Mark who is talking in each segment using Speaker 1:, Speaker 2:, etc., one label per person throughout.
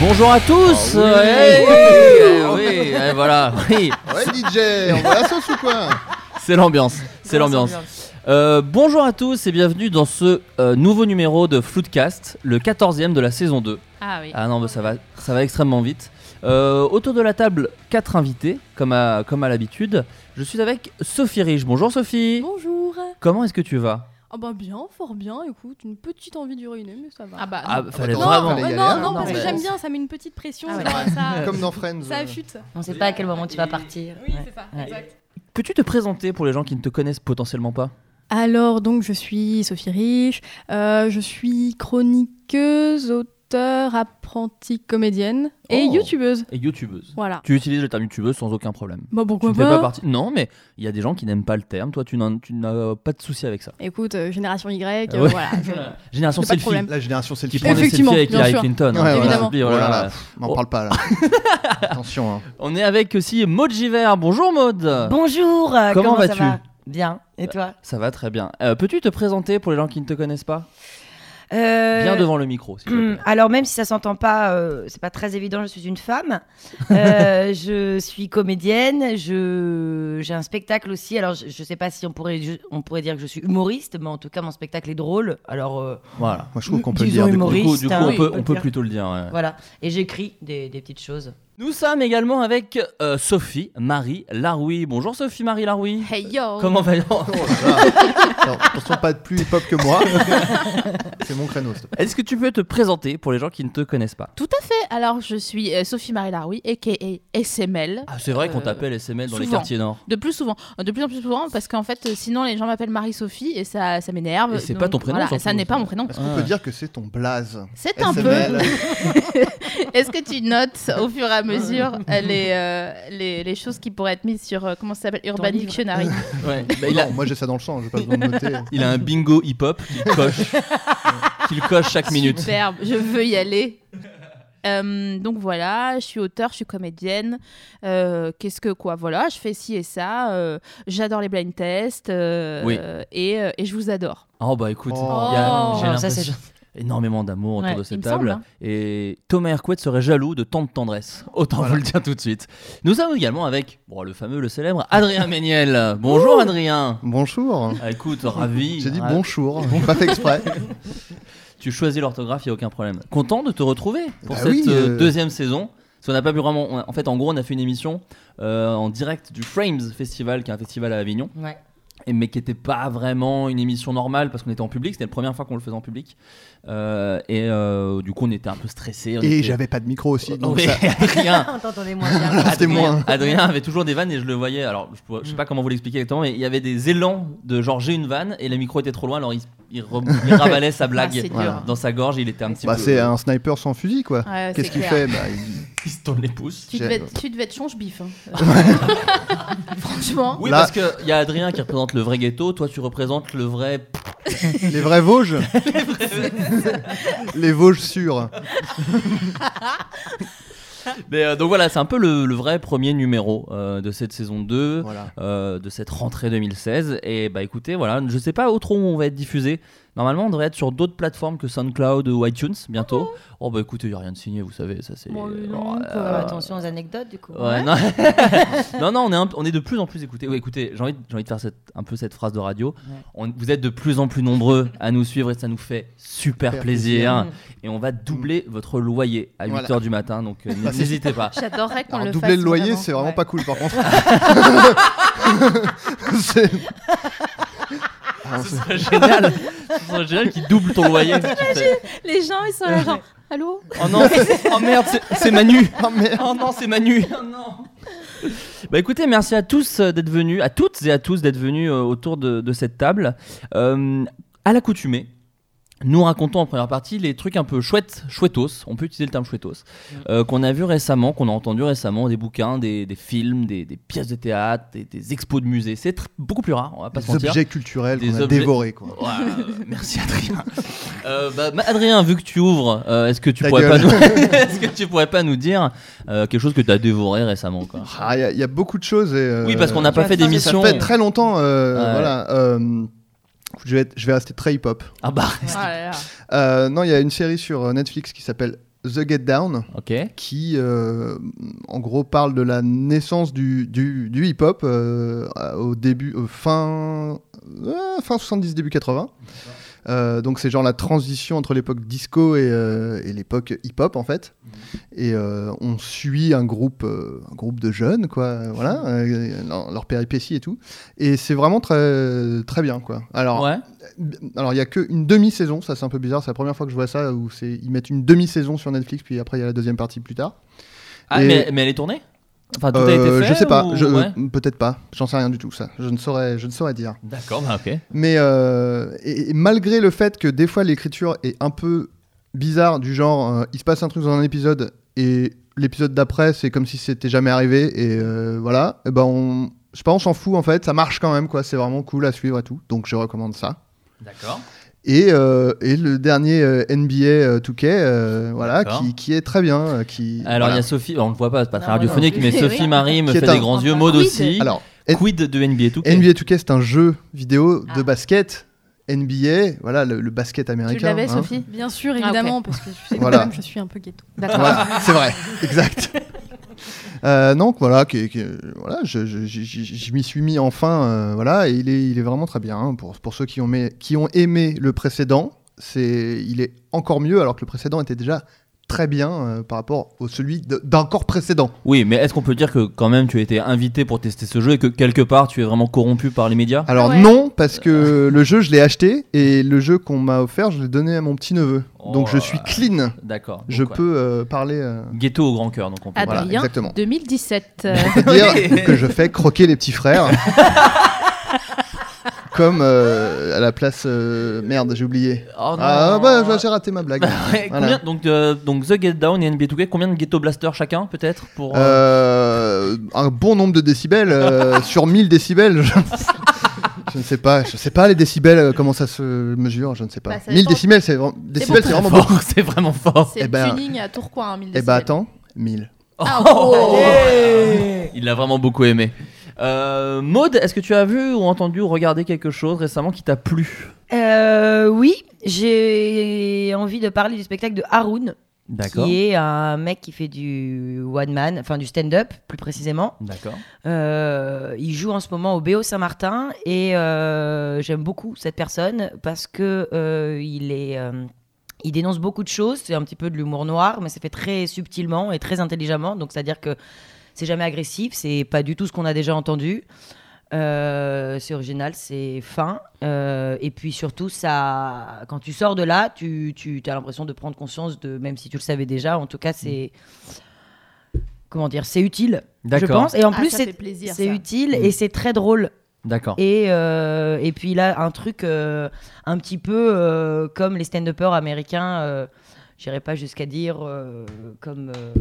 Speaker 1: Bonjour à tous
Speaker 2: Ah oui.
Speaker 1: Hey
Speaker 2: Wouhou
Speaker 1: Oui, eh, voilà, oui,
Speaker 2: Ouais DJ, on voit la sauce ou quoi
Speaker 1: c'est l'ambiance, c'est l'ambiance. Euh, bonjour à tous et bienvenue dans ce euh, nouveau numéro de Floodcast, le 14e de la saison 2.
Speaker 3: Ah oui.
Speaker 1: Ah non, mais ça va, ça va extrêmement vite. Euh, autour de la table, quatre invités, comme à, comme à l'habitude. Je suis avec Sophie Rich. Bonjour Sophie.
Speaker 4: Bonjour
Speaker 1: Comment est-ce que tu vas
Speaker 4: Ah bah bien, fort bien, écoute, une petite envie d'uriner, mais ça va.
Speaker 3: Ah bah.
Speaker 1: Ah,
Speaker 3: non.
Speaker 1: fallait
Speaker 2: non,
Speaker 1: vraiment.
Speaker 2: fallait y aller,
Speaker 4: non, non,
Speaker 2: hein.
Speaker 4: non,
Speaker 1: Non,
Speaker 4: parce que
Speaker 1: mais-
Speaker 4: j'aime bien, ça met une petite pression,
Speaker 3: Ah ouais.
Speaker 4: genre, ça,
Speaker 2: Comme dans Friends.
Speaker 4: ça
Speaker 2: euh,
Speaker 4: affûte.
Speaker 5: On sait pas à quel moment tu vas partir. Ouais.
Speaker 4: ça,
Speaker 5: Ouais.
Speaker 1: Peux-tu te présenter pour les gens qui ne te connaissent potentiellement pas
Speaker 4: Alors donc je suis Sophie Rich, euh, je suis chroniqueuse, auteure, apprentie comédienne et
Speaker 1: Oh.
Speaker 4: youtubeuse.
Speaker 1: Et youtubeuse.
Speaker 4: Voilà.
Speaker 1: Tu utilises le terme youtubeuse sans aucun problème.
Speaker 4: Bon
Speaker 1: Tu
Speaker 4: pourquoi
Speaker 1: ne fais pas partie. Non, mais il y a des gens qui n'aiment pas le terme. Toi, tu n'en- tu n'as pas de souci avec ça.
Speaker 4: Écoute, euh, génération Y, euh,
Speaker 1: Ah Ouais.
Speaker 4: voilà. je-
Speaker 1: Génération
Speaker 4: J'ai pas de
Speaker 1: selfie
Speaker 4: problème.
Speaker 2: La génération c'est le
Speaker 1: qui
Speaker 2: film.
Speaker 1: prend des selfies
Speaker 4: Effectivement,
Speaker 1: avec
Speaker 4: bien
Speaker 1: Hillary
Speaker 4: sûr.
Speaker 1: Clinton.
Speaker 2: Ouais,
Speaker 1: hein,
Speaker 2: voilà.
Speaker 1: voilà. Oublie,
Speaker 2: Oh là là,
Speaker 1: voilà.
Speaker 2: pff, m'en
Speaker 1: Oh.
Speaker 2: parle pas là. Attention. hein.
Speaker 1: On est avec aussi Maud Givert. Bonjour Maud.
Speaker 5: Bonjour, euh,
Speaker 1: Comment
Speaker 5: comment, ça
Speaker 1: vas-tu Euh,
Speaker 5: va Bien, et toi
Speaker 1: Ça va très bien. Euh, Peux-tu te présenter pour les gens qui ne te connaissent pas
Speaker 5: Euh,
Speaker 1: Bien devant le micro, s'il te plaît.
Speaker 5: hum, Alors même si ça s'entend pas, euh, c'est pas très évident, je suis une femme. Euh, je suis comédienne, je j'ai un spectacle aussi. Alors je, je sais pas si on pourrait ju- on pourrait dire que je suis humoriste, mais en tout cas mon spectacle est drôle. Alors euh,
Speaker 1: Voilà.
Speaker 2: Moi je trouve qu'on peut le
Speaker 5: Disons
Speaker 2: dire. du coup.
Speaker 5: humoriste.
Speaker 1: Du coup, du coup,
Speaker 5: hein,
Speaker 1: on
Speaker 5: oui,
Speaker 1: peut, on
Speaker 5: on peut
Speaker 1: peut
Speaker 5: le dire.
Speaker 1: plutôt le dire. ouais.
Speaker 5: voilà, et j'écris des, des petites choses.
Speaker 1: Nous sommes également avec euh, Sophie Marie Laroui. Bonjour Sophie Marie Laroui.
Speaker 3: Hey yo.
Speaker 1: Comment va
Speaker 2: Oh là là. Alors, attention, pas de plus hip-hop que moi. c'est mon créneau. s'il te plaît.
Speaker 1: Est-ce que tu peux te présenter pour les gens qui ne te connaissent pas
Speaker 3: Tout à fait. Alors je suis euh, Sophie Marie Laroui, aka SML.
Speaker 1: Ah, c'est vrai qu'on
Speaker 3: Euh,
Speaker 1: t'appelle SML dans les
Speaker 3: souvent.
Speaker 1: quartiers nord.
Speaker 3: De plus souvent, euh, de plus en plus souvent, parce qu'en fait, euh, sinon les gens m'appellent Marie-Sophie et ça, ça m'énerve.
Speaker 1: Et c'est
Speaker 3: Donc,
Speaker 1: pas ton prénom,
Speaker 3: voilà,
Speaker 1: surtout.
Speaker 3: ça n'est pas mon prénom.
Speaker 2: Est-ce qu'on
Speaker 1: Ah.
Speaker 2: peut dire que c'est ton blaze
Speaker 3: C'est un peu.
Speaker 2: SML.
Speaker 3: Est-ce que tu notes au fur et à mesure euh, les, euh, les, les choses qui pourraient être mises sur euh, comment ça s'appelle Urban
Speaker 5: livre.
Speaker 3: Dictionary
Speaker 1: Ouais. bah, il,
Speaker 2: Non,
Speaker 1: a,
Speaker 2: Moi j'ai ça dans le sang, j'ai pas besoin de noter.
Speaker 1: il a un bingo hip-hop qu'il coche, qu'il coche chaque minute.
Speaker 3: Superbe, je veux y aller. Euh, donc voilà, je suis auteur, je suis comédienne. Euh, Qu'est-ce que quoi Voilà, je fais ci et ça. euh, J'adore les blind tests. euh,
Speaker 1: Oui.
Speaker 3: et, euh, et je vous adore.
Speaker 1: Oh bah écoute,
Speaker 2: Oh.
Speaker 1: il y a- j'ai
Speaker 5: Oh, ça, c'est
Speaker 1: l'impression- énormément d'amour autour
Speaker 5: Ouais,
Speaker 1: de cette
Speaker 3: il me
Speaker 1: table.
Speaker 3: semble, hein.
Speaker 1: Et Thomas Hercouet serait jaloux de tant de tendresse. Autant vous le dire tout de suite. Nous sommes également avec bon, le fameux, le célèbre Adrien Méniel. Bonjour Adrien.
Speaker 2: Bonjour.
Speaker 1: Ah, écoute, ravi.
Speaker 2: J'ai dit
Speaker 1: ravi.
Speaker 2: bonjour, pas fait exprès.
Speaker 1: Tu choisis l'orthographe, il n'y a aucun problème. Content de te retrouver pour
Speaker 2: Bah
Speaker 1: cette
Speaker 2: oui,
Speaker 1: euh,
Speaker 2: euh.
Speaker 1: deuxième saison. Parce qu'on n'a pas pu vraiment. on a- en fait, en gros, on a fait une émission euh, en direct du Frames Festival, qui est un festival à Avignon,
Speaker 5: Ouais.
Speaker 1: et, mais qui n'était pas vraiment une émission normale parce qu'on était en public. C'était la première fois qu'on le faisait en public. Euh, et euh, du coup, on était un peu stressé.
Speaker 2: Et j'avais pas de micro aussi. Donc ça...
Speaker 1: rien.
Speaker 5: On t'entendait moins bien.
Speaker 2: C'était hein. moins.
Speaker 1: Adrien avait toujours des vannes et je le voyais. Alors, je, pourrais- je
Speaker 3: Mm.
Speaker 1: sais pas comment vous l'expliquer exactement, mais il y avait des élans de genre j'ai une vanne et le micro était trop loin, alors il, il re- il ravalait sa blague
Speaker 3: Ah, c'est dur.
Speaker 1: Voilà. dans sa gorge. Il était un petit
Speaker 2: Bah,
Speaker 1: peu.
Speaker 2: c'est un sniper sans fusil quoi.
Speaker 3: Ouais,
Speaker 2: Qu'est-ce
Speaker 3: Ah, c'est
Speaker 2: qu'il
Speaker 3: clair.
Speaker 2: fait Bah, il-
Speaker 1: Il se tourne les pouces.
Speaker 3: tu
Speaker 2: J'ai- Oh,
Speaker 3: devais, être- tu devais être change bif. hein. Franchement.
Speaker 1: Oui,
Speaker 2: Là-
Speaker 1: parce qu'il y a Adrien qui représente le vrai ghetto, toi tu représentes le vrai.
Speaker 2: Les vrais Vosges Les Vosges sûrs.
Speaker 1: Mais, euh, donc voilà, c'est un peu le, le vrai premier numéro euh, de cette saison 2.
Speaker 2: Voilà.
Speaker 1: euh, de cette rentrée 2016 et bah écoutez voilà je sais pas au trop où on va être diffusé normalement on devrait être sur d'autres plateformes que SoundCloud ou iTunes bientôt oh bah écoutez y a rien de signé vous savez ça c'est
Speaker 4: Bon, oui,
Speaker 1: euh,
Speaker 3: Oh,
Speaker 4: non,
Speaker 5: Faut faire
Speaker 1: euh,
Speaker 5: attention aux anecdotes du coup.
Speaker 1: Ouais, non. non, non, on est, un- on est de plus en plus écoutés. Ouais, écoutez, j'ai envie, de- j'ai envie de faire cette- un peu cette phrase de radio.
Speaker 5: Ouais.
Speaker 1: On- vous êtes de plus en plus nombreux à nous suivre et ça nous fait super,
Speaker 2: Super
Speaker 1: plaisir.
Speaker 5: plaisir.
Speaker 1: Et on va doubler votre loyer à 8h
Speaker 2: Voilà.
Speaker 1: du matin, donc euh,
Speaker 2: Bah, c'est-
Speaker 1: n'hésitez pas.
Speaker 3: J'adorerais qu'on
Speaker 2: Alors,
Speaker 3: le fasse.
Speaker 2: doubler le loyer, c'est vraiment
Speaker 3: Ouais.
Speaker 2: pas cool par contre. C'est- Ah,
Speaker 1: Ce
Speaker 2: c'est-
Speaker 1: serait génial. Ce serait génial qu'ils doublent ton loyer. Tu fais,
Speaker 4: Les gens ils sont là genre, allô
Speaker 1: oh non, c'est- oh merde, c'est- c'est Manu.
Speaker 2: Ah, merde.
Speaker 1: Oh non, c'est Manu. Oh non. Bah écoutez, merci à tous euh, d'être venus, à toutes et à tous d'être venus euh, autour de, de cette table. Euh, à l'accoutumée, nous racontons en première partie les trucs un peu chouettes, chouettos, on peut utiliser le terme chouettos, euh, qu'on a vu récemment, qu'on a entendu récemment, des bouquins, des, des films, des, des pièces de théâtre, des, des expos de musée. C'est tr- beaucoup plus rare, on va pas se
Speaker 2: Des
Speaker 1: mentir.
Speaker 2: objets culturels
Speaker 1: Des
Speaker 2: qu'on a
Speaker 1: objets-
Speaker 2: dévorés quoi.
Speaker 1: Ouais, euh, merci Adrien. Euh, bah, bah, Adrien, vu que tu ouvres, euh, est-ce que tu
Speaker 2: Ta
Speaker 1: pourrais
Speaker 2: gueule.
Speaker 1: pas nous, est-ce que tu pourrais pas nous dire euh, quelque chose que tu as dévoré récemment quoi
Speaker 2: Ah, Il y, a- y a beaucoup de choses. et, euh,
Speaker 1: Oui, parce qu'on n'a pas
Speaker 5: tu
Speaker 1: fait
Speaker 5: vas te faire
Speaker 2: Ça
Speaker 1: d'émission.
Speaker 2: fait très longtemps. euh,
Speaker 1: Ouais.
Speaker 2: Voilà. euh, je vais, être- je vais rester très hip-hop.
Speaker 1: Ah bah.
Speaker 3: Ah là là.
Speaker 2: Euh, non, il y a une série sur euh, Netflix qui s'appelle The Get Down,
Speaker 1: Ok.
Speaker 2: qui euh, en gros parle de la naissance du, du- du hip-hop euh, au début, au fin, euh, fin 70, début 80. Euh, donc c'est genre la transition entre l'époque disco et, euh, et l'époque hip-hop en fait. Et euh, on suit un groupe, euh, un groupe de jeunes quoi, euh, voilà, euh, leur, leur péripétie et tout. Et c'est vraiment très très bien quoi. Alors
Speaker 1: Ouais.
Speaker 2: alors, il n'y a qu'une demi-saison, ça c'est un peu bizarre, c'est la première fois que je vois ça, où c'est- ils mettent une demi-saison sur Netflix, puis après il y a la deuxième partie plus tard.
Speaker 1: Ah,
Speaker 2: Et-
Speaker 1: mais, mais elle est tournée Enfin, tout a été
Speaker 2: Euh,
Speaker 1: fait
Speaker 2: je sais pas,
Speaker 1: ou-
Speaker 2: je- euh,
Speaker 1: ouais
Speaker 2: peut-être pas, j'en sais rien du tout, ça, je ne saurais, je ne saurais dire.
Speaker 1: D'accord, bah ok.
Speaker 2: Mais euh, et, et malgré le fait que des fois l'écriture est un peu bizarre, du genre euh, il se passe un truc dans un épisode et l'épisode d'après c'est comme si c'était jamais arrivé et euh, voilà, et ben on, je sais pas, on s'en fout en fait, ça marche quand même quoi, c'est vraiment cool à suivre et tout, donc je recommande ça.
Speaker 1: D'accord.
Speaker 2: Et, euh, et le dernier euh, NBA euh, 2K, euh, voilà,
Speaker 1: D'accord.
Speaker 2: qui, qui est très bien. euh, Qui,
Speaker 1: Alors, il
Speaker 2: voilà.
Speaker 1: y a Sophie, on le voit pas, c'est pas très
Speaker 5: Non,
Speaker 1: radiophonique,
Speaker 5: non.
Speaker 1: mais
Speaker 5: Oui.
Speaker 1: Sophie Marie me
Speaker 2: Qui
Speaker 1: fait
Speaker 2: est un-
Speaker 1: des grands yeux, Maud
Speaker 3: Quid.
Speaker 1: aussi.
Speaker 2: Alors,
Speaker 1: Quid de NBA 2K
Speaker 2: NBA 2K, c'est un jeu vidéo de
Speaker 5: Ah.
Speaker 2: basket. NBA, voilà, le, le basket américain.
Speaker 3: Tu l'avais,
Speaker 2: hein.
Speaker 3: Sophie
Speaker 4: Bien sûr,
Speaker 3: ok.
Speaker 4: évidemment, parce que tu sais,
Speaker 2: Voilà.
Speaker 4: quand même, je suis un peu ghetto.
Speaker 3: D'accord.
Speaker 2: Voilà, c'est vrai, exact. Euh, donc voilà, qui- qui- voilà je, je- je- je- je m'y suis mis enfin, euh, voilà, et il est, il est vraiment très bien. hein. Pour, pour ceux qui ont, aimé- qui ont aimé le précédent, c'est, il est encore mieux, alors que le précédent était déjà très bien euh, par rapport au celui de- d'encore précédent.
Speaker 1: Oui, mais est-ce qu'on peut dire que quand même tu as été invité pour tester ce jeu et que quelque part tu es vraiment corrompu par les médias
Speaker 2: Alors
Speaker 3: Ah Ouais.
Speaker 2: non, parce que le jeu, je l'ai acheté, et le jeu qu'on m'a offert, je l'ai donné à mon petit-neveu.
Speaker 1: Oh
Speaker 2: donc je
Speaker 1: là
Speaker 2: suis
Speaker 1: là.
Speaker 2: clean,
Speaker 1: D'accord. donc,
Speaker 2: je
Speaker 1: ouais.
Speaker 2: peux euh, parler... euh,
Speaker 1: Ghetto au grand cœur, donc on peut.
Speaker 3: Adrien.
Speaker 2: voilà, exactement.
Speaker 3: 2017. euh,
Speaker 2: peut dire que je fais croquer les petits frères. Comme euh, à la place. euh, merde, j'ai oublié.
Speaker 1: Oh non.
Speaker 2: Ah bah, j'ai- j'ai raté ma blague.
Speaker 1: Ouais,
Speaker 2: Voilà.
Speaker 1: combien- donc, euh, donc The Get Down et NBA 2K, combien de Ghetto Blaster chacun peut-être pour euh,
Speaker 2: Euh, un bon nombre de décibels, euh, sur 1000 décibels. Je, je ne sais pas, je sais pas les décibels, euh, comment ça se mesure, je ne sais pas.
Speaker 3: Bah, ça
Speaker 2: 1000
Speaker 3: dépend.
Speaker 2: décibels, c'est vraiment, décibels, c'est
Speaker 1: C'est
Speaker 2: vraiment
Speaker 1: fort,
Speaker 2: beaucoup.
Speaker 1: c'est vraiment fort.
Speaker 3: C'est
Speaker 2: Eh ben-
Speaker 3: le tuning à Tourcoing, hein, 1000
Speaker 2: Eh bah
Speaker 3: décibels.
Speaker 2: attends, 1000.
Speaker 3: Ah,
Speaker 1: Oh.
Speaker 5: Allez
Speaker 1: Il l'a vraiment beaucoup aimé. Euh, Maud, est-ce que tu as vu ou entendu ou regardé quelque chose récemment qui t'a plu
Speaker 5: Euh, oui, j'ai envie de parler du spectacle de Haroun,
Speaker 1: D'accord.
Speaker 5: qui est un mec qui fait du one man, enfin du stand-up plus précisément.
Speaker 1: D'accord.
Speaker 5: Euh, il joue en ce moment au BO Saint-Martin et euh, j'aime beaucoup cette personne parce que euh, il est, euh, il dénonce beaucoup de choses. C'est un petit peu de l'humour noir, mais c'est fait très subtilement et très intelligemment. Donc c'est à dire que c'est jamais agressif, c'est pas du tout ce qu'on a déjà entendu. Euh, c'est original, c'est fin. Euh, et puis surtout, ça, quand tu sors de là, tu, tu as l'impression de prendre conscience de, même si tu le savais déjà, en tout cas, c'est. Comment dire C'est utile, je
Speaker 1: D'accord.
Speaker 5: pense. Et en
Speaker 3: Ah,
Speaker 5: plus,
Speaker 3: ça
Speaker 5: c'est
Speaker 3: fait plaisir,
Speaker 5: c'est
Speaker 3: ça.
Speaker 5: utile
Speaker 2: Mm.
Speaker 5: et c'est très drôle.
Speaker 1: D'accord.
Speaker 5: Et, euh, et puis là, un truc euh, un petit peu euh, comme les stand-uppers américains. euh, J'irai pas jusqu'à dire euh, comme. euh,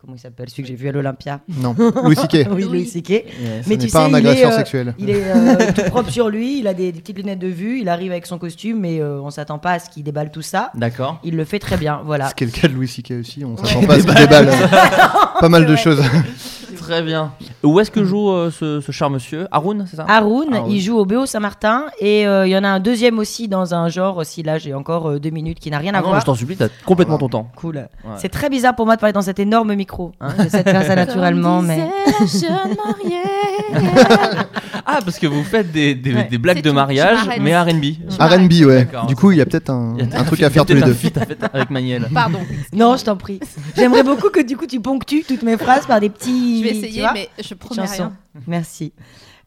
Speaker 5: comment il s'appelle Celui que j'ai vu à l'Olympia.
Speaker 2: Non, Louis C.K.
Speaker 5: Oui, Louis C.K.
Speaker 1: Yes.
Speaker 2: Ce
Speaker 5: Mais
Speaker 2: n'est
Speaker 5: tu
Speaker 2: pas
Speaker 5: sais,
Speaker 2: un
Speaker 5: il est,
Speaker 2: agresseur
Speaker 5: euh,
Speaker 2: sexuel.
Speaker 5: Il est euh, tout propre sur lui, il a des, des petites lunettes de vue, il arrive avec son costume, mais euh, on s'attend pas à ce qu'il déballe tout ça.
Speaker 1: D'accord.
Speaker 5: Il le fait très bien, voilà.
Speaker 2: C'est quel cas de Louis C.K. aussi, on s'attend pas à ce qu'il déballe euh, pas mal de choses.
Speaker 1: Très bien. Où est-ce que joue euh, ce, ce cher monsieur Haroun, c'est ça
Speaker 5: Haroun,
Speaker 1: Haroun.
Speaker 5: il joue au BO Saint-Martin, et euh, il y en a un deuxième aussi dans un genre, aussi là j'ai encore euh, deux minutes, qui n'a
Speaker 2: Ah
Speaker 5: rien à
Speaker 1: Ah Non, mais
Speaker 5: voir.
Speaker 1: je t'en supplie, t'as complètement ton temps.
Speaker 5: Cool.
Speaker 1: Ouais.
Speaker 5: C'est très bizarre pour moi de parler dans cet énorme micro. hein. J'essaie de faire ça naturellement,
Speaker 3: Comme
Speaker 5: mais.
Speaker 3: disait la jeune mariée.
Speaker 1: Ah, parce que vous faites des, des,
Speaker 5: Ouais.
Speaker 1: des blagues
Speaker 3: C'est
Speaker 1: de
Speaker 3: tout,
Speaker 1: mariage,
Speaker 3: je m'arrête.
Speaker 1: mais RB.
Speaker 2: RB, ouais.
Speaker 1: D'accord.
Speaker 2: Du coup, il y a peut-être un,
Speaker 1: Il y a
Speaker 2: un truc à faire tous les
Speaker 1: peut-être un
Speaker 2: deux.
Speaker 1: feat à faire avec Maniel.
Speaker 3: Pardon,
Speaker 5: Non, je t'en prie. J'aimerais beaucoup que du coup tu ponctues toutes mes phrases par des petits.
Speaker 3: je vais
Speaker 5: tu
Speaker 3: essayer,
Speaker 5: vois,
Speaker 3: mais je promets
Speaker 5: chansons.
Speaker 3: rien.
Speaker 5: Merci.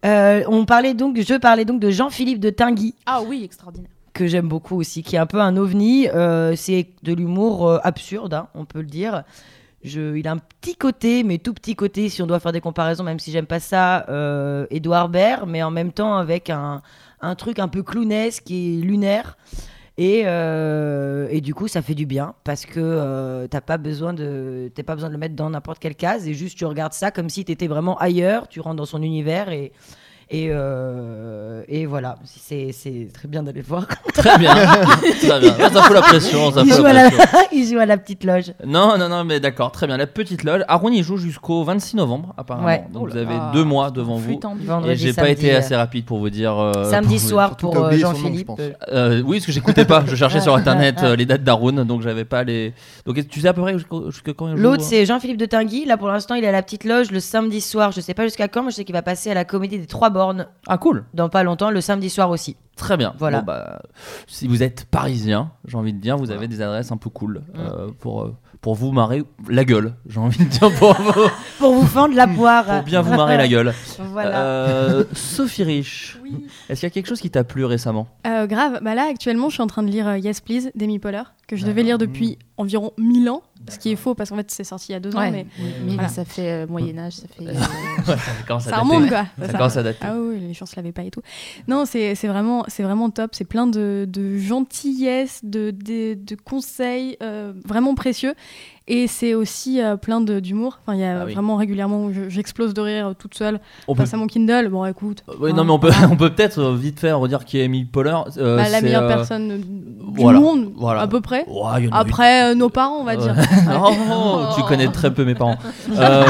Speaker 5: Euh, on parlait donc, je parlais donc de Jean-Philippe de Tinguy,
Speaker 3: Ah oui, extraordinaire.
Speaker 5: que j'aime beaucoup aussi, qui est un peu un ovni. Euh, c'est de l'humour euh, absurde, hein, on peut le dire. Je, il a un petit côté, mais tout petit côté, si on doit faire des comparaisons, même si j'aime pas ça, euh, Edouard Baird, mais en même temps avec un, un truc un peu clownesque et lunaire. Et, euh, et du coup, ça fait du bien parce que euh, t'as pas besoin de t'as pas besoin de le mettre dans n'importe quelle case et juste tu regardes ça comme si t'étais vraiment ailleurs. Tu rentres dans son univers et Et, euh, et voilà, c'est c'est très bien d'aller le voir.
Speaker 1: Très bien. très bien. Là, ça fout la pression. Ça
Speaker 5: il,
Speaker 1: fout
Speaker 5: joue
Speaker 1: la
Speaker 5: à la,
Speaker 1: pression.
Speaker 5: il joue à la petite loge.
Speaker 1: Non, non, non, mais d'accord, très bien. La petite loge. Aaron y joue jusqu'au 26 novembre, apparemment.
Speaker 5: Ouais.
Speaker 1: Donc
Speaker 3: Oh là
Speaker 1: vous avez
Speaker 3: là.
Speaker 1: deux mois devant vous.
Speaker 3: Flûte en bif.
Speaker 1: Et
Speaker 5: Vendredi,
Speaker 1: j'ai pas
Speaker 5: samedi,
Speaker 1: été
Speaker 5: euh,
Speaker 1: assez rapide pour vous dire. euh,
Speaker 5: Samedi
Speaker 1: pour-
Speaker 5: soir
Speaker 2: surtout
Speaker 5: pour
Speaker 2: t'as
Speaker 5: euh,
Speaker 2: oublié son nom, je
Speaker 5: Jean-Philippe.
Speaker 2: pense.
Speaker 5: euh,
Speaker 1: Euh, oui, parce que j'écoutais pas. Je cherchais sur internet euh, les dates d'Aaron, donc j'avais pas les. Donc tu sais à peu près jusqu'au- jusque quand il joue
Speaker 5: L'autre,
Speaker 1: hein
Speaker 5: c'est Jean-Philippe de Tinguy. Là, pour l'instant, il est à la petite loge le samedi soir. Je sais pas jusqu'à quand, mais je sais qu'il va passer à la comédie des trois bornes
Speaker 1: Ah, cool.
Speaker 5: dans pas longtemps, le samedi soir aussi.
Speaker 1: Très bien.
Speaker 5: Voilà.
Speaker 1: Bon, bah, si vous êtes parisien, j'ai envie de dire, vous avez des adresses un peu cool euh, pour, euh, pour vous marrer la gueule. J'ai envie de dire pour, vous-
Speaker 5: Pour vous fendre la poire.
Speaker 4: Ah.
Speaker 1: pour bien vous marrer la gueule.
Speaker 5: Voilà.
Speaker 1: Euh, Sophie Rich,
Speaker 4: Oui.
Speaker 1: est-ce qu'il y a quelque chose qui t'a plu récemment
Speaker 4: Euh, grave, bah là actuellement je suis en train de lire euh, Yes Please d'Amy Poehler, que je devais
Speaker 1: D'accord. Hmm.
Speaker 4: lire depuis environ 1000 ans, ce qui est faux parce qu'en fait c'est sorti il y a deux ans,
Speaker 3: Ouais.
Speaker 4: mais
Speaker 3: Mais
Speaker 4: Voilà.
Speaker 3: ça fait euh, Moyen Âge, ça fait. euh,
Speaker 1: Ça commence à
Speaker 4: ça
Speaker 1: dater.
Speaker 4: remonte quoi.
Speaker 1: Ça
Speaker 4: Ça-
Speaker 1: commence à dater.
Speaker 4: Ah oui, les gens se lavaient pas et tout. Non, c'est c'est vraiment, c'est vraiment top. C'est plein de, de gentillesse, de, de, de conseils euh, vraiment précieux. Et c'est aussi euh, plein de- d'humour. Enfin, il y a
Speaker 1: Ah oui.
Speaker 4: vraiment régulièrement où je- j'explose de rire euh, toute seule
Speaker 1: On peut-
Speaker 4: face à mon Kindle. Bon, écoute.
Speaker 1: Oui,
Speaker 4: hein,
Speaker 1: non, mais on peut,
Speaker 4: voilà.
Speaker 1: on peut peut-être euh, vite faire redire qui est Amy Poller. Euh,
Speaker 4: Bah, la
Speaker 1: c'est,
Speaker 4: meilleure
Speaker 1: euh,
Speaker 4: personne euh, du
Speaker 1: voilà,
Speaker 4: monde,
Speaker 1: voilà.
Speaker 4: à peu près.
Speaker 1: ouah, il y en a eu
Speaker 4: Après, euh, nos parents, on va dire.
Speaker 1: Oh, oh, tu connais très peu mes parents. Euh,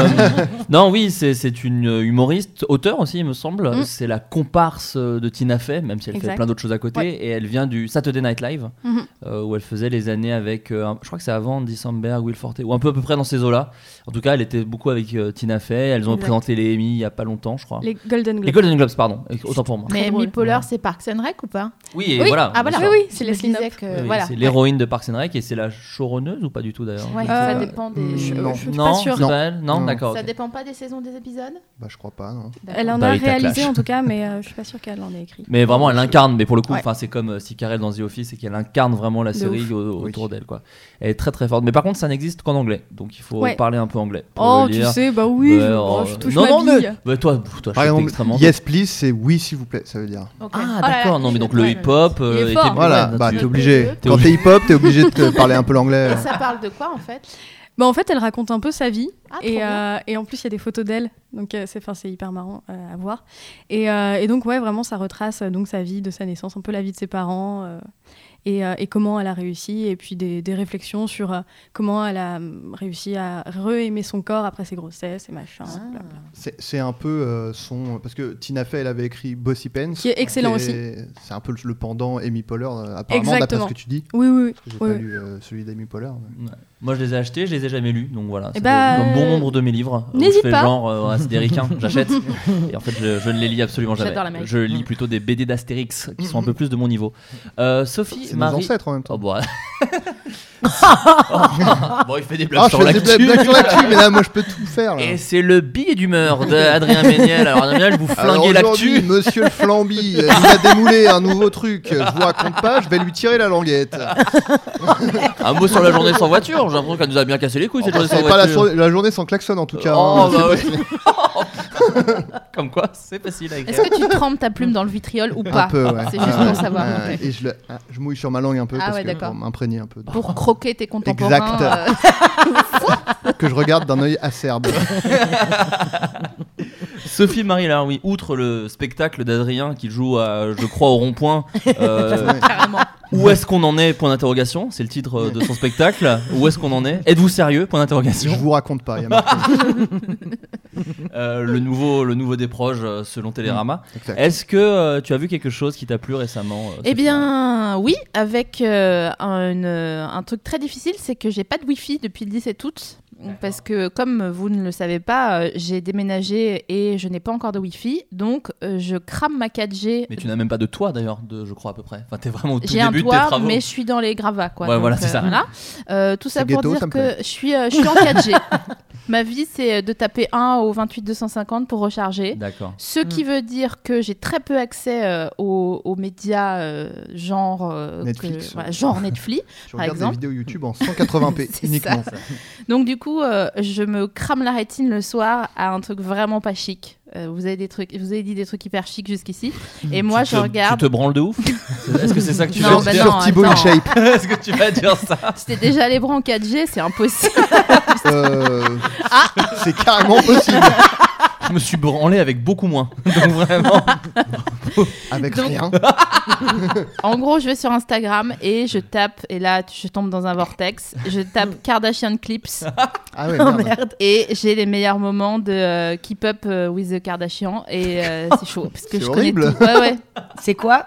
Speaker 1: non, oui, c'est- c'est une euh, humoriste, auteur aussi, il me semble.
Speaker 4: Mm.
Speaker 1: C'est la comparse euh, de Tina Fey, même si elle fait
Speaker 4: Exact.
Speaker 1: plein d'autres choses à côté.
Speaker 4: Ouais.
Speaker 1: Et elle vient du Saturday Night Live,
Speaker 4: Mhm.
Speaker 1: euh, où elle faisait les années avec, euh, un- je crois que c'est avant December, Will Forte, ou un peu à peu près dans ces eaux-là. En tout cas, elle était beaucoup avec euh, Tina Fey. Elles ont
Speaker 4: Exact.
Speaker 1: présenté les Emmy il y a pas longtemps, je crois. Hein. Les,
Speaker 4: Les Golden Globes.
Speaker 1: Golden Globes, pardon. Autant pour moi.
Speaker 4: Très
Speaker 3: Mais
Speaker 4: drôle.
Speaker 3: Amy Poehler, c'est Parks and Rec ou pas
Speaker 1: Oui, et voilà.
Speaker 3: Ah voilà.
Speaker 1: bien sûr.
Speaker 4: Oui, Euh, oui, c'est
Speaker 3: Je me
Speaker 4: Leslie
Speaker 3: disais
Speaker 4: Knope.
Speaker 3: que-
Speaker 1: Oui, oui,
Speaker 3: voilà.
Speaker 1: C'est l'héroïne de Parks and Rec et c'est la showrunneuse ou pas du tout d'ailleurs
Speaker 3: Ouais,
Speaker 1: Je-
Speaker 3: ça
Speaker 4: Euh,
Speaker 3: dépend des.
Speaker 4: Je,
Speaker 2: Non.
Speaker 4: je suis
Speaker 1: non,
Speaker 4: pas sûre.
Speaker 1: c'est pas elle Non,
Speaker 2: Non.
Speaker 1: d'accord.
Speaker 3: Ça
Speaker 1: ok.
Speaker 3: dépend pas des saisons des épisodes
Speaker 2: Bah, je crois pas, non.
Speaker 4: Elle en
Speaker 1: Bah,
Speaker 4: a
Speaker 1: Rita
Speaker 4: réalisé
Speaker 1: Clash.
Speaker 4: en tout cas, mais euh, je suis pas sûre qu'elle en ait écrit.
Speaker 1: Mais vraiment, elle incarne, mais pour le coup,
Speaker 4: Ouais.
Speaker 1: enfin c'est comme euh, si Carell dans The Office et qu'elle incarne vraiment la
Speaker 4: De
Speaker 1: série au-
Speaker 2: Oui.
Speaker 1: autour d'elle. quoi. Elle est très très forte. Mais par contre, ça n'existe qu'en anglais. Donc il faut
Speaker 4: Ouais.
Speaker 1: parler un peu anglais. Pour
Speaker 4: Oh,
Speaker 1: le
Speaker 4: tu
Speaker 1: lire.
Speaker 4: sais, bah oui,
Speaker 1: Ouais,
Speaker 4: je,
Speaker 1: oh,
Speaker 4: oh, je touche
Speaker 1: non,
Speaker 4: ma
Speaker 1: non, mais-
Speaker 4: bille.
Speaker 1: bah, toi, pff, toi, je
Speaker 2: Par
Speaker 1: suis
Speaker 2: exemple,
Speaker 1: extrêmement.
Speaker 2: yes please, c'est oui s'il vous plaît, ça veut dire.
Speaker 1: Ah,
Speaker 4: Oh là
Speaker 1: d'accord.
Speaker 4: là,
Speaker 1: non, mais
Speaker 4: je
Speaker 1: donc
Speaker 4: vais
Speaker 1: le
Speaker 4: pas-
Speaker 1: hip hop.
Speaker 3: Il est
Speaker 1: était-
Speaker 3: fort.
Speaker 2: Voilà,
Speaker 1: là-dessus.
Speaker 2: bah t'es
Speaker 3: tu-
Speaker 2: obligé.
Speaker 3: T'es
Speaker 2: Quand t'es hip hop, t'es obligé de te parler un peu l'anglais.
Speaker 3: Et ça parle de quoi en fait
Speaker 4: Bah, en fait, elle raconte un peu sa vie.
Speaker 3: Ah, trop
Speaker 4: Et,
Speaker 3: bien.
Speaker 4: euh, et en plus, il y a des photos d'elle, donc euh, c'est 'fin, c'est hyper marrant euh, à voir. Et, euh, et donc, ouais, vraiment, ça retrace euh, donc sa vie, de sa naissance, un peu la vie de ses parents euh, et, euh, et comment elle a réussi, et puis des, des réflexions sur euh, comment elle a hum, réussi à re-aimer son corps après ses grossesses et machin.
Speaker 3: Ah.
Speaker 4: bla, bla.
Speaker 2: C'est c'est un peu euh, son. Parce que Tina Fey, elle avait écrit Bossy Pence.
Speaker 4: Qui est excellent
Speaker 2: aussi. C'est un peu le- le pendant Amy Poehler, euh, apparemment, d'après
Speaker 4: Exactement.
Speaker 2: ce que tu dis.
Speaker 4: Oui, oui, oui.
Speaker 2: J'ai
Speaker 4: Oui,
Speaker 2: pas
Speaker 4: oui.
Speaker 2: lu euh, celui d'Amy Poehler. mais-
Speaker 1: Moi, je les ai achetés, je les ai jamais lus. Donc voilà. C'est
Speaker 4: bah,
Speaker 1: comme bon
Speaker 4: euh,
Speaker 1: nombre de mes livres. où
Speaker 4: n'hésite
Speaker 1: je fais
Speaker 4: pas.
Speaker 1: Genre, euh, ouais, c'est des ricains, j'achète. Et en fait, je, je ne les lis absolument jamais.
Speaker 3: J'adore l'Amérique.
Speaker 1: Je lis plutôt des BD d'Astérix qui sont un peu plus de mon niveau. Euh, Sophie,
Speaker 2: C'est nos
Speaker 1: Marie.
Speaker 2: ancêtres en même temps.
Speaker 1: Oh, bah. bon, il fait des blagues
Speaker 2: Ah, je
Speaker 1: sur
Speaker 2: fais des
Speaker 1: l'actu.
Speaker 2: blagues sur l'actu, mais là, moi, je peux tout faire. Là.
Speaker 1: Et c'est le billet d'humeur d'Adrien Méniel. Alors, Adrien Méniel, vous
Speaker 2: Alors
Speaker 1: flinguez
Speaker 2: aujourd'hui,
Speaker 1: l'actu.
Speaker 2: Monsieur le Flamby, euh, il a démoulé un nouveau truc. Je vous raconte pas, je vais lui tirer la languette.
Speaker 1: Un mot sur la journée sans voiture. J'ai l'impression qu'elle nous a bien cassé les couilles
Speaker 2: Enfin,
Speaker 1: cette journée sans
Speaker 2: c'est pas la,
Speaker 1: voiture.
Speaker 2: sour- la journée sans klaxon en tout cas.
Speaker 1: Oh,
Speaker 2: hein.
Speaker 1: bah
Speaker 2: C'est pas-
Speaker 1: Comme quoi, c'est facile à écrire.
Speaker 3: Est-ce que tu trempes ta plume dans le vitriol ou
Speaker 2: Un
Speaker 3: pas
Speaker 2: peu, ouais.
Speaker 3: C'est juste
Speaker 2: Ouais,
Speaker 3: pour savoir.
Speaker 2: ouais, ouais. Et je, le- ah, je mouille sur ma langue un peu
Speaker 3: Ah
Speaker 2: parce
Speaker 3: ouais,
Speaker 2: que
Speaker 3: d'accord.
Speaker 2: pour m'imprégner un peu. de-
Speaker 3: Pour croquer tes contemporains.
Speaker 2: Exact.
Speaker 3: euh,
Speaker 2: Que je regarde d'un œil acerbe.
Speaker 1: Sophie Marie là, oui, outre le spectacle d'Adrien qui joue, à, je crois, au rond-point, euh,
Speaker 3: carrément.
Speaker 1: où est-ce qu'on en est Point d'interrogation, c'est le titre euh, de son spectacle. Où est-ce qu'on en est Êtes-vous sérieux Point
Speaker 2: Je
Speaker 1: d'interrogation.
Speaker 2: vous raconte pas. il y a marqué.
Speaker 1: Euh, le nouveau, le nouveau des proches euh, selon Télérama.
Speaker 2: Mm, Exact.
Speaker 1: Est-ce que euh, tu as vu quelque chose qui t'a plu récemment euh,
Speaker 3: Eh
Speaker 1: Sophie
Speaker 3: bien, oui, avec euh, un, euh, un truc très difficile, c'est que j'ai pas de Wi-Fi depuis le 17 août. Parce que, comme vous ne le savez pas, euh, j'ai déménagé et je n'ai pas encore de Wi-Fi. Donc, euh, je crame ma 4G.
Speaker 1: Mais tu n'as même pas de toit d'ailleurs, de, je crois à peu près. Enfin, t'es vraiment au tout
Speaker 3: J'ai un
Speaker 1: début de tes
Speaker 3: toit,
Speaker 1: travaux.
Speaker 3: mais je suis dans les gravats. Quoi.
Speaker 1: Ouais,
Speaker 3: Donc,
Speaker 1: voilà, c'est ça.
Speaker 3: Euh, tout ça
Speaker 2: C'est
Speaker 3: pour
Speaker 2: ghetto,
Speaker 3: dire
Speaker 2: ça me
Speaker 3: que je suis, euh, je suis en 4G. ma vie, c'est euh, de taper 1 au 28-250 pour recharger.
Speaker 1: D'accord.
Speaker 3: Ce qui veut dire que j'ai très peu accès euh, aux, aux médias euh, genre euh,
Speaker 2: Netflix.
Speaker 3: que- voilà, genre Netflix.
Speaker 2: Je regarde des
Speaker 3: exemple.
Speaker 2: vidéos YouTube en 180p
Speaker 3: C'est
Speaker 2: uniquement.
Speaker 3: ça. Donc du coup, euh, je me crame la rétine le soir à un truc vraiment pas chic. Euh, vous avez des trucs, vous avez dit des trucs hyper chics jusqu'ici, et moi
Speaker 1: Mm. Tu
Speaker 3: je
Speaker 1: te-
Speaker 3: regarde.
Speaker 1: Tu te branles de ouf Est-ce que c'est ça que tu
Speaker 3: Non,
Speaker 1: vas
Speaker 2: sur
Speaker 3: bah
Speaker 1: dire
Speaker 2: sur Thibaut
Speaker 3: attends.
Speaker 2: InShape.
Speaker 1: Est-ce que tu vas dire ça
Speaker 3: C'était déjà les bras en 4G, c'est impossible. Ah.
Speaker 2: Euh, C'est carrément possible.
Speaker 1: je me suis branlé avec beaucoup moins. Donc vraiment,
Speaker 2: Avec
Speaker 3: Donc-
Speaker 2: rien.
Speaker 3: En gros, je vais sur Instagram et je tape, et là, je tombe dans un vortex. Je tape Kardashian Clips
Speaker 2: Ah ouais,
Speaker 5: Oh
Speaker 2: merde.
Speaker 5: merde.
Speaker 3: et j'ai les meilleurs moments de euh, Keep Up euh, with the Kardashian. Et euh, c'est chaud, parce que
Speaker 2: C'est
Speaker 3: je connais
Speaker 2: horrible.
Speaker 3: tout. Ouais, ouais.
Speaker 5: C'est quoi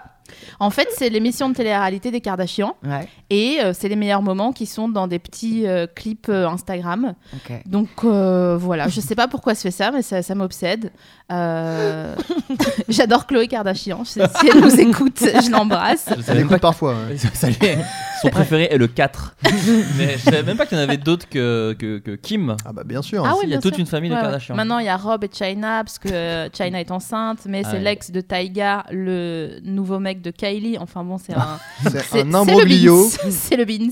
Speaker 3: En fait, c'est l'émission de télé-réalité des Kardashians.
Speaker 5: Ouais.
Speaker 3: Et euh, c'est les meilleurs moments qui sont dans des petits euh, clips euh, Instagram.
Speaker 5: Ok.
Speaker 3: Donc euh, voilà, je sais pas pourquoi se fait ça, mais ça, ça m'obsède. Euh, J'adore Chloé Kardashian. Je- Si elle nous écoute, je l'embrasse.
Speaker 1: je
Speaker 2: Ça
Speaker 1: savais
Speaker 2: l'écoute
Speaker 1: pas
Speaker 2: parfois. ouais.
Speaker 1: que- ça lui est- son préféré est le 4. Mais je savais même pas qu'il y en avait d'autres que, que, que Kim.
Speaker 2: Ah bah bien sûr.
Speaker 3: Ah
Speaker 1: Si,
Speaker 3: ouais,
Speaker 1: il y a
Speaker 3: bien
Speaker 1: toute
Speaker 3: sûr.
Speaker 1: une famille
Speaker 3: Ouais,
Speaker 1: de
Speaker 3: ouais.
Speaker 1: Kardashian.
Speaker 3: Maintenant, il y a Rob et China, parce que euh, China est enceinte, mais
Speaker 1: Ah
Speaker 3: c'est
Speaker 1: ouais.
Speaker 3: l'ex de Taiga, le nouveau mec de Kylie. Enfin bon, c'est
Speaker 1: Ah,
Speaker 3: un.
Speaker 2: C'est un
Speaker 3: c'est le
Speaker 2: imbroglio.
Speaker 3: Beans. C'est le Beans.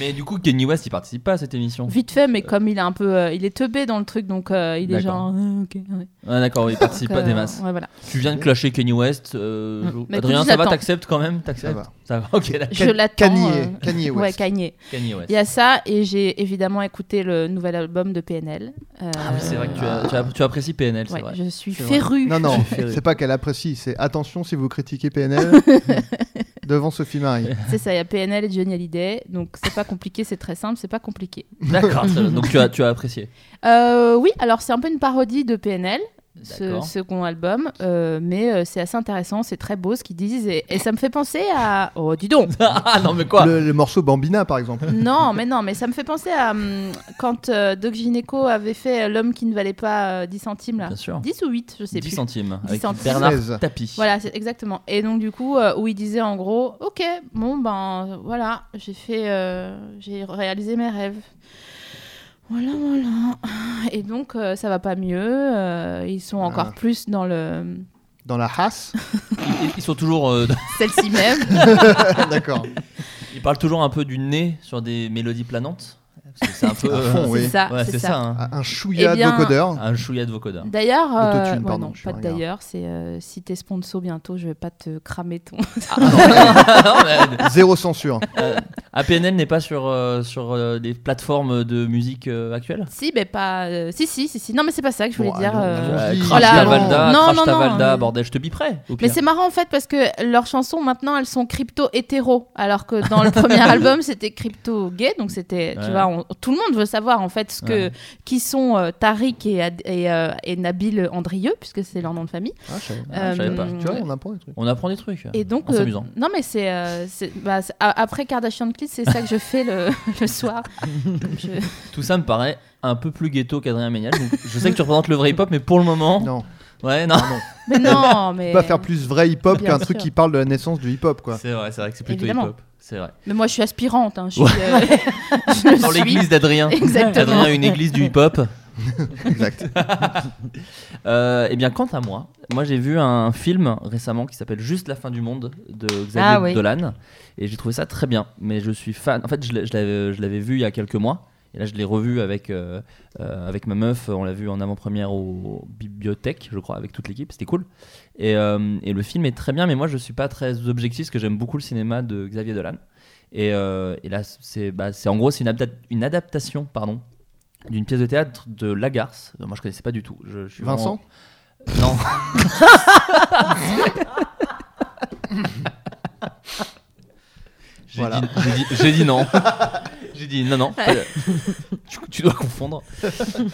Speaker 1: Mais du coup, Kenny West, il participe pas à cette émission.
Speaker 3: Vite fait, mais comme il est un peu. euh, il est teubé dans le truc, donc euh, il est
Speaker 1: D'accord.
Speaker 3: genre. euh, ok, ouais.
Speaker 1: Ah, D'accord, il participe
Speaker 3: Donc,
Speaker 1: pas des
Speaker 3: euh,
Speaker 1: masses.
Speaker 3: ouais, voilà.
Speaker 1: Tu viens de clasher Kenny West. euh, Jo-
Speaker 3: Mm. Mais écoute,
Speaker 1: Adrien,
Speaker 3: je
Speaker 1: ça va,
Speaker 3: l'attends.
Speaker 1: t'acceptes quand même
Speaker 2: Ça
Speaker 1: T'acceptes
Speaker 2: va.
Speaker 1: Ça va, ok, d'accord.
Speaker 3: Je l'attends.
Speaker 2: Kanye,
Speaker 3: euh,
Speaker 2: Kanye
Speaker 3: Ouais,
Speaker 2: West.
Speaker 3: Kanye.
Speaker 1: Kanye West.
Speaker 3: Il y a ça, et j'ai évidemment écouté le nouvel album de PNL. Euh,
Speaker 1: Ah oui, c'est vrai que tu, as- tu as- tu apprécies PNL, c'est
Speaker 3: ouais,
Speaker 1: vrai.
Speaker 3: je suis
Speaker 1: C'est vrai.
Speaker 3: férue.
Speaker 2: Non, non,
Speaker 1: J'ai fait rire.
Speaker 2: c'est pas qu'elle apprécie, c'est attention si vous critiquez PNL devant Sophie Marie.
Speaker 3: C'est ça, il y a PNL et Johnny Hallyday, donc c'est pas compliqué, c'est très simple, c'est pas compliqué.
Speaker 1: D'accord, ça- donc tu as, tu as apprécié.
Speaker 3: Euh, oui, alors c'est un peu une parodie de PNL. Ce
Speaker 1: D'accord.
Speaker 3: second album, euh, mais euh, c'est assez intéressant, c'est très beau ce qu'ils disent et, et ça me fait penser à. Oh, dis donc
Speaker 1: ah non, mais quoi
Speaker 2: Le, le morceau Bambina, par exemple.
Speaker 3: Non, mais non, mais ça me fait penser à hum, quand euh, Doc Gineco avait fait euh, L'homme qui ne valait pas euh, 10 centimes, là.
Speaker 1: Bien sûr.
Speaker 3: 10 ou 8, je sais
Speaker 1: 10
Speaker 3: plus.
Speaker 1: centimes.
Speaker 3: 10
Speaker 1: avec
Speaker 3: centimes.
Speaker 1: Bernard
Speaker 2: 16.
Speaker 1: Tapie.
Speaker 3: Voilà, c'est exactement. Et donc du coup, euh, où il disait en gros, ok, bon ben voilà, j'ai fait, euh, j'ai réalisé mes rêves. Voilà, voilà. Et donc euh, ça va pas mieux. euh, ils sont encore
Speaker 2: Ah.
Speaker 3: plus dans le
Speaker 2: Dans la race.
Speaker 1: Ils, ils sont toujours. euh,
Speaker 3: celle-ci même.
Speaker 2: Ah, D'accord.
Speaker 1: ils parlent toujours un peu du nez sur des mélodies planantes. Parce que C'est un peu.
Speaker 2: À
Speaker 1: euh,
Speaker 2: fond, oui.
Speaker 3: C'est ça,
Speaker 1: ouais,
Speaker 3: Ah, c'est
Speaker 1: c'est
Speaker 3: ça.
Speaker 1: ça. hein.
Speaker 2: Un chouïa
Speaker 3: Eh bien,
Speaker 2: d'eau-codeur.
Speaker 1: Un chouïa de vocodeur.
Speaker 3: D'ailleurs, euh,
Speaker 2: Autotune,
Speaker 3: ouais,
Speaker 2: pardon,
Speaker 3: non,
Speaker 2: je
Speaker 3: pas de
Speaker 2: regarde.
Speaker 3: d'ailleurs. C'est euh, si t'es sponsor bientôt, je vais pas te cramer ton.
Speaker 1: Ah, Non, mais,
Speaker 2: Zéro censure.
Speaker 1: euh, APNL n'est pas sur, euh, sur euh, les plateformes de musique euh, actuelles
Speaker 3: si, mais pas. euh, si, si, si, si. Non, mais c'est pas ça que je voulais
Speaker 2: Bon,
Speaker 3: dire.
Speaker 2: allons-y.
Speaker 3: euh,
Speaker 2: Euh,
Speaker 1: Crash
Speaker 3: oh là,
Speaker 1: ta Valda,
Speaker 3: non,
Speaker 1: Crash
Speaker 3: non,
Speaker 1: ta
Speaker 3: non,
Speaker 1: Valda,
Speaker 3: mais-
Speaker 1: bordel, je te biperai. au
Speaker 3: Mais
Speaker 1: pire.
Speaker 3: c'est marrant en fait parce que leurs chansons maintenant elles sont crypto hétéro alors que dans le premier album c'était crypto gay donc c'était
Speaker 1: Ouais.
Speaker 3: tu vois on- tout le monde veut savoir en fait ce que
Speaker 1: Ouais.
Speaker 3: qui sont euh, Tariq et, Ad- et, euh, et Nabil Andrieux puisque c'est leur nom de famille Euh,
Speaker 2: Ah, je savais-
Speaker 1: Ah, je savais pas.
Speaker 2: Tu vois, on apprend des trucs.
Speaker 1: On apprend des trucs.
Speaker 3: et donc
Speaker 1: Ah, c'est
Speaker 3: euh,
Speaker 1: amusant.
Speaker 3: non mais c'est euh, c'est- bah, c'est- a- après Kardashian Clit c'est ça que je fais le, le soir Je-
Speaker 1: Tout ça me paraît un peu plus ghetto qu'Adrien Méniel. donc je sais que tu représentes le vrai hip-hop, mais pour le moment.
Speaker 2: Non,
Speaker 1: Ouais, non.
Speaker 2: pardon.
Speaker 3: mais non mais
Speaker 2: Tu peux pas faire plus vrai hip-hop
Speaker 3: Bien
Speaker 2: qu'un
Speaker 3: sûr.
Speaker 2: truc qui parle de la naissance du hip-hop, quoi.
Speaker 1: C'est vrai, c'est vrai que c'est plutôt
Speaker 3: Évidemment.
Speaker 1: hip-hop. C'est vrai.
Speaker 3: mais moi je suis aspirante hein, je suis,
Speaker 1: Ouais.
Speaker 3: euh, je le
Speaker 1: Dans
Speaker 3: suis.
Speaker 1: l'église d'Adrien.
Speaker 3: Exactement.
Speaker 1: Adrien, une église du hip-hop.
Speaker 2: Exact.
Speaker 1: Euh, eh bien, quant à moi, moi j'ai vu un film récemment qui s'appelle Juste la fin du monde de Xavier
Speaker 5: Ah oui.
Speaker 1: Dolan et j'ai trouvé ça très bien. Mais je suis fan. En fait, je l'ai- je l'avais je l'avais vu il y a quelques mois et là je l'ai revu avec euh, euh, avec ma meuf. On l'a vu en avant-première au bibliothèque, je crois, avec toute l'équipe. C'était cool. Et, euh, et le film est très bien, mais moi je suis pas très objectif parce que j'aime beaucoup le cinéma de Xavier Dolan. Et, euh, et là, c'est bah, c'est- en gros c'est une, adapta- une adaptation, pardon, d'une pièce de théâtre de Lagarce. Euh, Moi je connaissais pas du tout. Je, je suis vraiment-
Speaker 2: Vincent
Speaker 1: non. J'ai
Speaker 2: Voilà.
Speaker 1: dit- j'ai dit, j'ai dit non. J'ai dit non, non. pas- tu, tu dois confondre.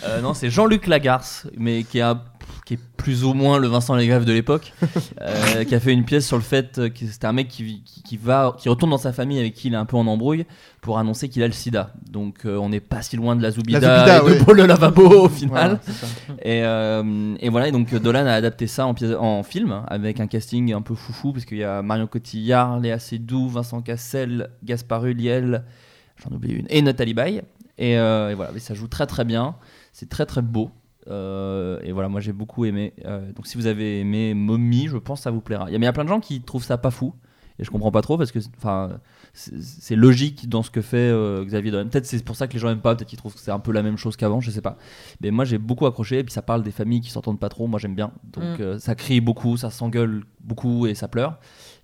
Speaker 1: Euh, non, c'est Jean-Luc Lagarce, mais qui, a, qui est plus ou moins le Vincent Lagaffe de l'époque, euh, qui a fait une pièce sur le fait que c'était un mec qui, vit- qui, qui va, qui retourne dans sa famille avec qui il est un peu en embrouille pour annoncer qu'il a le sida. Donc euh, on n'est pas si loin de la Zoubida,
Speaker 2: Zoubida,
Speaker 1: et de
Speaker 2: oui.
Speaker 1: Paul le lavabo au final.
Speaker 2: Voilà, c'est ça.
Speaker 1: Et, euh, et voilà, et donc euh, Dolan a adapté ça en, pièce- en film avec un casting un peu foufou, parce qu'il y a Marion Cotillard, Léa Seydoux, Vincent Cassel, Gaspard Ulliel, j'en oublie une, et Nathalie Baye. Et, euh, et voilà, mais ça joue très très bien, c'est très très beau. Euh, et voilà, moi j'ai beaucoup aimé. Euh, donc si vous avez aimé Mommy, je pense que ça vous plaira. Il y a- mais il y a plein de gens qui trouvent ça pas fou. Et je comprends pas trop parce que enfin, c'est c'est logique dans ce que fait euh, Xavier Dolan. Peut-être c'est pour ça que les gens aiment pas, peut-être qu'ils trouvent que c'est un peu la même chose qu'avant, je sais pas. Mais moi j'ai beaucoup accroché et puis ça parle des familles qui s'entendent pas trop, moi j'aime bien. Donc
Speaker 5: Mm.
Speaker 1: euh, ça crie beaucoup, ça s'engueule beaucoup et ça pleure.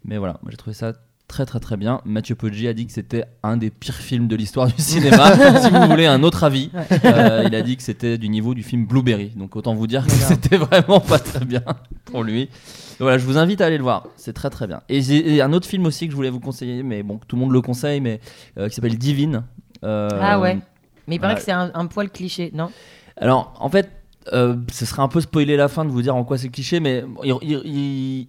Speaker 1: Mais voilà, moi j'ai trouvé ça Très très très bien. Mathieu Poggi a dit que c'était un des pires films de l'histoire du cinéma. si vous voulez un autre avis, euh, il a dit que c'était du niveau du film Blueberry. Donc autant vous dire que c'était vraiment pas très bien pour lui. Donc Voilà, je vous invite à aller le voir. C'est très très bien. Et j'ai et un autre film aussi que je voulais vous conseiller, mais bon, tout le monde le conseille, mais euh, qui s'appelle Divine. Euh,
Speaker 5: Ah ouais. Mais il paraît
Speaker 1: ouais.
Speaker 5: que c'est un, un poil cliché, non
Speaker 1: alors, en fait, euh, ce serait un peu spoiler la fin de vous dire en quoi c'est cliché, mais il- il- il-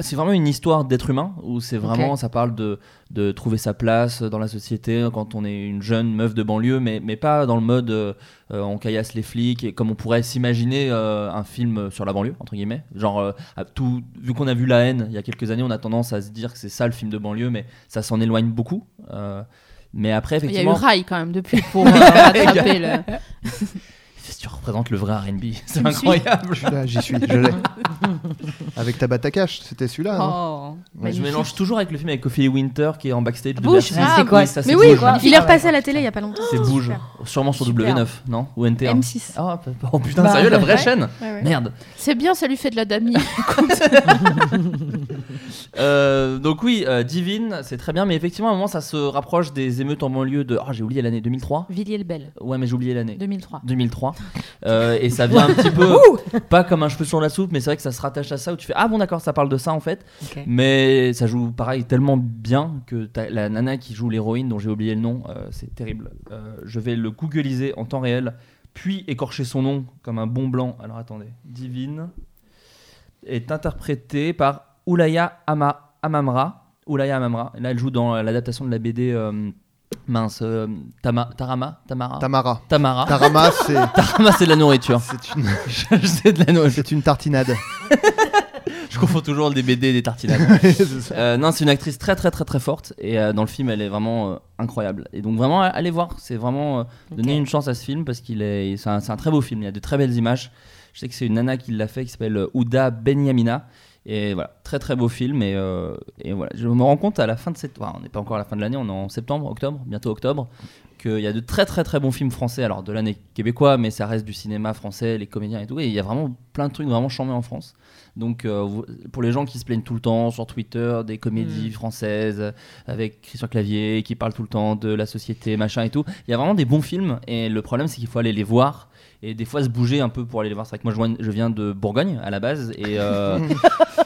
Speaker 1: c'est vraiment une histoire d'être humain où c'est vraiment, ça parle de, de trouver sa place dans la société quand on est une jeune meuf de banlieue, mais, mais pas dans le mode euh, euh, on caillasse les flics, et comme on pourrait s'imaginer euh, un film sur la banlieue, entre guillemets. Genre, euh, à tout, vu qu'on a vu La haine il y a quelques années, on a tendance à se dire que c'est ça le film de banlieue, mais ça s'en éloigne beaucoup. Euh, mais après,
Speaker 3: Il y a eu
Speaker 1: effectivement.
Speaker 3: rail quand même depuis pour euh, rattraper le.
Speaker 1: Tu représentes le vrai RB, c'est incroyable!
Speaker 2: Je suis là, j'y suis, je l'ai. Avec Tabata Cash, c'était celui-là.
Speaker 1: Ah.
Speaker 2: hein. non
Speaker 3: Oh,
Speaker 1: Mais je
Speaker 3: magnifique.
Speaker 1: mélange toujours avec le film avec Ophélie Winter qui est en backstage de
Speaker 3: Bouge,
Speaker 1: Bercy.
Speaker 3: ah,
Speaker 5: c'est quoi
Speaker 1: Oui, ça, c'est
Speaker 4: Mais oui, Ah,
Speaker 1: Bouge.
Speaker 4: il est repassé à la télé il y a pas longtemps.
Speaker 1: C'est Bouge, sûrement sur
Speaker 5: Super.
Speaker 1: W9, non Ou NT1
Speaker 4: M6.
Speaker 1: Ah, p- p- oh putain,
Speaker 5: Bah,
Speaker 1: sérieux, la vraie
Speaker 3: ouais.
Speaker 1: chaîne
Speaker 4: Ouais, ouais.
Speaker 1: Merde
Speaker 3: C'est bien, ça lui fait de la damie.
Speaker 1: Euh, Donc oui, euh, Divine, c'est très bien, mais effectivement, à un moment, ça se rapproche des émeutes en banlieue de... Ah, j'ai oublié l'année, 2003
Speaker 3: Villiers-le-Bel,
Speaker 1: Ouais, mais j'ai oublié l'année.
Speaker 3: 2003.
Speaker 1: 2003 Euh, et ça vient un petit peu pas comme un cheveu sur la soupe mais c'est vrai que ça se rattache à ça où tu fais ah bon d'accord ça parle de ça en fait
Speaker 5: Ok.
Speaker 1: mais ça joue pareil tellement bien que t'as la nana qui joue l'héroïne dont j'ai oublié le nom euh, c'est terrible Euh, je vais le googliser en temps réel puis écorcher son nom comme un bon blanc alors attendez divine est interprétée par Oulaya Ama- Amamra Oulaya Amamra là elle joue dans l'adaptation de la BD euh, mince euh, Tama- Tarama
Speaker 3: Oh.
Speaker 1: Tamara Tamara
Speaker 2: Tamara. Tarama, c'est
Speaker 1: Tarama, c'est de la nourriture.
Speaker 2: c'est une,
Speaker 1: Je sais de la nourriture.
Speaker 2: c'est une tartinade.
Speaker 1: Je confonds toujours des BD et des tartinades.
Speaker 2: C'est ça.
Speaker 1: Euh, non, c'est une actrice très très très très forte et euh, dans le film elle est vraiment euh, incroyable. Et donc vraiment allez voir, c'est vraiment euh, donner
Speaker 5: Ok.
Speaker 1: une chance à ce film parce qu'il est c'est un, c'est un très beau film, il y a de très belles images. Je sais que c'est une nana qui l'a fait qui s'appelle euh, Ouda Benyamina et voilà, très très beau film et, euh, et voilà, je me rends compte à la fin de cette enfin, on n'est pas encore à la fin de l'année, on est en septembre, octobre, bientôt octobre qu'il y a de très très très bons films français, alors de l'année québécois, mais ça reste du cinéma français, les comédiens et tout, et il y a vraiment plein de trucs vraiment chambés en France. Donc, euh, vous- pour les gens qui se plaignent tout le temps sur Twitter des comédies françaises euh, avec Christian Clavier qui parle tout le temps de la société, machin et tout, il y a vraiment des bons films. Et le problème, c'est qu'il faut aller les voir et des fois se bouger un peu pour aller les voir. C'est vrai que moi, je vois- je viens de Bourgogne à la base et euh,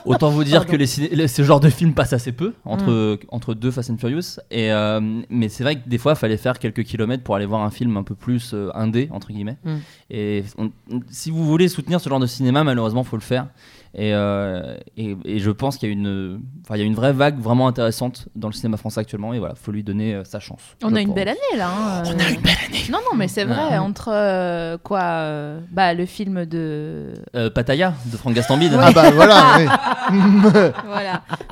Speaker 1: autant vous dire que les ciné- les- ce genre de film passe assez peu
Speaker 3: Mm.
Speaker 1: entre, entre deux Fast and Furious. Et, euh, mais c'est vrai que des fois, il fallait faire quelques kilomètres pour aller voir un film un peu plus euh, indé, entre guillemets.
Speaker 5: Mm.
Speaker 1: Et on- on- si vous voulez soutenir ce genre de cinéma, malheureusement, faut le faire. Et, euh, et, et je pense qu'il y a une, enfin, il y a une vraie vague vraiment intéressante dans le cinéma français actuellement. Et voilà, faut lui donner euh, sa chance.
Speaker 3: On
Speaker 1: je
Speaker 3: a une
Speaker 1: pense.
Speaker 3: belle année là. On a une belle année. Non, non, mais c'est vrai.
Speaker 2: Ah.
Speaker 1: Ouais.
Speaker 3: Entre euh, quoi euh, Bah, le film de.
Speaker 1: Euh, Pattaya de Franck Gastambide.
Speaker 2: Ah bah voilà, oui.
Speaker 3: Voilà. Moi,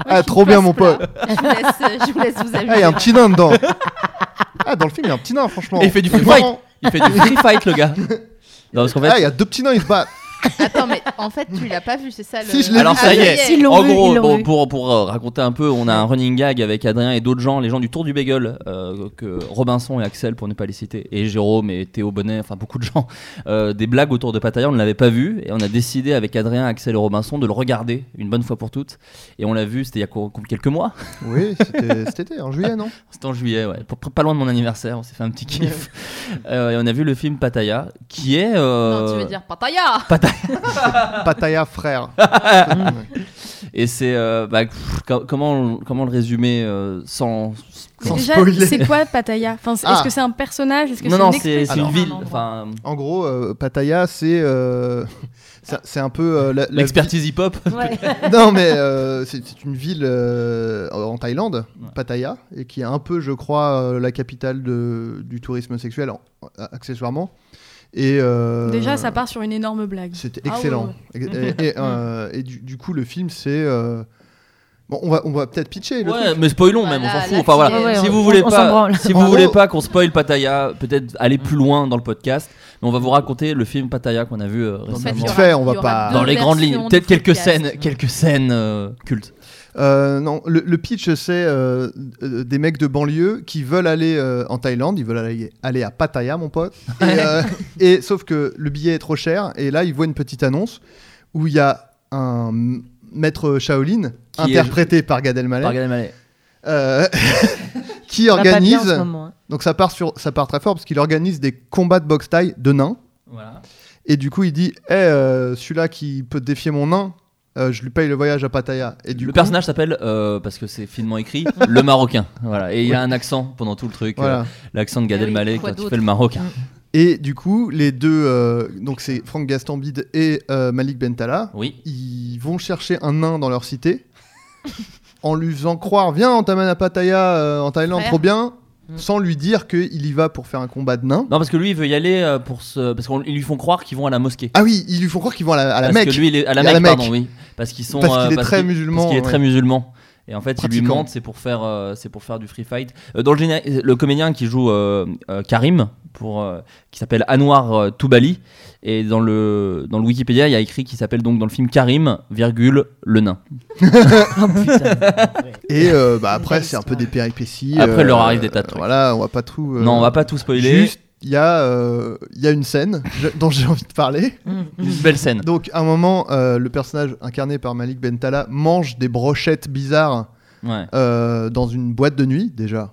Speaker 2: Ah,
Speaker 3: je
Speaker 2: trop
Speaker 3: vous
Speaker 2: bien,
Speaker 3: place
Speaker 2: mon
Speaker 3: plat.
Speaker 2: pote.
Speaker 3: Je vous laisse, euh, je vous, laisse vous amuser.
Speaker 2: Ah, il y a un petit nain dedans. Ah, dans le film, il y a un petit nain, franchement.
Speaker 3: bah,
Speaker 1: Et il fait du free
Speaker 2: C'est
Speaker 1: fight.
Speaker 2: marrant.
Speaker 1: Il fait du free fight, le gars. Non, parce qu'en fait,
Speaker 2: Ah, il y a deux petits nains, ils se battent.
Speaker 3: Attends, mais en fait, tu l'as pas vu, c'est ça le.
Speaker 2: Si, je l'ai
Speaker 1: Alors,
Speaker 2: vu.
Speaker 1: ça y est.
Speaker 5: S'ils l'ont
Speaker 1: en
Speaker 5: vu,
Speaker 1: gros,
Speaker 5: ils l'ont
Speaker 1: bon,
Speaker 5: vu.
Speaker 1: pour, pour, euh, raconter un peu, on a un running gag avec Adrien et d'autres gens, les gens du Tour du Bagel, euh, que Robinson et Axel, pour ne pas les citer, et Jérôme et Théo Bonnet, enfin beaucoup de gens, euh, des blagues autour de Pattaya, on ne l'avait pas vu, et on a décidé avec Adrien, Axel et Robinson de le regarder une bonne fois pour toutes, et on l'a vu, c'était il y a co- quelques mois,
Speaker 2: Oui, c'était cet été, en juillet, non
Speaker 1: c'était en juillet, ouais, pour- pas loin de mon anniversaire, on s'est fait un petit kiff, Euh, et on a vu le film Pattaya, qui est... euh,
Speaker 3: Non, tu veux dire Pattaya
Speaker 2: Pattaya frère.
Speaker 1: Et c'est... euh, bah, pff, co- comment, comment le résumer euh, sans...
Speaker 4: Mais
Speaker 1: sans
Speaker 4: déjà,
Speaker 2: spoiler.
Speaker 4: c'est quoi Pattaya enfin, c'est-
Speaker 2: Ah.
Speaker 4: Est-ce que c'est un personnage Est-ce que
Speaker 1: non, non,
Speaker 4: c'est
Speaker 1: c'est
Speaker 4: une
Speaker 1: c'est une
Speaker 4: expression
Speaker 1: ville.
Speaker 4: Un endroit.
Speaker 1: Enfin,
Speaker 2: En gros, euh, Pattaya, c'est euh, c'est c'est un peu euh, la- la
Speaker 1: l'expertise hip-hop.
Speaker 5: Ouais.
Speaker 2: Non, mais euh, c'est c'est une ville euh, en Thaïlande, Pattaya, et qui est un peu, je crois, euh, la capitale de- du tourisme sexuel, en- accessoirement. Et, euh,
Speaker 4: Déjà, ça part sur une énorme blague.
Speaker 2: C'était
Speaker 4: Ah ouais,
Speaker 2: excellent. Et, et, euh, et du, du coup, le film, c'est. euh, Bon, on va, on va peut-être pitcher. Le
Speaker 1: Ouais, mais spoilons
Speaker 3: Voilà,
Speaker 1: même, on s'en fout.
Speaker 3: là,
Speaker 1: Enfin voilà,
Speaker 3: c'est- Ouais, ouais,
Speaker 1: si
Speaker 5: on-
Speaker 1: vous
Speaker 5: on-
Speaker 1: voulez
Speaker 5: on s'en
Speaker 1: pas,
Speaker 5: branle.
Speaker 1: si
Speaker 2: En
Speaker 1: vous
Speaker 2: gros-
Speaker 1: voulez pas qu'on spoil Pattaya, peut-être aller plus loin dans le podcast. Mais on va vous raconter le film Pattaya qu'on a vu euh,
Speaker 2: Dans-
Speaker 1: récemment.
Speaker 2: Vite fait, on va pas-
Speaker 1: Dans les grandes lignes, peut-être quelques
Speaker 3: scènes.
Speaker 1: scènes, quelques scènes euh, cultes.
Speaker 2: Euh, non, le, le pitch, c'est euh, euh, des mecs de banlieue qui veulent aller euh, en Thaïlande, ils veulent aller, aller à Pattaya, mon pote. Et, euh, et sauf que le billet est trop cher, et là, ils voient une petite annonce où il y a un maître Shaolin,
Speaker 1: Qui est-
Speaker 2: interprété par Gad Elmaleh,
Speaker 1: Par Gad Elmaleh.
Speaker 2: euh, qui
Speaker 5: Ça va pas bien en
Speaker 2: organise.
Speaker 5: ce moment, hein.
Speaker 2: donc ça part, sur, ça part très fort parce qu'il organise des combats de boxe taille de nains.
Speaker 1: Voilà.
Speaker 2: Et du coup, il dit Eh, euh, celui-là qui peut défier mon nain, euh, je lui paye le voyage à Pattaya. Et du
Speaker 1: le
Speaker 2: coup,
Speaker 1: personnage s'appelle, euh, parce que c'est finement écrit, le Marocain. Voilà. Et il a un accent pendant tout le truc.
Speaker 2: voilà.
Speaker 1: euh, L'accent de Gad
Speaker 3: Ah oui,
Speaker 1: Elmaleh
Speaker 3: quoi
Speaker 1: quand tu
Speaker 3: d'autre
Speaker 1: fais le Marocain.
Speaker 2: Et du coup, les deux, euh, donc c'est Franck Gastambide et euh, Malik Bentala,
Speaker 1: Oui.
Speaker 2: ils vont chercher un nain dans leur cité en lui faisant croire Viens, on t'amène à Pattaya euh, en Thaïlande,
Speaker 3: Frère.
Speaker 2: trop bien,
Speaker 5: Mm.
Speaker 2: sans lui dire qu'il y va pour faire un combat de nains.
Speaker 1: Non, parce que lui, il veut y aller euh, pour se. Parce qu'ils lui font croire qu'ils vont à la mosquée.
Speaker 2: Ah oui, ils lui font croire qu'ils vont à la, à la
Speaker 1: parce
Speaker 2: Mecque.
Speaker 1: que lui, il est à la
Speaker 2: Et à
Speaker 1: Mecque,
Speaker 2: la Mecque.
Speaker 1: pardon, oui. Parce qu'ils sont.
Speaker 2: Parce
Speaker 1: euh,
Speaker 2: qu'il est très
Speaker 1: qu'il-
Speaker 2: musulman,
Speaker 1: Parce qu'il est
Speaker 2: ouais.
Speaker 1: très musulman. Et en fait, il lui
Speaker 2: Pratiquant.
Speaker 1: mente, c'est pour faire, euh, c'est pour faire du free fight. Euh, dans le, géné- le comédien qui joue euh, euh, Karim, pour, euh, qui s'appelle Anwar euh, Toubali, et dans le dans le Wikipédia, il y a écrit qu'il s'appelle donc dans le film Karim, virgule le nain.
Speaker 5: Oh, putain.
Speaker 2: Et euh, bah, après,
Speaker 5: Belle
Speaker 2: c'est un peu
Speaker 5: histoire.
Speaker 2: des péripéties.
Speaker 1: Après,
Speaker 2: euh,
Speaker 1: il leur arrive des tas de trucs.
Speaker 2: Voilà, on va pas tout. euh,
Speaker 1: non, on va pas tout spoiler.
Speaker 2: Juste, il y, a, euh, il y a une scène je- dont j'ai envie de parler.
Speaker 1: Une belle scène.
Speaker 2: Donc, à un moment, euh, le personnage incarné par Malik Bentala mange des brochettes bizarres
Speaker 1: Ouais.
Speaker 2: euh, dans une boîte de nuit, déjà.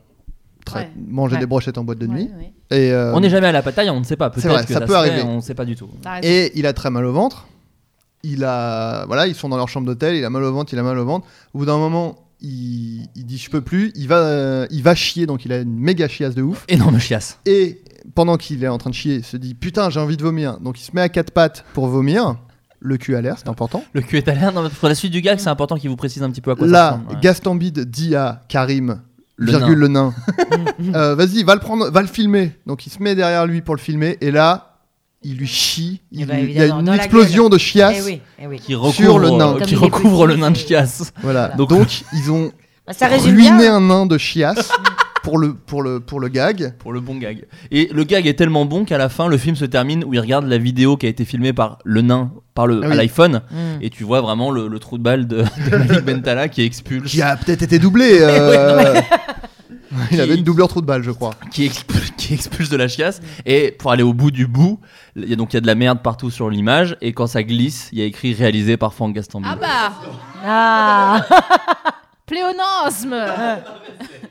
Speaker 2: Très-
Speaker 3: Ouais.
Speaker 2: Manger
Speaker 5: Ouais.
Speaker 2: des brochettes en boîte de nuit.
Speaker 3: Ouais, ouais.
Speaker 2: Et, euh,
Speaker 1: on n'est jamais à la bataille, on ne sait pas.
Speaker 2: c'est
Speaker 1: Peut-être
Speaker 2: vrai,
Speaker 1: que
Speaker 2: ça
Speaker 1: ça, se
Speaker 2: peut
Speaker 1: fait,
Speaker 2: arriver.
Speaker 1: On ne sait pas du tout.
Speaker 3: T'as raison.
Speaker 2: et il a très mal au ventre. Il a, voilà, ils sont dans leur chambre d'hôtel, il a mal au ventre, il a mal au ventre. Au bout d'un moment, il, il dit je peux plus, il va, euh, il va chier, donc il a une méga chiasse de ouf.
Speaker 1: Énorme chiasse.
Speaker 2: Et pendant qu'il est en train de chier, il se dit putain, j'ai envie de vomir. Donc il se met à quatre pattes pour vomir. Le cul à l'air, c'est important.
Speaker 1: Le cul est à l'air. Non, mais Pour la suite du gag, c'est important qu'il vous précise un petit peu à quoi ça
Speaker 2: Là,
Speaker 1: ressemble. ouais.
Speaker 2: Gaston Bide dit à Karim,
Speaker 1: Le
Speaker 2: virgule le nain, euh, vas-y, va le prendre, va le filmer. Donc il se met derrière lui pour le filmer. Et là, il lui chie.
Speaker 5: Eh
Speaker 2: Il,
Speaker 5: ben,
Speaker 2: lui- il y a
Speaker 5: évidemment,
Speaker 2: une
Speaker 5: dans la
Speaker 2: explosion de chiasse.
Speaker 5: Eh oui, eh oui.
Speaker 1: Qui recouvre,
Speaker 2: Sur le nain.
Speaker 1: euh,
Speaker 5: Comme
Speaker 1: qui
Speaker 5: il est
Speaker 1: recouvre le
Speaker 5: petit.
Speaker 1: nain de chiasse.
Speaker 2: Voilà.
Speaker 1: Voilà.
Speaker 2: Donc, ils ont
Speaker 5: Bah, ça résume
Speaker 2: ruiné
Speaker 5: bien.
Speaker 2: un nain de chiasse pour le pour le pour le gag.
Speaker 1: Pour le bon gag. Et le gag est tellement bon qu'à la fin, le film se termine où il regarde la vidéo qui a été filmée par le nain, par le,
Speaker 2: Ah oui.
Speaker 1: à l'iPhone,
Speaker 5: Mm.
Speaker 1: et tu vois vraiment le, le trou de balle de, de Malik Bentala qui expulse,
Speaker 2: Qui a peut-être été doublé. euh, il avait une doubleur trou de balle, je crois.
Speaker 1: qui, exp- qui expulse de la chiasse. Et pour aller au bout du bout, il y a, donc il y a de la merde partout sur l'image, et quand ça glisse, il y a écrit réalisé par Franck Gastambide.
Speaker 3: Ah bah,
Speaker 5: Ah,
Speaker 3: pléonasme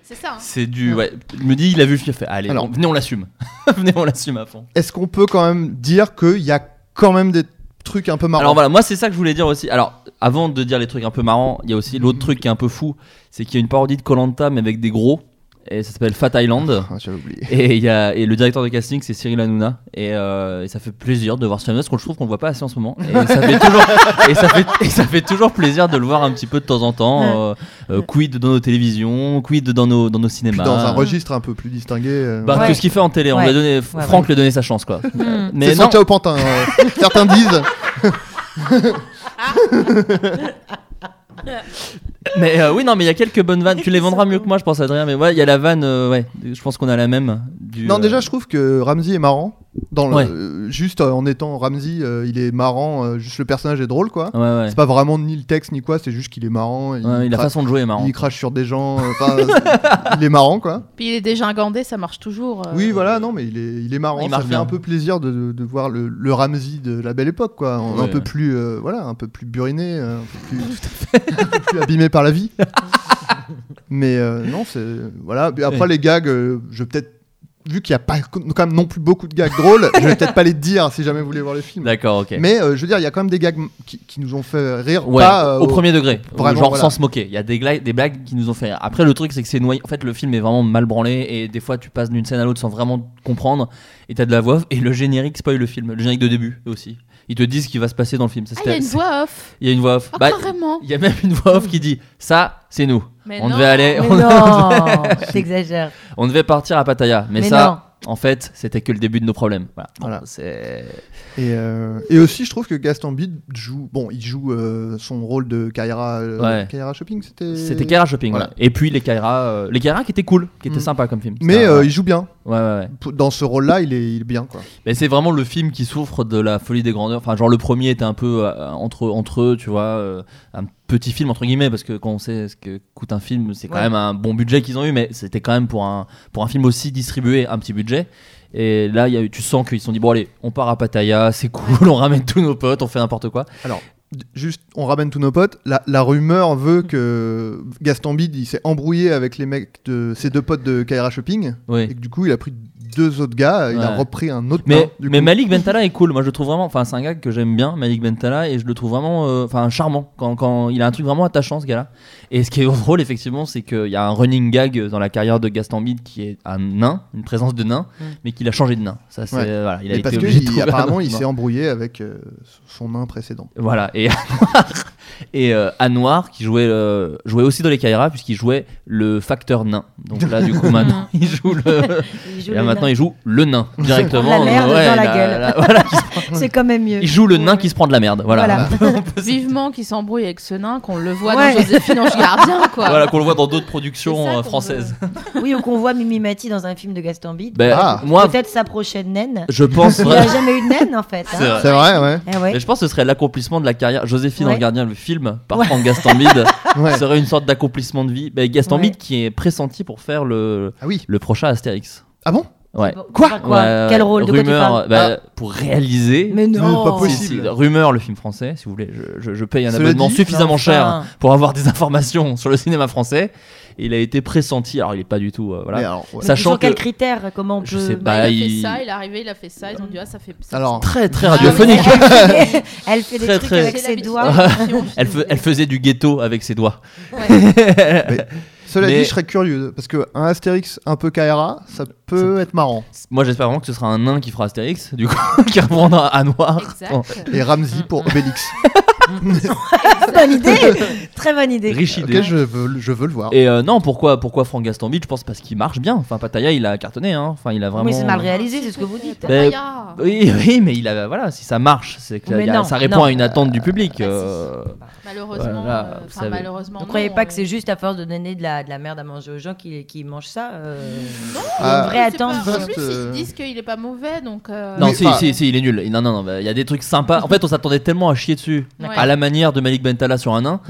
Speaker 3: C'est ça. hein.
Speaker 1: C'est du. Ouais, il me dit, il a vu le film, il a fait, allez,
Speaker 2: Alors-
Speaker 1: on- venez, on l'assume. venez, on l'assume à fond.
Speaker 2: est-ce qu'on peut quand même dire qu'il y a quand même des trucs un peu marrants
Speaker 1: Alors voilà, moi c'est ça que je voulais dire aussi. Alors avant de dire les trucs un peu marrants, il y a aussi l'autre truc qui est un peu fou, c'est qu'il y a une parodie de Colanta mais avec des gros et ça s'appelle Fat Island.
Speaker 2: Ah, J'avais oublié.
Speaker 1: Et, il y a, et le directeur de casting c'est Cyril Hanouna et, euh, et ça fait plaisir de voir Cyril Hanouna parce qu'on je trouve qu'on le voit pas assez en ce moment et ça fait toujours et ça fait, et ça fait toujours plaisir de le voir un petit peu de temps en temps euh, euh, quid dans nos télévisions quid dans nos dans nos
Speaker 2: Puis
Speaker 1: cinémas
Speaker 2: dans un registre un peu plus distingué. euh,
Speaker 1: Bah, que
Speaker 5: Ouais.
Speaker 1: ce qu'il fait en télé on
Speaker 5: Ouais.
Speaker 1: lui a donné Franck lui a donné sa chance quoi
Speaker 5: Mm.
Speaker 1: mais
Speaker 2: c'est
Speaker 1: non
Speaker 2: son au pantin. euh, certains disent.
Speaker 1: Mais euh, oui, non, mais il y a quelques bonnes vannes. Tu les vendras mieux que moi, je pense, Adrien. Mais ouais, il y a la vanne, euh, ouais. Je pense qu'on a la même. Du,
Speaker 2: Non,
Speaker 1: euh,
Speaker 2: déjà, je trouve que Ramsey est marrant. Dans le,
Speaker 1: Ouais.
Speaker 2: euh, juste euh, en étant Ramsey, euh, il est marrant. euh, juste le personnage est drôle, quoi.
Speaker 1: Ouais, euh, ouais.
Speaker 2: C'est pas vraiment ni le texte ni quoi, c'est juste qu'il est marrant. Il,
Speaker 1: Ouais, la
Speaker 2: cra-
Speaker 1: façon de jouer est marrant.
Speaker 2: il crache sur des gens. euh, enfin, il est marrant, quoi.
Speaker 3: Puis il est déjà gandé, ça marche toujours. euh.
Speaker 2: Oui, voilà, non, mais il est, il est marrant.
Speaker 1: Il
Speaker 2: ça
Speaker 1: marche
Speaker 2: fait
Speaker 1: bien.
Speaker 2: un peu plaisir de, de- de voir le, le Ramsey de la belle époque, quoi. Un,
Speaker 1: Ouais.
Speaker 2: peu plus, euh, voilà, un peu plus buriné, euh, un peu plus, un peu plus abîmé par la vie. mais euh, non, c'est voilà. Puis Après
Speaker 1: Ouais.
Speaker 2: les gags, euh, je vais peut-être vu qu'il n'y a pas quand même non plus beaucoup de gags drôles, je vais peut-être pas les dire si jamais vous voulez voir le film.
Speaker 1: D'accord, ok.
Speaker 2: Mais euh, je veux dire, il y a quand même des gags m- qui, qui nous ont fait rire,
Speaker 1: Ouais,
Speaker 2: pas euh,
Speaker 1: au premier degré,
Speaker 2: vraiment,
Speaker 1: genre
Speaker 2: voilà.
Speaker 1: sans se moquer. Il y a des, gla- des blagues qui nous ont fait rire. Après, le truc, c'est que c'est noyé. En fait, le film est vraiment mal branlé et des fois, tu passes d'une scène à l'autre sans vraiment comprendre. Et t'as de la voix off. Et le générique spoil le film. Le générique de début aussi. Ils te disent ce qui va se passer dans le film. Ça,
Speaker 3: Ah, il y
Speaker 1: c'était-
Speaker 3: a une voix off.
Speaker 1: Il y a une voix off.
Speaker 3: Oh,
Speaker 1: Bah,
Speaker 3: carrément.
Speaker 1: il y a même une voix off qui dit Ça, c'est nous.
Speaker 3: Mais
Speaker 1: on
Speaker 3: non.
Speaker 1: devait aller.
Speaker 5: Mais
Speaker 1: on-
Speaker 5: non, t'exagères.
Speaker 1: On devait partir à Pattaya, mais,
Speaker 5: Mais
Speaker 1: ça, en fait, c'était que le début de nos problèmes. Voilà. Bon,
Speaker 2: Voilà.
Speaker 1: c'est-
Speaker 2: Et, euh, et aussi, je trouve que Gaston Bide joue, bon, il joue euh, son rôle de Kaira, euh,
Speaker 1: Ouais.
Speaker 2: Kaira Shopping, c'était.
Speaker 1: C'était Kaira Shopping.
Speaker 2: Voilà.
Speaker 1: ouais. Et puis les Kaira, euh, les Kaira qui étaient cool, qui étaient
Speaker 2: Mm.
Speaker 1: sympas comme film.
Speaker 2: Mais
Speaker 1: C'était un-
Speaker 2: euh, il joue bien.
Speaker 1: ouais, ouais, ouais.
Speaker 2: P- Dans ce rôle-là, il est, il est bien, quoi.
Speaker 1: Mais c'est vraiment le film qui souffre de la folie des grandeurs. Enfin, genre le premier était un peu euh, entre entre eux, tu vois, euh, un petit film entre guillemets, parce que quand on sait ce que coûte un film, c'est quand
Speaker 5: Ouais.
Speaker 1: même un bon budget qu'ils ont eu, mais c'était quand même pour un pour un film aussi distribué, un petit budget. Et là, il y a eu- tu sens qu'ils se sont dit bon allez, on part à Pattaya, c'est cool, on ramène tous nos potes, on fait n'importe quoi.
Speaker 2: Alors, juste, on ramène tous nos potes. La, la rumeur veut que Gaston Bide, il s'est embrouillé avec les mecs de ses deux potes de Kaira Shopping.
Speaker 1: Oui.
Speaker 2: Et que du coup, il a pris deux autres gars, il a
Speaker 1: Ouais.
Speaker 2: repris un autre
Speaker 1: Mais,
Speaker 2: pain, du
Speaker 1: mais
Speaker 2: coup.
Speaker 1: Malik Bentala est cool. Moi, je le trouve vraiment. Enfin, c'est un gars que j'aime bien, Malik Bentala, et je le trouve vraiment, euh, enfin, charmant. Quand, quand il a un truc vraiment attachant, ce gars-là. Et ce qui est drôle, effectivement, c'est qu'il y a un running gag dans la carrière de Gaston Bide qui est un nain, une présence de nain,
Speaker 5: Mm.
Speaker 1: mais qu'il a changé de nain. Ça, c'est euh,
Speaker 2: Ouais.
Speaker 1: voilà. Il a
Speaker 2: Mais
Speaker 1: été
Speaker 2: parce que
Speaker 1: obligé de
Speaker 2: il-
Speaker 1: trouver un
Speaker 2: apparemment,
Speaker 1: autre
Speaker 2: il
Speaker 1: nain.
Speaker 2: s'est embrouillé avec euh, son nain précédent.
Speaker 1: Voilà, et Anouar, et, euh, Anouar, qui jouait, euh, jouait aussi dans les Kaira, puisqu'il jouait le facteur nain. Donc là, du coup, maintenant, il joue le.
Speaker 5: Il joue
Speaker 1: Et là,
Speaker 5: le
Speaker 1: maintenant,
Speaker 5: nain.
Speaker 1: il joue le nain
Speaker 5: Il
Speaker 1: directement.
Speaker 5: prend de la merde dans la gueule.
Speaker 1: voilà, qui se prend-
Speaker 5: C'est quand même mieux.
Speaker 1: Hmm. il joue le nain qui se prend de la merde. Voilà.
Speaker 5: euh, Voilà.
Speaker 3: Vivement qu'il s'embrouille avec ce nain, qu'on le voit
Speaker 5: Ouais.
Speaker 3: dans Joséphine Ange Gardien, quoi.
Speaker 1: Voilà, qu'on le voit dans d'autres
Speaker 3: C'est ça
Speaker 1: productions euh,
Speaker 3: qu'on
Speaker 1: françaises.
Speaker 5: Oui, ou qu'on voit Mimi Mati dans un film de Gaston Bide.
Speaker 1: Ben,
Speaker 2: Ah.
Speaker 1: moi,
Speaker 5: Peut-être sa prochaine naine.
Speaker 1: je pense
Speaker 5: Il
Speaker 1: vraiment-
Speaker 5: n'a jamais eu de naine en fait. hein.
Speaker 1: C'est vrai.
Speaker 2: C'est vrai, ouais.
Speaker 5: Eh ouais.
Speaker 1: Mais je pense que ce serait l'accomplissement de la carrière. Joséphine
Speaker 5: Ouais.
Speaker 1: en gardien, le film par Franck Gaston Bide,
Speaker 2: Ouais.
Speaker 1: serait une sorte d'accomplissement de vie. Ben, Gaston
Speaker 5: Ouais.
Speaker 1: Bide qui est pressenti pour faire le,
Speaker 2: Ah oui.
Speaker 1: le prochain Astérix.
Speaker 2: Ah bon
Speaker 1: Ouais.
Speaker 5: Bon, quoi
Speaker 1: Ouais, ouais.
Speaker 5: Quel rôle De quoi tu
Speaker 1: Rumeur,
Speaker 5: parles Ah.
Speaker 1: bah, Pour réaliser.
Speaker 5: Mais
Speaker 2: C'est
Speaker 5: non.
Speaker 2: pas
Speaker 1: Si,
Speaker 2: possible.
Speaker 1: si, rumeur, le film français, si vous voulez. Je, je- je paye un
Speaker 2: Cela
Speaker 1: abonnement
Speaker 2: dit-
Speaker 1: suffisamment
Speaker 5: Non,
Speaker 1: cher
Speaker 5: enfin.
Speaker 1: pour avoir des informations sur le cinéma français. Et il a été pressenti. Alors, il est pas du tout. euh, voilà.
Speaker 2: Mais alors, ouais.
Speaker 5: Mais
Speaker 1: Sachant
Speaker 5: sur quels
Speaker 1: que-
Speaker 5: critères Comment on
Speaker 1: Je
Speaker 5: peut
Speaker 1: sais
Speaker 3: Bah,
Speaker 1: Bah,
Speaker 3: il a fait
Speaker 1: il-
Speaker 3: ça, il est arrivé, il a fait ça, ils ont dit ah ça fait ça.
Speaker 2: Alors,
Speaker 1: Très, très
Speaker 5: Ah, mais
Speaker 1: radiophonique.
Speaker 5: Elle fait, elle fait des
Speaker 1: Très,
Speaker 5: trucs
Speaker 1: très-
Speaker 5: avec ses doigts.
Speaker 1: Elle, fe- elle faisait du ghetto avec ses doigts.
Speaker 2: Cela
Speaker 1: Mais-
Speaker 2: dit, je serais curieux parce que un Astérix un peu Kaira, ça peut être marrant.
Speaker 1: Moi, j'espère vraiment que ce sera un nain qui fera Astérix, du coup, qui reprendra à noir. Bon.
Speaker 3: Exact.
Speaker 2: Et Ramsey pour Obélix.
Speaker 5: bonne idée. Très bonne idée.
Speaker 1: Riche idée.
Speaker 2: ok, je veux, je veux le voir.
Speaker 1: Et euh, non, pourquoi, pourquoi Franck Gaston Bide Je pense parce qu'il marche bien. Enfin, Pataya, il a cartonné. hein. Enfin, il a vraiment.
Speaker 5: Mais c'est mal réalisé, c'est ce que vous
Speaker 3: Euh,
Speaker 5: dites.
Speaker 1: Ben,
Speaker 3: Papaya.
Speaker 1: Oui, oui, mais il a, voilà, si ça marche, c'est que
Speaker 5: Mais
Speaker 1: il y a-
Speaker 5: non,
Speaker 1: ça répond
Speaker 5: non.
Speaker 1: à une attente du public.
Speaker 5: Ah,
Speaker 1: euh,
Speaker 3: Malheureusement,
Speaker 1: Voilà,
Speaker 3: euh,
Speaker 1: vous
Speaker 3: enfin,
Speaker 1: savez.
Speaker 3: malheureusement.
Speaker 5: Ne croyez
Speaker 3: non,
Speaker 5: pas
Speaker 3: euh,
Speaker 5: que c'est juste à force de donner de la, de la merde à manger aux gens qui, qui mangent ça. euh, il y a
Speaker 2: Ah.
Speaker 5: une vraie
Speaker 3: c'est pas-
Speaker 5: attente. hein.
Speaker 3: En plus, ils se disent qu'il est pas mauvais, donc. euh,
Speaker 1: Non,
Speaker 2: Mais
Speaker 1: si,
Speaker 2: pas-
Speaker 1: si, si, il est nul. Non, non, non, bah, il y a des trucs sympas. En fait, on s'attendait tellement à chier dessus,
Speaker 3: Ouais.
Speaker 1: à la manière de Malik Bentala sur un nain,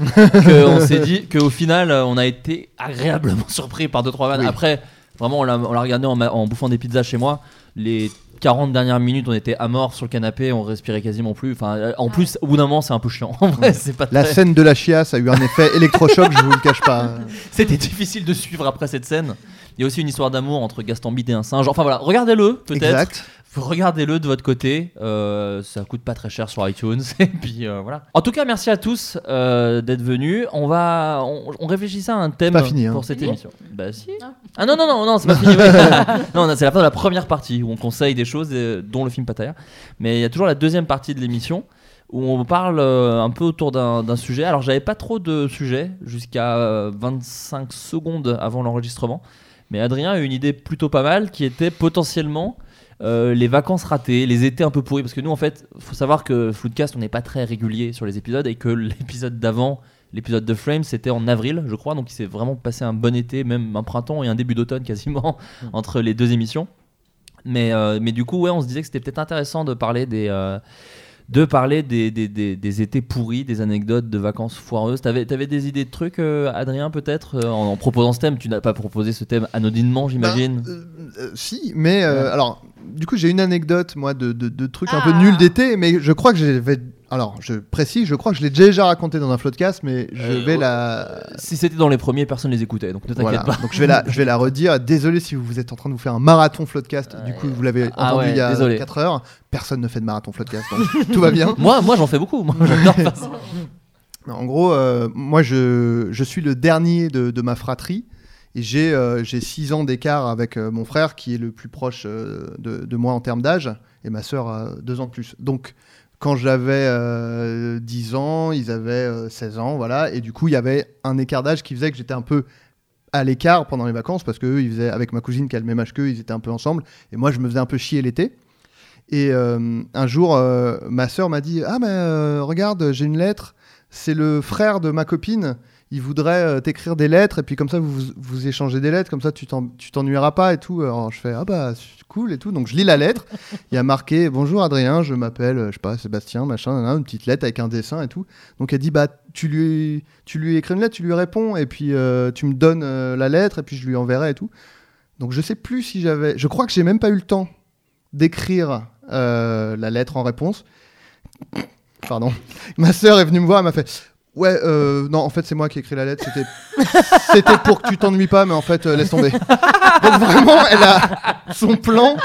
Speaker 1: qu'on s'est dit qu'au final, euh, on a été agréablement surpris par 2-3 vannes.
Speaker 2: Oui.
Speaker 1: Après, vraiment, on l'a on l'a regardé en, ma- en bouffant des pizzas chez moi. Les 40 dernières minutes, on était à mort sur le canapé, on respirait quasiment plus. Enfin, euh, en plus, au bout d'un moment, c'est un peu chiant. En vrai, c'est pas
Speaker 2: La
Speaker 1: très-
Speaker 2: scène de la chiasse a eu un effet électrochoc, je vous le cache pas. hein.
Speaker 1: C'était difficile de suivre après cette scène. Il y a aussi une histoire d'amour entre Gaston Bide et un singe. Enfin voilà, regardez-le peut-être.
Speaker 2: Exact.
Speaker 1: Vous Regardez-le de votre côté, euh, ça coûte pas très cher sur iTunes et puis euh, voilà. En tout cas, merci à tous euh, d'être venus. On va, on, on réfléchissait à un thème
Speaker 2: C'est pas fini, hein.
Speaker 1: pour cette
Speaker 3: Fini
Speaker 1: émission. Bah si.
Speaker 3: Ah.
Speaker 1: Ah non non non non, c'est pas fini. oui. non, non, c'est la fin de la première partie où on conseille des choses, euh, dont le film Pattaya. Mais il y a toujours la deuxième partie de l'émission où on parle euh, un peu autour d'un d'un sujet. Alors j'avais pas trop de sujets jusqu'à euh, 25 secondes avant l'enregistrement. Mais Adrien a eu une idée plutôt pas mal qui était potentiellement euh, les vacances ratées, les étés un peu pourris. Parce que nous, en fait, faut savoir que Floodcast, on n'est pas très régulier sur les épisodes et que l'épisode d'avant, l'épisode de Frame, c'était en avril, je crois. Donc il s'est vraiment passé un bon été, même un printemps et un début d'automne quasiment entre les deux émissions. Mais, euh, mais du coup, ouais, on se disait que c'était peut-être intéressant de parler des. euh, de parler des, des, des- des étés pourris, des anecdotes de vacances foireuses. T'avais avais des idées de trucs, euh, Adrien, peut-être, euh, en, en proposant ce thème Tu n'as pas proposé ce thème anodinement, j'imagine
Speaker 2: Euh, euh, si, mais euh,
Speaker 1: Ouais.
Speaker 2: alors, du coup, j'ai une anecdote, moi, de, de, de trucs un
Speaker 3: Ah.
Speaker 2: peu nuls d'été, mais je crois que j'avais. Alors, je précise, je crois que je l'ai déjà raconté dans un podcast, mais je
Speaker 1: Euh,
Speaker 2: vais
Speaker 1: oh,
Speaker 2: la.
Speaker 1: Si c'était dans les premiers, personne les écoutait, donc ne t'inquiète
Speaker 2: Voilà.
Speaker 1: pas.
Speaker 2: Donc je vais la, je vais la redire. Désolé si vous êtes en train de vous faire un marathon Floodcast. Du
Speaker 1: Ouais.
Speaker 2: coup, vous l'avez
Speaker 1: Ah
Speaker 2: entendu
Speaker 1: ouais,
Speaker 2: il y a
Speaker 1: désolé.
Speaker 2: 4 heures. Personne ne fait de marathon Floodcast, donc tout va bien.
Speaker 1: Moi, moi j'en fais beaucoup. Moi, j'adore faire ça.
Speaker 2: Non, En gros, euh, moi, je, je suis le dernier de, de ma fratrie. Et j'ai 6 ans d'écart avec euh, mon frère, qui est le plus proche euh, de, de moi en termes d'âge, et ma sœur a 2 ans de plus. Donc, quand j'avais euh, 10 ans, ils avaient euh, 16 ans, voilà. Et du coup, il y avait un écart d'âge qui faisait que j'étais un peu à l'écart pendant les vacances, parce qu'eux, ils faisaient, avec ma cousine qui a le même âge qu'eux, ils étaient un peu ensemble. Et moi, je me faisais un peu chier l'été. Et euh, un jour, euh, ma sœur m'a dit Ah, mais euh, regarde, j'ai une lettre. C'est le frère de ma copine. Il voudrait euh, t'écrire des lettres. Et puis, comme ça, vous, vous- vous échangez des lettres. Comme ça, tu t'en- tu t'ennuieras pas et tout. Alors, je fais Ah, bah, c'est cool et tout. Donc, je lis la lettre. Il y a marqué Bonjour Adrien, je m'appelle, euh, je sais pas, Sébastien, machin, nanana, une petite lettre avec un dessin et tout. Donc, elle dit Bah, tu lui, tu lui écris une lettre, tu lui réponds. Et puis, euh, tu me donnes euh, la lettre. Et puis, je lui enverrai et tout. Donc, je sais plus si j'avais. Je crois que j'ai même pas eu le temps d'écrire euh, la lettre en réponse. pardon, ma sœur est venue me voir, elle m'a fait. Ouais, euh, non, en fait, c'est moi qui ai écrit la lettre. C'était, c'était pour que tu t'ennuies pas, mais en fait, euh, laisse tomber. Donc vraiment, elle a son plan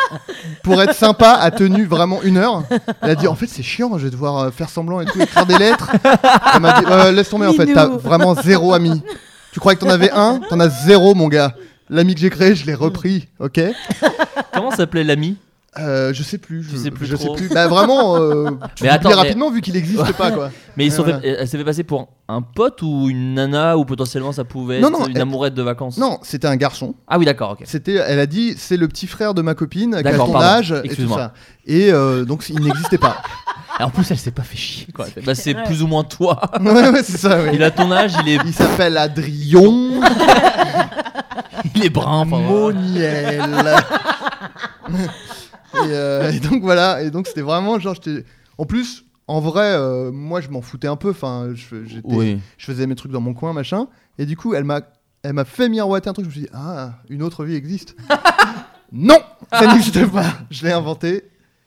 Speaker 2: pour être sympa a tenu vraiment une heure. Elle a dit en fait c'est chiant, je vais devoir euh, faire semblant et tout, écrire des lettres. Elle m'a dit Euh, laisse tomber en fait,
Speaker 5: Minou.
Speaker 2: t'as vraiment zéro ami. Tu croyais que t'en avais un, t'en as zéro mon gars. L'ami que j'ai créé, je l'ai repris, ok
Speaker 1: Comment s'appelait l'ami
Speaker 2: Euh, Je sais plus, je,
Speaker 1: Tu sais plus
Speaker 2: je
Speaker 1: trop.
Speaker 2: sais plus. Bah vraiment, euh,
Speaker 1: Mais
Speaker 2: je l'oublie
Speaker 1: attends, mais-
Speaker 2: rapidement vu qu'il n'existe pas quoi.
Speaker 1: Mais ils se sont
Speaker 2: Voilà.
Speaker 1: fait- elle s'est fait passer pour un pote ou une nana ou potentiellement ça pouvait
Speaker 2: Non,
Speaker 1: être
Speaker 2: non,
Speaker 1: une
Speaker 2: elle-
Speaker 1: amourette de vacances.
Speaker 2: Non, c'était un garçon.
Speaker 1: Ah oui, d'accord, ok.
Speaker 2: C'était, elle a dit, c'est le petit frère de ma copine, qui a
Speaker 1: D'accord,
Speaker 2: ton
Speaker 1: pardon.
Speaker 2: âge, et tout
Speaker 1: Excuse-moi.
Speaker 2: ça. Et euh, donc il n'existait pas.
Speaker 1: Et en plus, elle s'est pas fait chier quoi. Bah, c'est plus ou moins toi.
Speaker 2: ouais, ouais, c'est ça. oui.
Speaker 1: Il a ton âge, il est,
Speaker 2: Il s'appelle Adrion
Speaker 1: il est brun. enfin, voilà.
Speaker 2: Moniel. et, euh, et donc voilà, et donc c'était vraiment genre j'étais en plus en vrai euh, moi je m'en foutais un peu enfin je, j'étais-
Speaker 1: Oui.
Speaker 2: je faisais mes trucs dans mon coin machin et du coup elle m'a elle m'a fait miroiter un truc je me suis dit ah une autre vie existe. non, ça n'existe pas. Je l'ai inventé.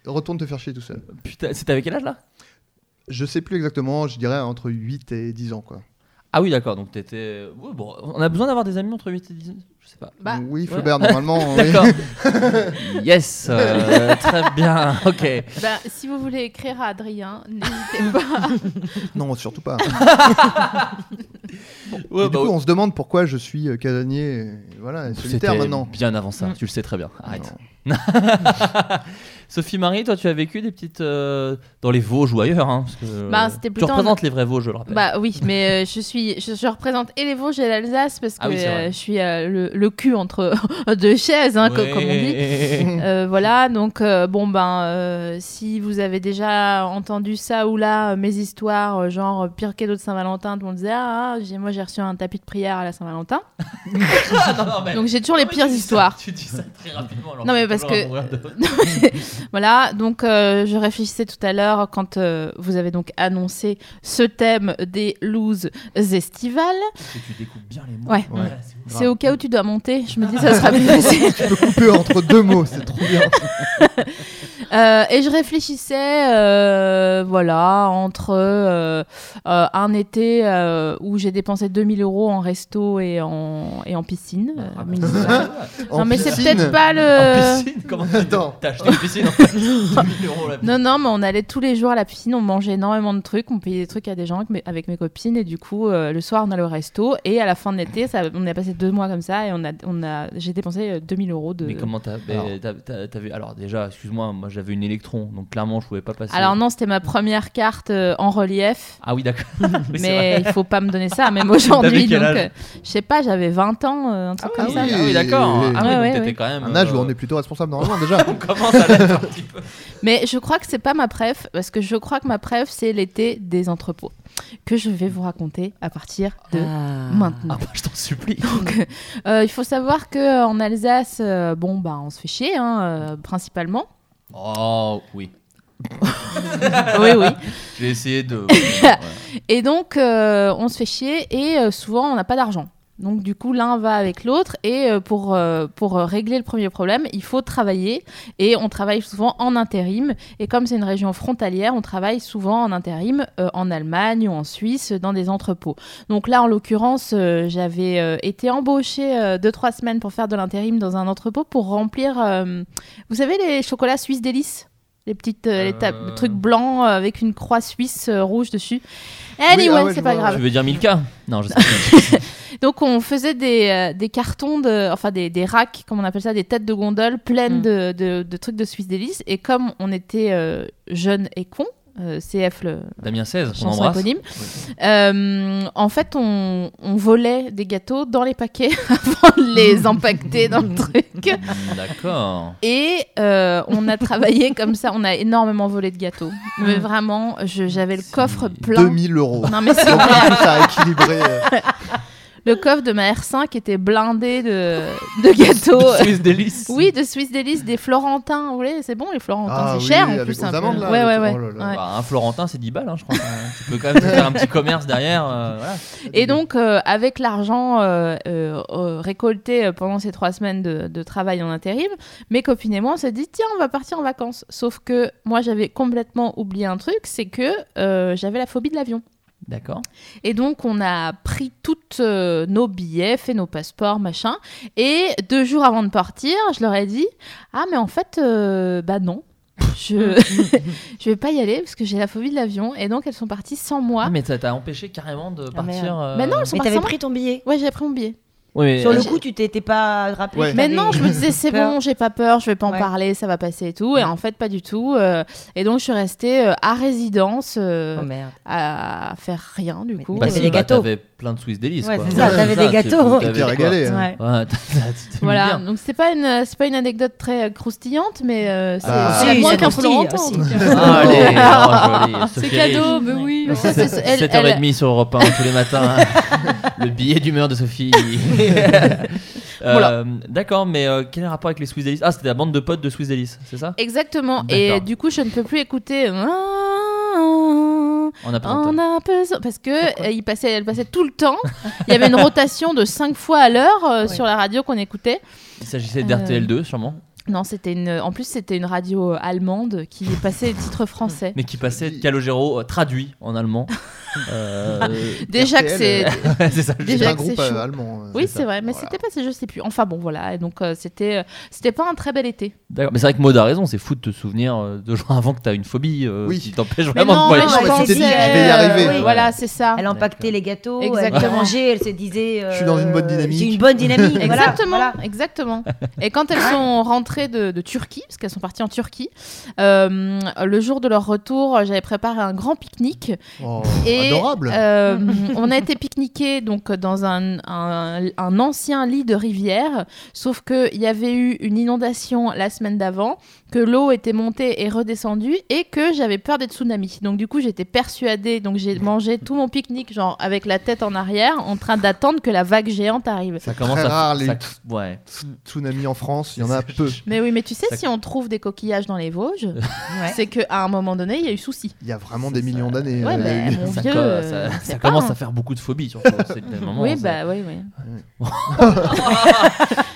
Speaker 2: Retourne te faire chier tout seul.
Speaker 1: Putain, c'était avec quel âge là
Speaker 2: Je sais plus exactement, je dirais entre 8 et 10 ans quoi.
Speaker 1: Ah oui, d'accord. Donc t'étais. Ouais, bon, on a besoin d'avoir des amis entre 8 et 10 Je sais pas.
Speaker 3: Bah,
Speaker 2: oui, Flaubert normalement. oui.
Speaker 1: D'accord. yes. euh, très bien. Ok.
Speaker 3: Bah, si vous voulez écrire à Adrien, n'hésitez pas.
Speaker 2: Non, surtout pas.
Speaker 1: Ouais,
Speaker 2: Et du
Speaker 1: bah,
Speaker 2: coup, on se demande pourquoi je suis euh, casanier, euh, voilà, et solitaire
Speaker 1: c'était
Speaker 2: maintenant.
Speaker 1: Bien avant ça. Tu le sais très bien. Arrête.
Speaker 2: Non.
Speaker 1: Sophie Marie, toi, tu as vécu des petites euh, dans les Vosges ou ailleurs. Hein, parce que,
Speaker 3: Bah, c'était
Speaker 1: tu
Speaker 3: plutôt en-
Speaker 1: représentes les vrais Vosges, je le rappelle.
Speaker 3: bah oui, mais euh, je suis, je, je représente et les Vosges et l'Alsace parce que
Speaker 1: Ah oui, c'est vrai.
Speaker 3: euh, je suis euh, le, le cul entre deux chaises, hein, co-
Speaker 1: Ouais.
Speaker 3: comme on dit. Euh, voilà, donc euh, bon ben, euh, si vous avez déjà entendu ça ou là, euh, mes histoires, euh, genre euh, pire cadeau de Saint-Valentin, tout le monde disait ah, j'ai- moi j'ai reçu un tapis de prière à la Saint-Valentin.
Speaker 1: Ah, Non, non, mais-
Speaker 3: Donc j'ai toujours les
Speaker 1: Pourquoi
Speaker 3: pires
Speaker 1: tu dis ça
Speaker 3: histoires.
Speaker 1: Tu dis ça très rapidement. alors
Speaker 3: Non, mais
Speaker 1: tu peux
Speaker 3: parce que-
Speaker 1: avoir un mourir de-
Speaker 3: Voilà, donc euh, je réfléchissais tout à l'heure quand euh, vous avez donc annoncé ce thème des looses estivales.
Speaker 1: Parce que tu découpes bien les mots.
Speaker 3: Ouais.
Speaker 2: Ouais.
Speaker 1: c'est ouf.
Speaker 3: C'est au cas où tu dois monter, je me dis ça sera plus facile.
Speaker 2: Je peux couper entre deux mots, c'est trop bien.
Speaker 3: Euh, et je réfléchissais, euh, voilà, entre euh, euh, un été euh, où j'ai dépensé 2000 euros en resto et en, et en piscine. euh,
Speaker 1: Ah, bah,
Speaker 3: municipale.
Speaker 1: c'est-
Speaker 2: En
Speaker 3: non, mais c'est
Speaker 2: piscine.
Speaker 3: peut-être pas
Speaker 1: En
Speaker 3: le.
Speaker 1: piscine, comment tu
Speaker 2: Attends.
Speaker 1: T'as acheté une piscine en fait 2000 euros la piscine.
Speaker 3: Non, non, mais on allait tous les jours à la piscine, on mangeait énormément de trucs, on payait des trucs à des gens avec mes, avec mes copines, et du coup, euh, le soir, on allait au resto, et à la fin de l'été, ça- on a passé deux mois comme ça, et on a, on a, j'ai dépensé euh, 2000 euros de.
Speaker 1: Mais comment t'as. mais
Speaker 2: Alors.
Speaker 1: t'as- t'as- t'avais- Alors, déjà, excuse-moi, moi j'avais une électron, donc clairement je pouvais pas passer.
Speaker 3: Alors, non, c'était ma première carte euh, en relief.
Speaker 1: Ah oui, d'accord. Oui, c'est vrai.
Speaker 3: mais il faut pas me donner ça, même aujourd'hui.
Speaker 1: T'avais quel
Speaker 3: donc,
Speaker 1: âge
Speaker 3: euh, je sais pas, j'avais 20 ans, euh, un truc
Speaker 1: Ah
Speaker 3: comme
Speaker 1: oui,
Speaker 3: ça.
Speaker 1: ah oui, d'accord. Ah,
Speaker 2: Ouais,
Speaker 1: oui, donc
Speaker 3: ouais,
Speaker 1: t'étais
Speaker 3: ouais.
Speaker 1: quand même.
Speaker 2: Un âge où
Speaker 1: euh,
Speaker 2: on est plutôt responsable normalement déjà.
Speaker 1: On commence à l'être un petit peu.
Speaker 3: Mais je crois que c'est pas ma préf, parce que je crois que ma préf, c'est l'été des entrepôts, que je vais vous raconter à partir de maintenant.
Speaker 1: Ah bah, je t'en supplie.
Speaker 3: Donc, euh, il faut savoir que euh, en Alsace, euh, bon, bah, on se fait chier, hein, euh, principalement.
Speaker 1: Oh oui.
Speaker 3: oui, oui.
Speaker 1: J'ai essayé de.
Speaker 3: Et donc, euh, on se fait chier et euh, souvent, on n'a pas d'argent. Donc, du coup, l'un va avec l'autre et euh, pour, euh, pour euh, régler le premier problème, il faut travailler et on travaille souvent en intérim. Et comme c'est une région frontalière, on travaille souvent en intérim euh, en Allemagne ou en Suisse euh, dans des entrepôts. Donc là, en l'occurrence, euh, j'avais euh, été embauchée euh, deux, trois semaines pour faire de l'intérim dans un entrepôt pour remplir, euh, vous savez, les chocolats suisses délices les petites euh, les ta-
Speaker 1: Euh.
Speaker 3: trucs blancs euh, avec une croix suisse euh, rouge dessus.
Speaker 2: ah
Speaker 3: Anyway,
Speaker 2: ouais, je
Speaker 3: c'est pas
Speaker 2: vois,
Speaker 3: grave.
Speaker 1: Tu veux dire 1000K Non, je sais pas.
Speaker 3: Donc on faisait des, euh, des cartons, de, enfin des, des racks, comme on appelle ça, des têtes de gondole pleines
Speaker 5: Mm.
Speaker 3: de, de- de trucs de Suisse délice. Et comme on était euh, jeunes et cons, euh, CF le
Speaker 1: Damien 16, on
Speaker 3: chanson
Speaker 1: embrasse.
Speaker 3: éponyme, euh, en fait on, on volait des gâteaux dans les paquets avant de les empaqueter dans le truc.
Speaker 1: Mm, D'accord.
Speaker 3: Et euh, on a travaillé comme ça, on a énormément volé de gâteaux. Mais
Speaker 2: Mm.
Speaker 3: vraiment, je- j'avais le
Speaker 1: C'est
Speaker 3: coffre plein.
Speaker 2: 2000 euros.
Speaker 3: Non mais c'est
Speaker 2: Donc, en
Speaker 3: vrai.
Speaker 2: plus, ça a équilibré. euh,
Speaker 3: le coffre de ma R5 était blindé de, de gâteaux.
Speaker 1: Suisse délice.
Speaker 3: Oh. Oui, de Suisse Délice, des Florentins. Vous voulez, c'est bon les Florentins,
Speaker 2: Ah
Speaker 3: c'est
Speaker 2: oui,
Speaker 3: cher en
Speaker 2: avec
Speaker 3: plus.
Speaker 2: aux
Speaker 3: un peu.
Speaker 2: amandes, là,
Speaker 3: ouais, ouais,
Speaker 2: avec-
Speaker 3: ouais.
Speaker 2: oh là là.
Speaker 3: Ouais.
Speaker 1: Bah, un Florentin, c'est 10 balles, hein, je crois. tu peux quand même te faire un petit commerce derrière. euh, voilà.
Speaker 3: Et donc, euh, avec l'argent euh, euh, euh, récolté euh, pendant ces trois semaines de, de travail en intérim, mes copines et moi, on s'est dit, tiens, on va partir en vacances. Sauf que moi, j'avais complètement oublié un truc, c'est que euh, j'avais la phobie de l'avion.
Speaker 1: D'accord.
Speaker 3: Et donc, on a pris toutes euh, nos billets, fait nos passeports, machin. Et deux jours avant de partir, je leur ai dit Ah, mais en fait, euh, bah non. Je... je vais pas y aller parce que j'ai la phobie de l'avion. Et donc, elles sont parties sans moi.
Speaker 1: Ah, mais ça t'a empêché carrément de partir. euh,
Speaker 3: Mais non, elles sont
Speaker 5: Mais
Speaker 3: parties
Speaker 5: t'avais
Speaker 3: sans moi.
Speaker 5: pris ton billet.
Speaker 3: Ouais, j'ai pris mon billet.
Speaker 1: Oui, mais-
Speaker 5: Sur le
Speaker 3: j'ai-
Speaker 5: coup, tu t'étais pas rappelé.
Speaker 2: Ouais.
Speaker 5: que
Speaker 3: Mais
Speaker 5: t'avais
Speaker 3: non, je me disais c'est
Speaker 5: peur.
Speaker 3: bon, j'ai pas peur, je vais pas en
Speaker 5: Ouais.
Speaker 3: parler, ça va passer et tout. Et en fait, pas du tout. euh, et donc, je suis restée euh, à résidence euh,
Speaker 5: Oh merde.
Speaker 3: à faire rien du
Speaker 5: Mais-
Speaker 3: coup.
Speaker 5: mais
Speaker 1: Bah,
Speaker 5: t'avais
Speaker 1: si,
Speaker 5: des
Speaker 1: bah,
Speaker 5: gâteaux.
Speaker 1: T'avais plein de Swiss délices.
Speaker 5: Ouais,
Speaker 1: quoi.
Speaker 5: c'est ça, t'avais des
Speaker 1: c'est-
Speaker 5: gâteaux.
Speaker 1: t'avais
Speaker 2: Tu t'es
Speaker 1: quoi.
Speaker 2: régalé. hein.
Speaker 5: Ouais.
Speaker 1: Ouais, t'as- t'as- tu t'es mis
Speaker 3: Voilà,
Speaker 1: bien.
Speaker 3: donc c'est pas une c'est pas une anecdote très euh, croustillante, mais euh, c'est
Speaker 2: Ah.
Speaker 3: c'est
Speaker 2: Si,
Speaker 3: moins
Speaker 5: ça
Speaker 3: qu'un
Speaker 5: croustille
Speaker 3: Florentin.
Speaker 5: aussi.
Speaker 3: en tout cas.
Speaker 1: Ah, allez, oh, joli,
Speaker 4: C'est
Speaker 1: Sophie
Speaker 4: cadeau, mais oui.
Speaker 3: Mais ça, c'est- elle-
Speaker 1: 7h30 sur Europe 1 tous les matins. hein. le billet d'humeur de Sophie. Euh,
Speaker 3: Voilà.
Speaker 1: D'accord, mais euh, quel est le rapport avec les Swiss Alice Ah, c'était la bande de potes de Swiss Alice, c'est ça
Speaker 3: Exactement.
Speaker 1: D'accord.
Speaker 3: Et euh, du coup, je ne peux plus écouter. euh, On
Speaker 1: On a pas entendu.
Speaker 3: a besoin parce que euh, il passait, elle passait tout le temps. Il y avait une rotation de 5 fois à l'heure euh, sur la radio qu'on écoutait.
Speaker 1: Il s'agissait
Speaker 3: Euh,
Speaker 1: d'RTL2, sûrement,
Speaker 3: Non, c'était une. En plus, c'était une radio euh, allemande qui passait les titres français.
Speaker 1: mais qui passait Calogero euh, traduit en allemand. Euh,
Speaker 3: Déjà que c'est.
Speaker 1: c'est ça. le
Speaker 3: Déjà
Speaker 2: C'est un
Speaker 3: que
Speaker 2: groupe
Speaker 3: c'est chaud.
Speaker 2: euh, allemand. euh,
Speaker 3: Oui,
Speaker 1: ça.
Speaker 3: c'est vrai, mais
Speaker 2: Voilà.
Speaker 3: c'était pas. Je sais plus. Enfin bon, voilà. Et donc euh, c'était, euh, c'était pas un très bel été.
Speaker 1: D'accord, mais c'est vrai que Maud a raison, c'est fou de te souvenir euh, deux jours avant que t'as une phobie euh,
Speaker 2: Oui.
Speaker 1: qui t'empêche
Speaker 3: Mais
Speaker 1: vraiment
Speaker 3: non,
Speaker 1: de
Speaker 3: mais
Speaker 1: voyager.
Speaker 2: Ah, je pense-
Speaker 3: pensais, euh,
Speaker 2: dit, je vais y arriver.
Speaker 3: oui, voilà, c'est ça.
Speaker 5: Elle
Speaker 1: D'accord.
Speaker 5: empaquetait les gâteaux, elle
Speaker 3: Exactement.
Speaker 5: mangeait, elle se disait.
Speaker 2: Je suis dans une bonne dynamique.
Speaker 5: J'ai une bonne dynamique. voilà,
Speaker 3: Exactement,
Speaker 5: voilà.
Speaker 3: exactement. Et quand elles sont rentrées de, de Turquie, parce qu'elles sont parties en Turquie, euh, le jour de leur retour, j'avais préparé un grand pique-nique.
Speaker 2: Oh,
Speaker 3: Et,
Speaker 2: Adorable.
Speaker 3: euh, on a été pique-niquer donc dans un, un- un ancien lit de rivière, sauf qu'il y avait eu une inondation la semaine d'avant, que l'eau était montée et redescendue, et que j'avais peur des tsunamis. Donc du coup j'étais persuadée, donc j'ai mangé tout mon pique-nique genre avec la tête en arrière, en train d'attendre que la vague géante arrive.
Speaker 1: Ça commence
Speaker 2: Très
Speaker 1: à.
Speaker 2: rare, les-
Speaker 1: ça- Ouais.
Speaker 2: Tsunami en France, il y en a peu.
Speaker 3: Mais oui, mais tu sais,
Speaker 1: Ça-
Speaker 3: si on trouve des coquillages dans les Vosges,
Speaker 5: Ouais.
Speaker 3: c'est qu'à un moment donné, il y a eu souci.
Speaker 2: Il y a vraiment
Speaker 1: Ça,
Speaker 2: des
Speaker 1: ça-
Speaker 2: millions d'années.
Speaker 3: Ouais,
Speaker 2: euh, il y a
Speaker 3: mais
Speaker 2: eu-
Speaker 3: mon
Speaker 1: ça,
Speaker 3: vieux,
Speaker 1: co-
Speaker 3: euh,
Speaker 1: ça-
Speaker 3: on
Speaker 1: ça
Speaker 3: sait pas,
Speaker 1: commence
Speaker 3: hein.
Speaker 1: à faire beaucoup de phobies, surtout. C'est le moment,
Speaker 3: oui,
Speaker 1: ça-
Speaker 3: bah oui, oui.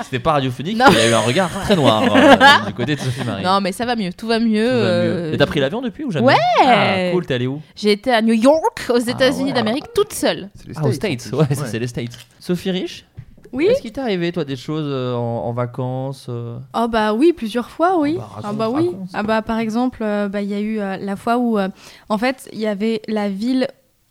Speaker 1: C'était pas radiophonique,
Speaker 3: Non.
Speaker 1: il a eu un regard très noir euh, du côté de Sophie Marie.
Speaker 3: Non, mais ça va mieux, tout va mieux.
Speaker 1: Tout va
Speaker 3: euh,
Speaker 1: mieux. Et t'as pris l'avion depuis ou jamais
Speaker 3: Ouais.
Speaker 1: Ah, Cool, t'es allé où
Speaker 3: J'ai été à New York, aux États-Unis
Speaker 1: Ah ouais.
Speaker 3: d'Amérique, toute seule.
Speaker 2: c'est les
Speaker 1: Ah, aux
Speaker 2: States,
Speaker 1: States,
Speaker 2: en
Speaker 1: ouais,
Speaker 2: plus.
Speaker 1: c'est les States. Sophie Rich
Speaker 4: Oui.
Speaker 1: Est-ce qu'il t'est arrivé, toi, des choses euh, en, en vacances euh,
Speaker 4: Ah bah oui, plusieurs fois, oui.
Speaker 1: Ah bah, raconte,
Speaker 4: ah bah oui.
Speaker 1: raconte.
Speaker 4: Ah bah par exemple, euh, bah, il y a eu euh, la fois où, euh, en fait, il y avait la ville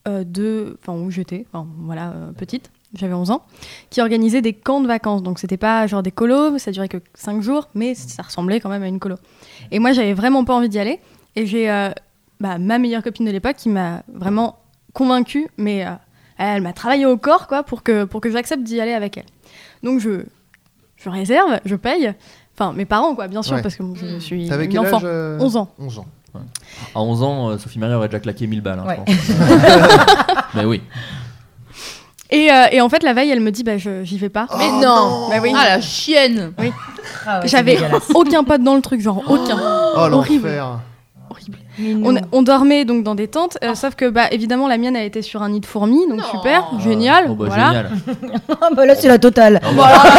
Speaker 4: euh, de, enfin où j'étais, enfin voilà, euh, petite, j'avais 11 ans, qui organisait des camps de vacances. Donc c'était pas genre des colos, ça durait que 5 jours, mais ça ressemblait quand même à une colo. Et moi, j'avais vraiment pas envie d'y aller. Et j'ai euh, bah, ma meilleure copine de l'époque qui m'a vraiment convaincue, mais euh, elle m'a travaillé au corps quoi pour que pour que j'accepte d'y aller avec elle. Donc je je réserve, je paye. Enfin, mes parents, quoi, bien sûr,
Speaker 2: Ouais.
Speaker 4: parce que bon, je suis
Speaker 2: T'avais
Speaker 4: une
Speaker 2: quel
Speaker 4: enfant.
Speaker 2: âge euh,
Speaker 4: 11 ans.
Speaker 2: 11 ans.
Speaker 1: À 11 ans, euh, Sophie Marie aurait déjà claqué 1000 balles, hein,
Speaker 5: Ouais.
Speaker 1: je pense. mais oui.
Speaker 4: Et, euh, et en fait, la veille, elle me dit, bah, je- j'y vais pas.
Speaker 5: Oh
Speaker 3: mais non,
Speaker 4: Bah oui.
Speaker 3: Ah la chienne
Speaker 5: Ah ouais,
Speaker 4: J'avais
Speaker 5: c'est dégueulasse.
Speaker 4: aucun pote dans le truc, genre aucun.
Speaker 2: Oh
Speaker 4: Horrible.
Speaker 2: l'enfer.
Speaker 4: Horrible.
Speaker 5: Minou.
Speaker 4: On, on dormait donc dans des tentes, euh, sauf que, bah, évidemment, la mienne, elle était sur un nid de fourmis, donc
Speaker 3: Non.
Speaker 4: super, génial.
Speaker 1: Oh, bah,
Speaker 4: voilà.
Speaker 1: génial.
Speaker 5: Ah bah là, c'est la totale.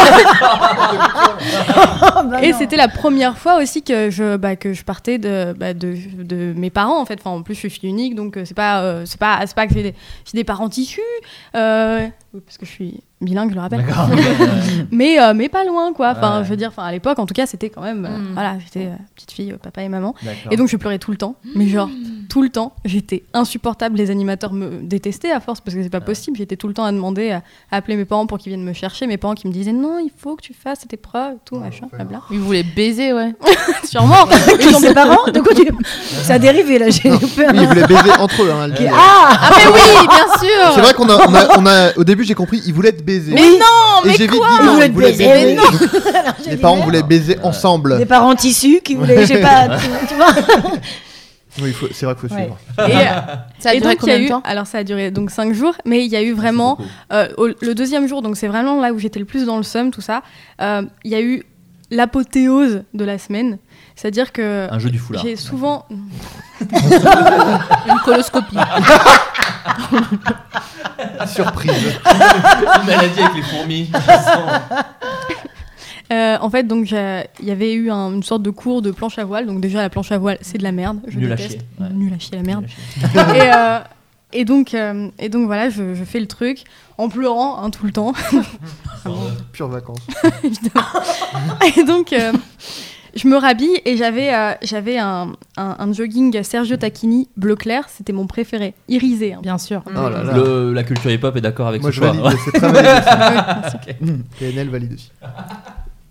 Speaker 5: Oh, bah Ah
Speaker 4: Et c'était la première fois aussi que je, bah, que je partais de, bah, de, de mes parents en fait. Enfin, en plus, je suis fille unique, donc euh, c'est pas, euh, c'est pas, c'est pas que j'ai des, j'ai des parents tissus, euh, oui, parce que je suis bilingue, je le rappelle.
Speaker 1: D'accord. Euh,
Speaker 4: Mais, euh, mais pas loin quoi. Enfin,
Speaker 1: Ouais.
Speaker 4: je veux dire, enfin, à l'époque, en tout cas, c'était quand même, euh,
Speaker 3: Mm.
Speaker 4: voilà, j'étais euh, petite fille, euh, papa et maman.
Speaker 1: D'accord.
Speaker 4: Et donc je pleurais tout le temps, mais genre tout le temps, j'étais insupportable. Les animateurs me détestaient à force parce que c'est pas possible. J'étais tout le temps à demander, à, à appeler mes parents pour qu'ils viennent me chercher. Mes parents qui me disaient non, il faut que tu fasses cette épreuve, et tout machin,
Speaker 2: l'enfer.
Speaker 4: blabla.
Speaker 3: Il voulait baiser, ouais.
Speaker 4: Sûrement.
Speaker 5: Et ses parents De quoi tu. Ça a dérivé là, j'ai eu peur.
Speaker 2: Oui, ils voulaient baiser entre eux. hein, le deal.
Speaker 5: Ah
Speaker 3: Ah mais oui, bien sûr
Speaker 2: C'est vrai qu'on a, on a, on a- au début j'ai compris, ils voulaient te baiser.
Speaker 3: Mais non,
Speaker 2: Et
Speaker 3: mais
Speaker 2: j'ai vite
Speaker 3: quoi
Speaker 2: dit non, ils
Speaker 5: Ils voulaient te
Speaker 2: voulaient
Speaker 5: baiser.
Speaker 2: baiser.
Speaker 5: Mais
Speaker 2: Les parents voulaient baiser
Speaker 1: Ouais.
Speaker 2: ensemble.
Speaker 5: Des parents tissus qui voulaient, je sais pas, tu, tu vois.
Speaker 2: Oui, il faut- c'est vrai qu'il faut
Speaker 5: Ouais.
Speaker 2: suivre.
Speaker 4: Et,
Speaker 3: euh, Ça a
Speaker 4: et
Speaker 3: duré
Speaker 4: donc, il y a
Speaker 3: combien de
Speaker 4: eu-
Speaker 3: temps
Speaker 4: Alors, ça a duré donc 5 jours, mais il y a eu vraiment. euh, au- le deuxième jour, donc c'est vraiment là où j'étais le plus dans le somme, tout ça. euh, Il y a eu l'apothéose de la semaine. C'est-à-dire que.
Speaker 1: Un jeu du foulard.
Speaker 4: J'ai souvent.
Speaker 3: Une coloscopie.
Speaker 2: Surprise.
Speaker 1: Une maladie avec les fourmis.
Speaker 4: Euh, en fait, donc, euh, il y avait eu un- une sorte de cours de planche à voile. Donc, déjà, la planche à voile, c'est de la merde. Je
Speaker 1: Nul à
Speaker 4: déteste.
Speaker 1: chier, ouais.
Speaker 4: Nul à chier, la merde. et, euh, et donc, euh, et donc voilà, je, je fais le truc en pleurant hein, tout le temps,
Speaker 2: Pure vacances.
Speaker 4: évidemment. et donc, euh, je me rhabille et j'avais euh, j'avais un, un- un jogging Sergio Tacchini bleu clair, c'était mon préféré, irisé. hein.
Speaker 3: Bien sûr.
Speaker 2: Oh là là.
Speaker 1: Le- la culture hip-hop est d'accord avec
Speaker 2: Moi,
Speaker 1: ce
Speaker 2: je
Speaker 1: choix.
Speaker 2: valide. C'est très valide. PNL valide aussi.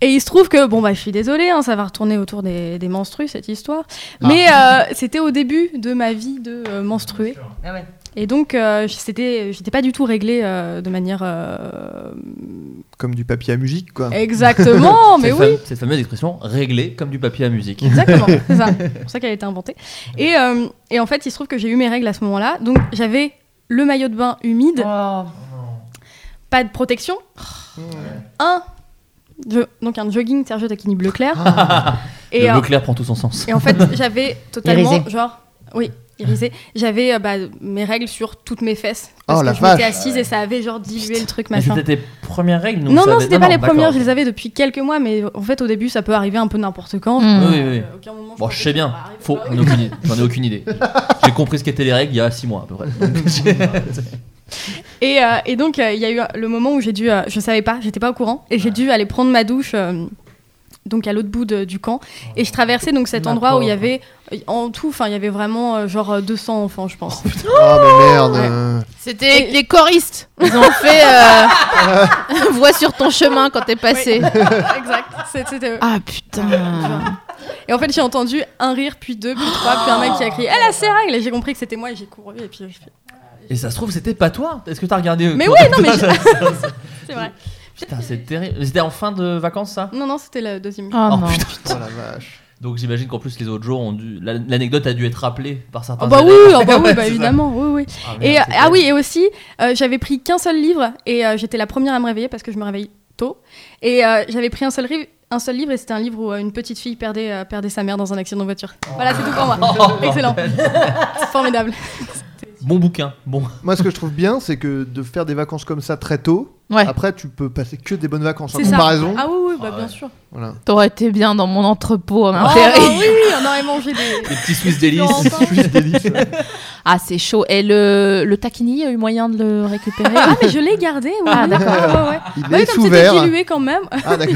Speaker 4: Et il se trouve que, bon, bah, je suis désolée, hein, ça va retourner autour des, des menstrues, cette histoire. Mais euh, c'était au début de ma vie de euh, menstruée.
Speaker 5: Ah ouais.
Speaker 4: Et donc, euh, c'était- j'étais pas du tout réglée euh, de manière. euh,
Speaker 2: Comme du papier à musique, quoi.
Speaker 5: Eh.
Speaker 4: Exactement, Oh, mais
Speaker 1: cette,
Speaker 4: oui!
Speaker 1: fame- cette fameuse expression réglée comme du papier à musique.
Speaker 4: Exactement, c'est ça. C'est pour ça qu'elle a été inventée. Et, euh, et en fait, il se trouve que j'ai eu mes règles à ce moment-là. Donc, j'avais le maillot de bain humide,
Speaker 5: Oh.
Speaker 4: pas de protection. Un. je- donc, un jogging Sergio Tacchini bleu clair.
Speaker 2: Ah,
Speaker 4: et,
Speaker 1: Ah. le
Speaker 4: euh,
Speaker 1: mot clair prend tout son sens.
Speaker 4: et en fait, j'avais totalement.
Speaker 5: Irisé.
Speaker 4: Genre. Oui, irisé. J'avais euh, bah, mes règles sur toutes mes fesses. Parce
Speaker 2: Oh, la
Speaker 4: que je m'étais
Speaker 2: vache.
Speaker 4: assise et ça avait genre dilué le truc,
Speaker 1: Mais
Speaker 4: machin.
Speaker 1: C'était tes premières règles donc
Speaker 4: Non,
Speaker 1: ça
Speaker 4: non,
Speaker 1: avait-
Speaker 4: c'était pas les
Speaker 1: d'accord.
Speaker 4: premières, je les avais depuis quelques mois, mais en fait, au début, ça peut arriver un peu n'importe quand.
Speaker 3: Mm.
Speaker 1: Oui, oui, oui.
Speaker 4: À aucun moment,
Speaker 1: Bon,
Speaker 4: pensais
Speaker 1: je
Speaker 4: que
Speaker 1: sais
Speaker 4: ça
Speaker 1: bien.
Speaker 4: arriver.
Speaker 1: Faux.
Speaker 4: Bah
Speaker 1: J'en ai aucune idée. J'en ai aucune idée. J'ai compris ce qu'étaient les règles il y a 6 mois à peu près.
Speaker 4: Et, euh, et donc, euh, il y a eu le moment où j'ai dû. euh, je savais pas, j'étais pas au courant. Et j'ai dû aller prendre ma douche. euh, donc à l'autre bout de- du camp et je traversais donc cet
Speaker 1: Ma
Speaker 4: endroit où il y
Speaker 1: pauvre.
Speaker 4: avait euh, en tout enfin il y avait vraiment euh, genre euh, 200 enfants je
Speaker 1: Oh,
Speaker 4: pense
Speaker 2: Ah, mais merde.
Speaker 4: Ouais.
Speaker 2: euh.
Speaker 3: C'était les choristes. Ils ont fait euh, Voix sur ton chemin quand t'es passé.
Speaker 4: exact C'est- c'était eux.
Speaker 3: Ah putain.
Speaker 4: et en fait j'ai entendu un rire puis deux puis trois puis un mec qui a
Speaker 1: Oh.
Speaker 4: crié elle a ses règles et j'ai compris que c'était moi et j'ai couru et puis j'ai fait-
Speaker 1: Et ça se trouve, c'était pas toi. Est-ce que t'as regardé
Speaker 4: Mais
Speaker 1: ouais,
Speaker 4: non, mais je- c'est vrai
Speaker 1: Putain, c'est terrible. C'était en fin de vacances ça
Speaker 4: non Ah, non c'était le deuxième
Speaker 3: Oh,
Speaker 1: Oh,
Speaker 3: non.
Speaker 1: putain.
Speaker 2: Oh la vache.
Speaker 1: Donc j'imagine qu'en plus les autres jours ont dû. la- L'anecdote a dû être rappelée par certains.
Speaker 4: Oh bah oui,
Speaker 1: élèves.
Speaker 4: oh bah,
Speaker 1: Ah,
Speaker 4: oui
Speaker 1: Ouais,
Speaker 4: bah
Speaker 1: c'est ça.
Speaker 4: évidemment oui oui
Speaker 1: Ah,
Speaker 4: Et,
Speaker 1: merde,
Speaker 4: euh,
Speaker 1: c'est
Speaker 4: ah
Speaker 1: terrible.
Speaker 4: oui, et aussi, euh, j'avais pris qu'un seul livre et euh, j'étais la première à me réveiller parce que je me réveille tôt. Et euh, j'avais pris un seul, riv- un seul livre et c'était un livre où euh, une petite fille perdait, euh, perdait sa mère dans un accident de voiture. Voilà, c'est tout pour moi. Excellent. Formidable.
Speaker 1: Bon bouquin. Bon.
Speaker 2: Moi, ce que je trouve bien, c'est que de faire des vacances comme ça très tôt,
Speaker 5: Ah.
Speaker 3: Ouais,
Speaker 2: après, tu peux passer que des bonnes vacances. En
Speaker 4: C'est ça.
Speaker 2: comparaison,
Speaker 4: Ah oui, oui, bah,
Speaker 1: Ah ouais.
Speaker 4: bien sûr.
Speaker 2: voilà.
Speaker 3: t'aurais été bien dans mon entrepôt hein, en
Speaker 4: Oh,
Speaker 3: intérieur.
Speaker 4: bah oui, on aurait mangé des...
Speaker 1: Les petits Swiss délices.
Speaker 4: Florentins.
Speaker 3: Ah, c'est chaud. Et le, le taquini, il y a eu moyen de le récupérer
Speaker 4: Ah, mais je l'ai gardé. oui.
Speaker 3: Ah, d'accord.
Speaker 4: Ouais, ouais.
Speaker 2: Il
Speaker 4: Bah oui,
Speaker 2: est
Speaker 4: comme c'était
Speaker 2: ouvert.
Speaker 4: dilué quand même,
Speaker 2: Ah, d'accord.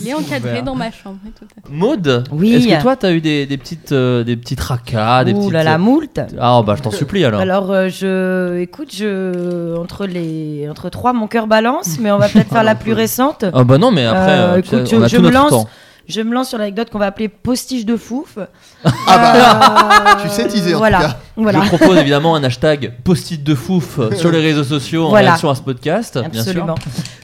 Speaker 4: il est encadré
Speaker 1: Ouvert.
Speaker 4: dans ma chambre. et tout ça.
Speaker 1: Maude,
Speaker 5: Oui.
Speaker 1: est-ce que toi t'as eu des, des petites euh, des petites racas, des
Speaker 5: Ouh
Speaker 1: petites
Speaker 5: là là, moult.
Speaker 1: Ah bah je t'en supplie alors.
Speaker 5: Alors, euh, je, écoute, je entre les, entre trois, mon cœur balance, mais on va peut-être faire la plus récente.
Speaker 1: Ah bah non mais après
Speaker 5: Euh,
Speaker 1: euh, tu sais,
Speaker 5: écoute,
Speaker 1: on a
Speaker 5: je
Speaker 1: tout
Speaker 5: me
Speaker 1: notre
Speaker 5: lance.
Speaker 1: temps.
Speaker 5: Je me lance sur l'anecdote qu'on va appeler postiche de fouf.
Speaker 1: Ah bah,
Speaker 2: Ah
Speaker 5: Euh,
Speaker 2: tu sais teaser, en
Speaker 5: voilà,
Speaker 2: tout cas.
Speaker 5: Voilà.
Speaker 1: Je propose évidemment un hashtag post-it de fouf euh, sur les réseaux sociaux en
Speaker 5: Voilà.
Speaker 1: réaction à ce podcast,
Speaker 5: Absolument.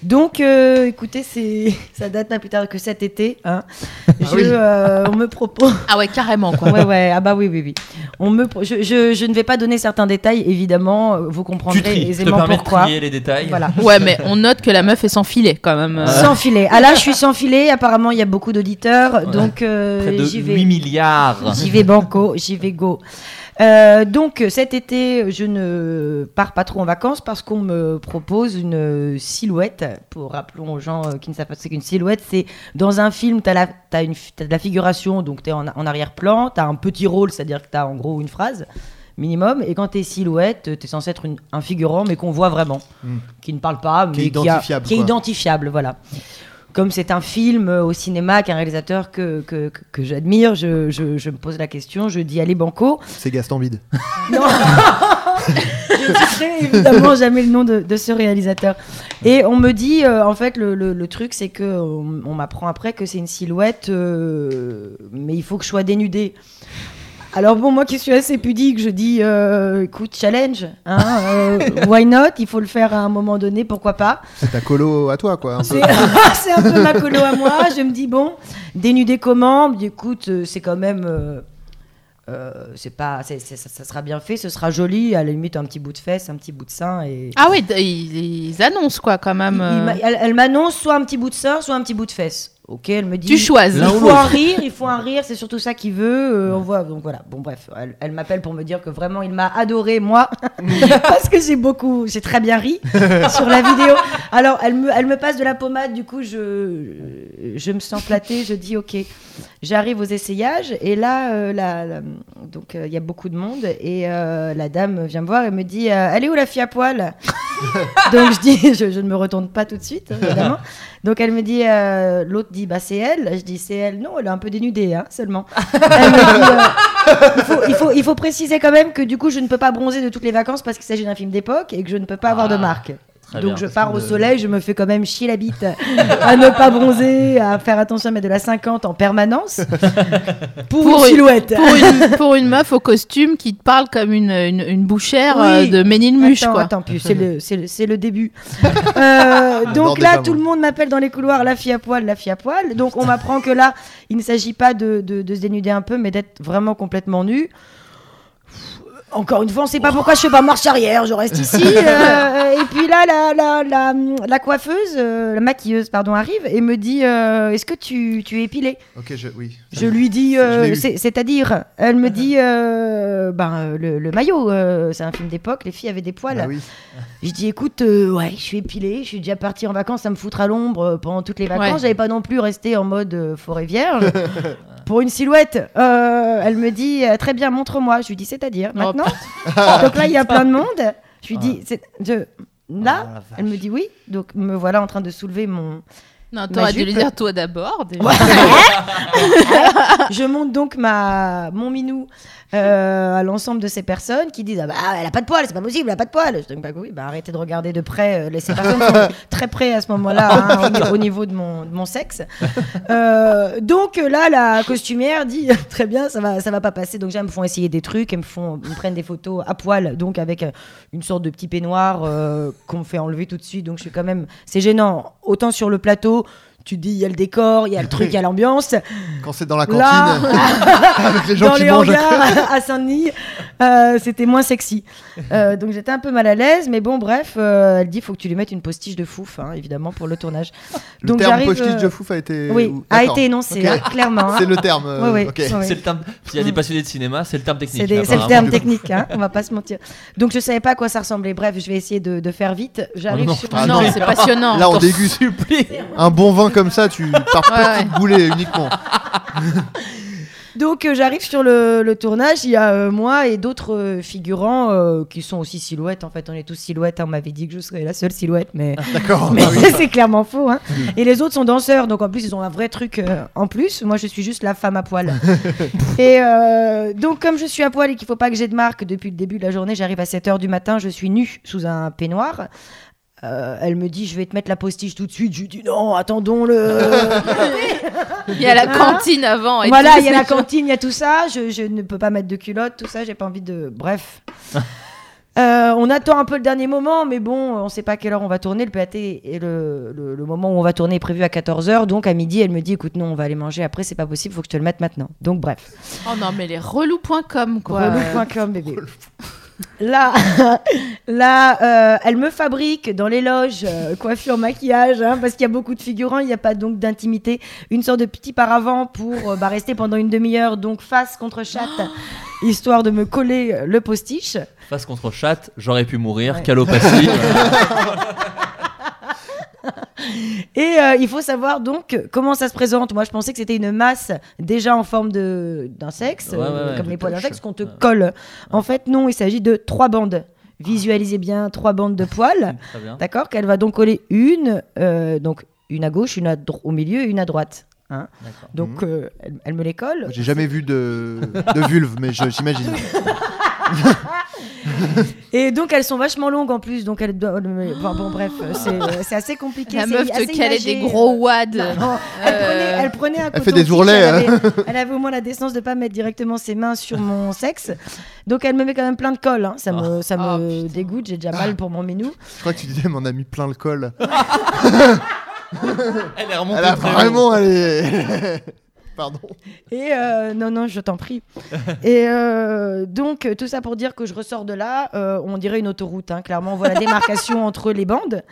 Speaker 5: Donc, euh, écoutez, c'est ça date pas plus tard que cet été. hein.
Speaker 1: Ah
Speaker 5: Je,
Speaker 2: oui.
Speaker 5: euh, on me propose.
Speaker 3: Ah ouais, carrément, quoi.
Speaker 5: Ouais, ouais. Ah bah oui, oui, oui. On me. pro- Je, je- je ne vais pas donner certains détails, évidemment. euh,
Speaker 1: bien
Speaker 5: Vous
Speaker 1: sûr. Tu
Speaker 5: comprendrez
Speaker 1: tries, je te
Speaker 5: aisément
Speaker 1: permets de
Speaker 5: pourquoi.
Speaker 1: trier les détails.
Speaker 5: Voilà.
Speaker 3: Ouais, mais on note que la meuf est sans filet, quand même. Euh,
Speaker 5: Sans filet. Ah là, je suis sans filet. Apparemment, il y a beaucoup d'auditeurs,
Speaker 1: Ouais.
Speaker 5: donc euh,
Speaker 1: Près de
Speaker 5: j'y vais.
Speaker 1: 8 milliards.
Speaker 5: J'y vais banco, j'y vais go. Euh, donc cet été, je ne pars pas trop en vacances parce qu'on me propose une euh, silhouette. Pour rappelons aux gens euh, qui ne savent pas ce qu'est une silhouette, c'est dans un film, tu as, de la figuration, donc tu es en, en arrière-plan, tu as un petit rôle, c'est-à-dire que tu as en gros une phrase minimum. Et quand tu es silhouette, tu es censé être une- un figurant, mais qu'on voit vraiment,
Speaker 2: Mm.
Speaker 5: qui ne parle pas, mais
Speaker 2: Qui est
Speaker 5: a-
Speaker 2: identifiable,
Speaker 5: qui est
Speaker 2: quoi.
Speaker 5: identifiable, voilà comme c'est un film euh, au cinéma qu'un réalisateur que, que, que- que j'admire, je, je- je me pose la question, je dis allez banco.
Speaker 2: C'est Gaston Bide.
Speaker 5: Non Je ne citerai évidemment jamais le nom de, de ce réalisateur. Et on me dit, euh, en fait, le, le- le truc, c'est que on, on m'apprend après que c'est une silhouette, euh, mais il faut que je sois dénudée. Alors bon, moi qui suis assez pudique, je dis, euh, écoute, challenge, hein, euh, why not Il faut le faire à un moment donné, pourquoi pas
Speaker 2: C'est ta colo à toi, quoi. un peu.
Speaker 5: c'est c'est un peu ma colo à moi. Je me dis, bon, dénudé comment Écoute, euh, c'est quand même. euh, euh, c'est pas, c'est- c'est- ça, ça sera bien fait, ce sera joli, à la limite un petit bout de fesse, un petit bout de sein. Et...
Speaker 3: Ah oui, d- ils, ils annoncent quoi quand
Speaker 5: Il- il
Speaker 3: même.
Speaker 5: m'a-
Speaker 3: euh,
Speaker 5: elle elle m'annonce soit un petit bout de sein, soit un petit bout de fesse. Ok, elle me dit.
Speaker 3: Tu choisis.
Speaker 5: Il
Speaker 1: L'un ou
Speaker 5: faut
Speaker 1: l'autre.
Speaker 5: un rire, il faut un rire, c'est surtout ça qu'il veut. euh, on voit, donc voilà. Bon, bref, elle, elle m'appelle pour me dire que vraiment il m'a adoré, moi, parce que j'ai beaucoup, j'ai très bien ri sur la vidéo. Alors, elle me, elle me passe de la pommade, du coup, je, je me sens flattée, je dis ok. J'arrive aux essayages, et là, euh, la- la- donc euh, il y a beaucoup de monde, et euh, la dame vient me voir et me dit euh, Elle est où la fille à poil Donc je dis je, je ne me retourne pas tout de suite, hein, évidemment. Donc elle me dit, euh, l'autre dit, bah c'est elle. Je dis, c'est elle. Non, elle est un peu dénudée, hein, seulement. Elle me dit, euh, il, faut, il, faut, il faut préciser quand même que du coup, je ne peux pas bronzer de toutes les vacances parce qu'il s'agit d'un film d'époque et que je ne peux pas avoir de
Speaker 1: Ah,
Speaker 5: marque.
Speaker 1: Très
Speaker 5: Donc
Speaker 1: bien.
Speaker 5: je pars au
Speaker 2: de-
Speaker 5: soleil, je me fais quand même chier la bite à ne pas bronzer, à faire attention à mettre de la 50 en permanence pour, une
Speaker 3: Pour une-
Speaker 5: silhouette.
Speaker 3: pour, une, pour une meuf au costume qui te parle comme une, une, une bouchère euh,
Speaker 5: Oui.
Speaker 3: de Ménilmuche,
Speaker 5: attends,
Speaker 3: quoi.
Speaker 5: attends, puis c'est le, c'est le, c'est le début. Euh, donc
Speaker 2: N'abordez
Speaker 5: là,
Speaker 2: pas,
Speaker 5: tout
Speaker 2: moi.
Speaker 5: le monde m'appelle dans les couloirs la fille à poil, la fille à poil. Donc on m'apprend que là, il ne s'agit pas de, de- de se dénuder un peu, mais d'être vraiment complètement nu. Encore une fois, on ne sait pas pourquoi je fais pas marche arrière, je reste ici. Euh, et puis là, la, la, la, la coiffeuse, euh, la maquilleuse, pardon, arrive et me dit euh, Est-ce que tu, tu es épilée
Speaker 2: Ok, je, oui.
Speaker 5: je lui dis, euh,
Speaker 2: Je l'ai eu.
Speaker 5: c'est- c'est-à-dire, elle me dit, euh, ben, euh, le, le maillot, euh, c'est un film d'époque, les filles avaient des poils.
Speaker 2: Bah oui.
Speaker 5: Je dis, écoute, euh, ouais, je suis épilée, je suis déjà partie en vacances à me foutre à l'ombre euh, pendant toutes les vacances.
Speaker 3: Ouais.
Speaker 5: J'avais pas non plus resté en mode euh, forêt vierge pour une silhouette. Euh, elle me dit, euh, très bien, montre-moi. Je lui dis, c'est-à-dire,
Speaker 3: Oh,
Speaker 5: maintenant. Donc là, il y a plein de monde. Je lui dis, c'est- je- là,
Speaker 1: Ah, la vache.
Speaker 5: elle me dit oui. Donc me voilà en train de soulever mon.
Speaker 3: Non, t'aurais dû
Speaker 5: jupe.
Speaker 3: le dire toi d'abord. déjà.
Speaker 5: Je monte donc ma, mon minou euh, à l'ensemble de ces personnes qui disent ah bah, elle a pas de poils, c'est pas possible, elle a pas de poils. Je dis bah oui, bah arrêtez de regarder de près. euh, les- ces personnes sont très près à ce moment-là hein, au, au niveau de mon, de mon sexe. Euh, donc euh, là, la costumière dit très bien, ça va, ça va pas passer. Donc déjà, elles me font essayer des trucs, elles me font, elles me prennent des photos à poil, donc avec euh, une sorte de petit peignoir euh, qu'on me fait enlever tout de suite. Donc je suis quand même, c'est gênant. Autant sur le plateau. Tu te dis, il y a le décor, il y a le truc, il y a l'ambiance.
Speaker 2: Quand c'est dans la cantine,
Speaker 5: Là.
Speaker 2: avec les gens
Speaker 5: dans
Speaker 2: qui
Speaker 5: les
Speaker 2: mangent.
Speaker 5: hangars à Saint-Denis, euh, c'était moins sexy. Euh, donc j'étais un peu mal à l'aise, mais bon, bref, euh, elle dit faut que tu lui mettes une postiche de fouf, hein, évidemment, pour le tournage.
Speaker 2: Le
Speaker 5: donc
Speaker 2: terme
Speaker 5: j'arrive,
Speaker 2: postiche
Speaker 5: euh,
Speaker 2: de fouf a été.
Speaker 5: oui,
Speaker 2: ou-
Speaker 5: a
Speaker 2: d'accord.
Speaker 5: été énoncé,
Speaker 2: Ok.
Speaker 5: hein, clairement. hein.
Speaker 2: C'est le terme. euh,
Speaker 5: Oui, oui,
Speaker 2: ok.
Speaker 5: oui.
Speaker 1: C'est le terme. S'il y a des passionnés de cinéma, c'est le terme technique.
Speaker 5: C'est des- c'est le
Speaker 1: apparemment.
Speaker 5: terme technique, hein, on va pas se mentir. Donc je savais pas à quoi ça ressemblait. Bref, je vais essayer de, de faire vite. J'arrive
Speaker 1: Oh non.
Speaker 5: sur-
Speaker 2: Ah
Speaker 3: non,
Speaker 2: non.
Speaker 3: c'est passionnant.
Speaker 2: Là, on
Speaker 1: T'en
Speaker 2: déguste.
Speaker 1: supplie.
Speaker 2: Un bon vin comme ça, tu pars pas
Speaker 3: Ouais,
Speaker 2: petite boulet uniquement.
Speaker 5: Donc euh, j'arrive sur le, le tournage, il y a euh, moi et d'autres euh, figurants euh, qui sont aussi silhouettes. En fait, on est tous silhouettes. hein. On m'avait dit que je serais la seule silhouette, mais
Speaker 2: D'accord.
Speaker 5: Mais
Speaker 2: Ah oui.
Speaker 5: c'est clairement faux. Hein. Et les autres sont danseurs, donc en plus, ils ont un vrai truc euh, en plus. Moi, je suis juste la femme à poil. et euh, donc, comme je suis à poil et qu'il faut pas que j'ai de marque depuis le début de la journée, j'arrive à 7h du matin, je suis nue sous un peignoir. Euh, elle me dit, je vais te mettre la postiche tout de suite. Je lui dis, non, attendons-le.
Speaker 3: Il y a la cantine avant. Et
Speaker 5: Ah. voilà,
Speaker 3: tout,
Speaker 5: il y a
Speaker 3: c'est
Speaker 5: la
Speaker 3: chaud.
Speaker 5: cantine, il y a tout ça. Je, je ne peux pas mettre de culotte, tout ça. J'ai pas envie de. Bref. Euh, on attend un peu le dernier moment, mais bon, on sait pas à quelle heure on va tourner. Le PAT et le, le- le moment où on va tourner est prévu à 14h. Donc à midi, elle me dit écoute, non, on va aller manger après, c'est pas possible, faut que je te le mette maintenant. Donc bref.
Speaker 3: Oh non, mais les relous.com, quoi. euh,
Speaker 5: Relou.com, bébé. Là, là euh, elle me fabrique dans les loges, euh, coiffure, maquillage, hein, parce qu'il y a beaucoup de figurants, il n'y a pas donc d'intimité. Une sorte de petit paravent pour euh, bah, rester pendant une demi-heure, donc face contre chatte, histoire de me coller euh, le postiche.
Speaker 1: Face contre chat, j'aurais pu mourir.
Speaker 5: Ouais.
Speaker 1: Calopatie.
Speaker 5: Et euh, il faut savoir donc comment ça se présente. Moi, je pensais que c'était une masse déjà en forme de- d'insectes,
Speaker 1: Ouais, ouais,
Speaker 5: euh,
Speaker 1: ouais,
Speaker 5: comme
Speaker 1: de
Speaker 5: les poils
Speaker 1: taches.
Speaker 5: d'insectes qu'on te
Speaker 1: Ouais.
Speaker 5: colle. En fait, non, il s'agit de trois bandes. Visualisez bien trois bandes de poils.
Speaker 1: Très bien.
Speaker 5: D'accord Qu'elle va donc coller une, euh, donc une à gauche, une à dro- au milieu et une à droite. hein.
Speaker 1: D'accord.
Speaker 5: donc euh, elle, elle me les colle.
Speaker 2: Mhm. J'ai jamais vu de, de vulve, mais je- j'imagine.
Speaker 5: Et donc elles sont vachement longues en plus, donc elles doivent. euh, enfin, bon, bref, c'est c'est assez compliqué.
Speaker 3: La
Speaker 5: c'est
Speaker 3: meuf te
Speaker 5: assez
Speaker 3: calait
Speaker 5: imagé.
Speaker 3: des gros Euh. wads.
Speaker 5: Non, elle, prenait, elle prenait un
Speaker 2: Elle fait
Speaker 5: coton-tige,
Speaker 2: des ourlets, hein.
Speaker 5: Elle avait, elle avait au moins la décence de pas mettre directement ses mains sur mon sexe. Donc elle me met quand même plein de colle. hein. Ça me, ça
Speaker 3: Ah,
Speaker 5: me
Speaker 3: putain.
Speaker 5: dégoûte. J'ai déjà mal pour mon minou.
Speaker 2: Je crois que tu disais, mais on a mis plein le col.
Speaker 1: Elle est remontée
Speaker 2: Elle a
Speaker 1: très haut.
Speaker 2: vraiment. Elle est... Pardon.
Speaker 5: Et euh, non, non, je t'en prie. Et euh, donc, euh, tout ça pour dire que je ressors de là, euh, on dirait une autoroute. hein. Clairement, on voit la démarcation entre les bandes.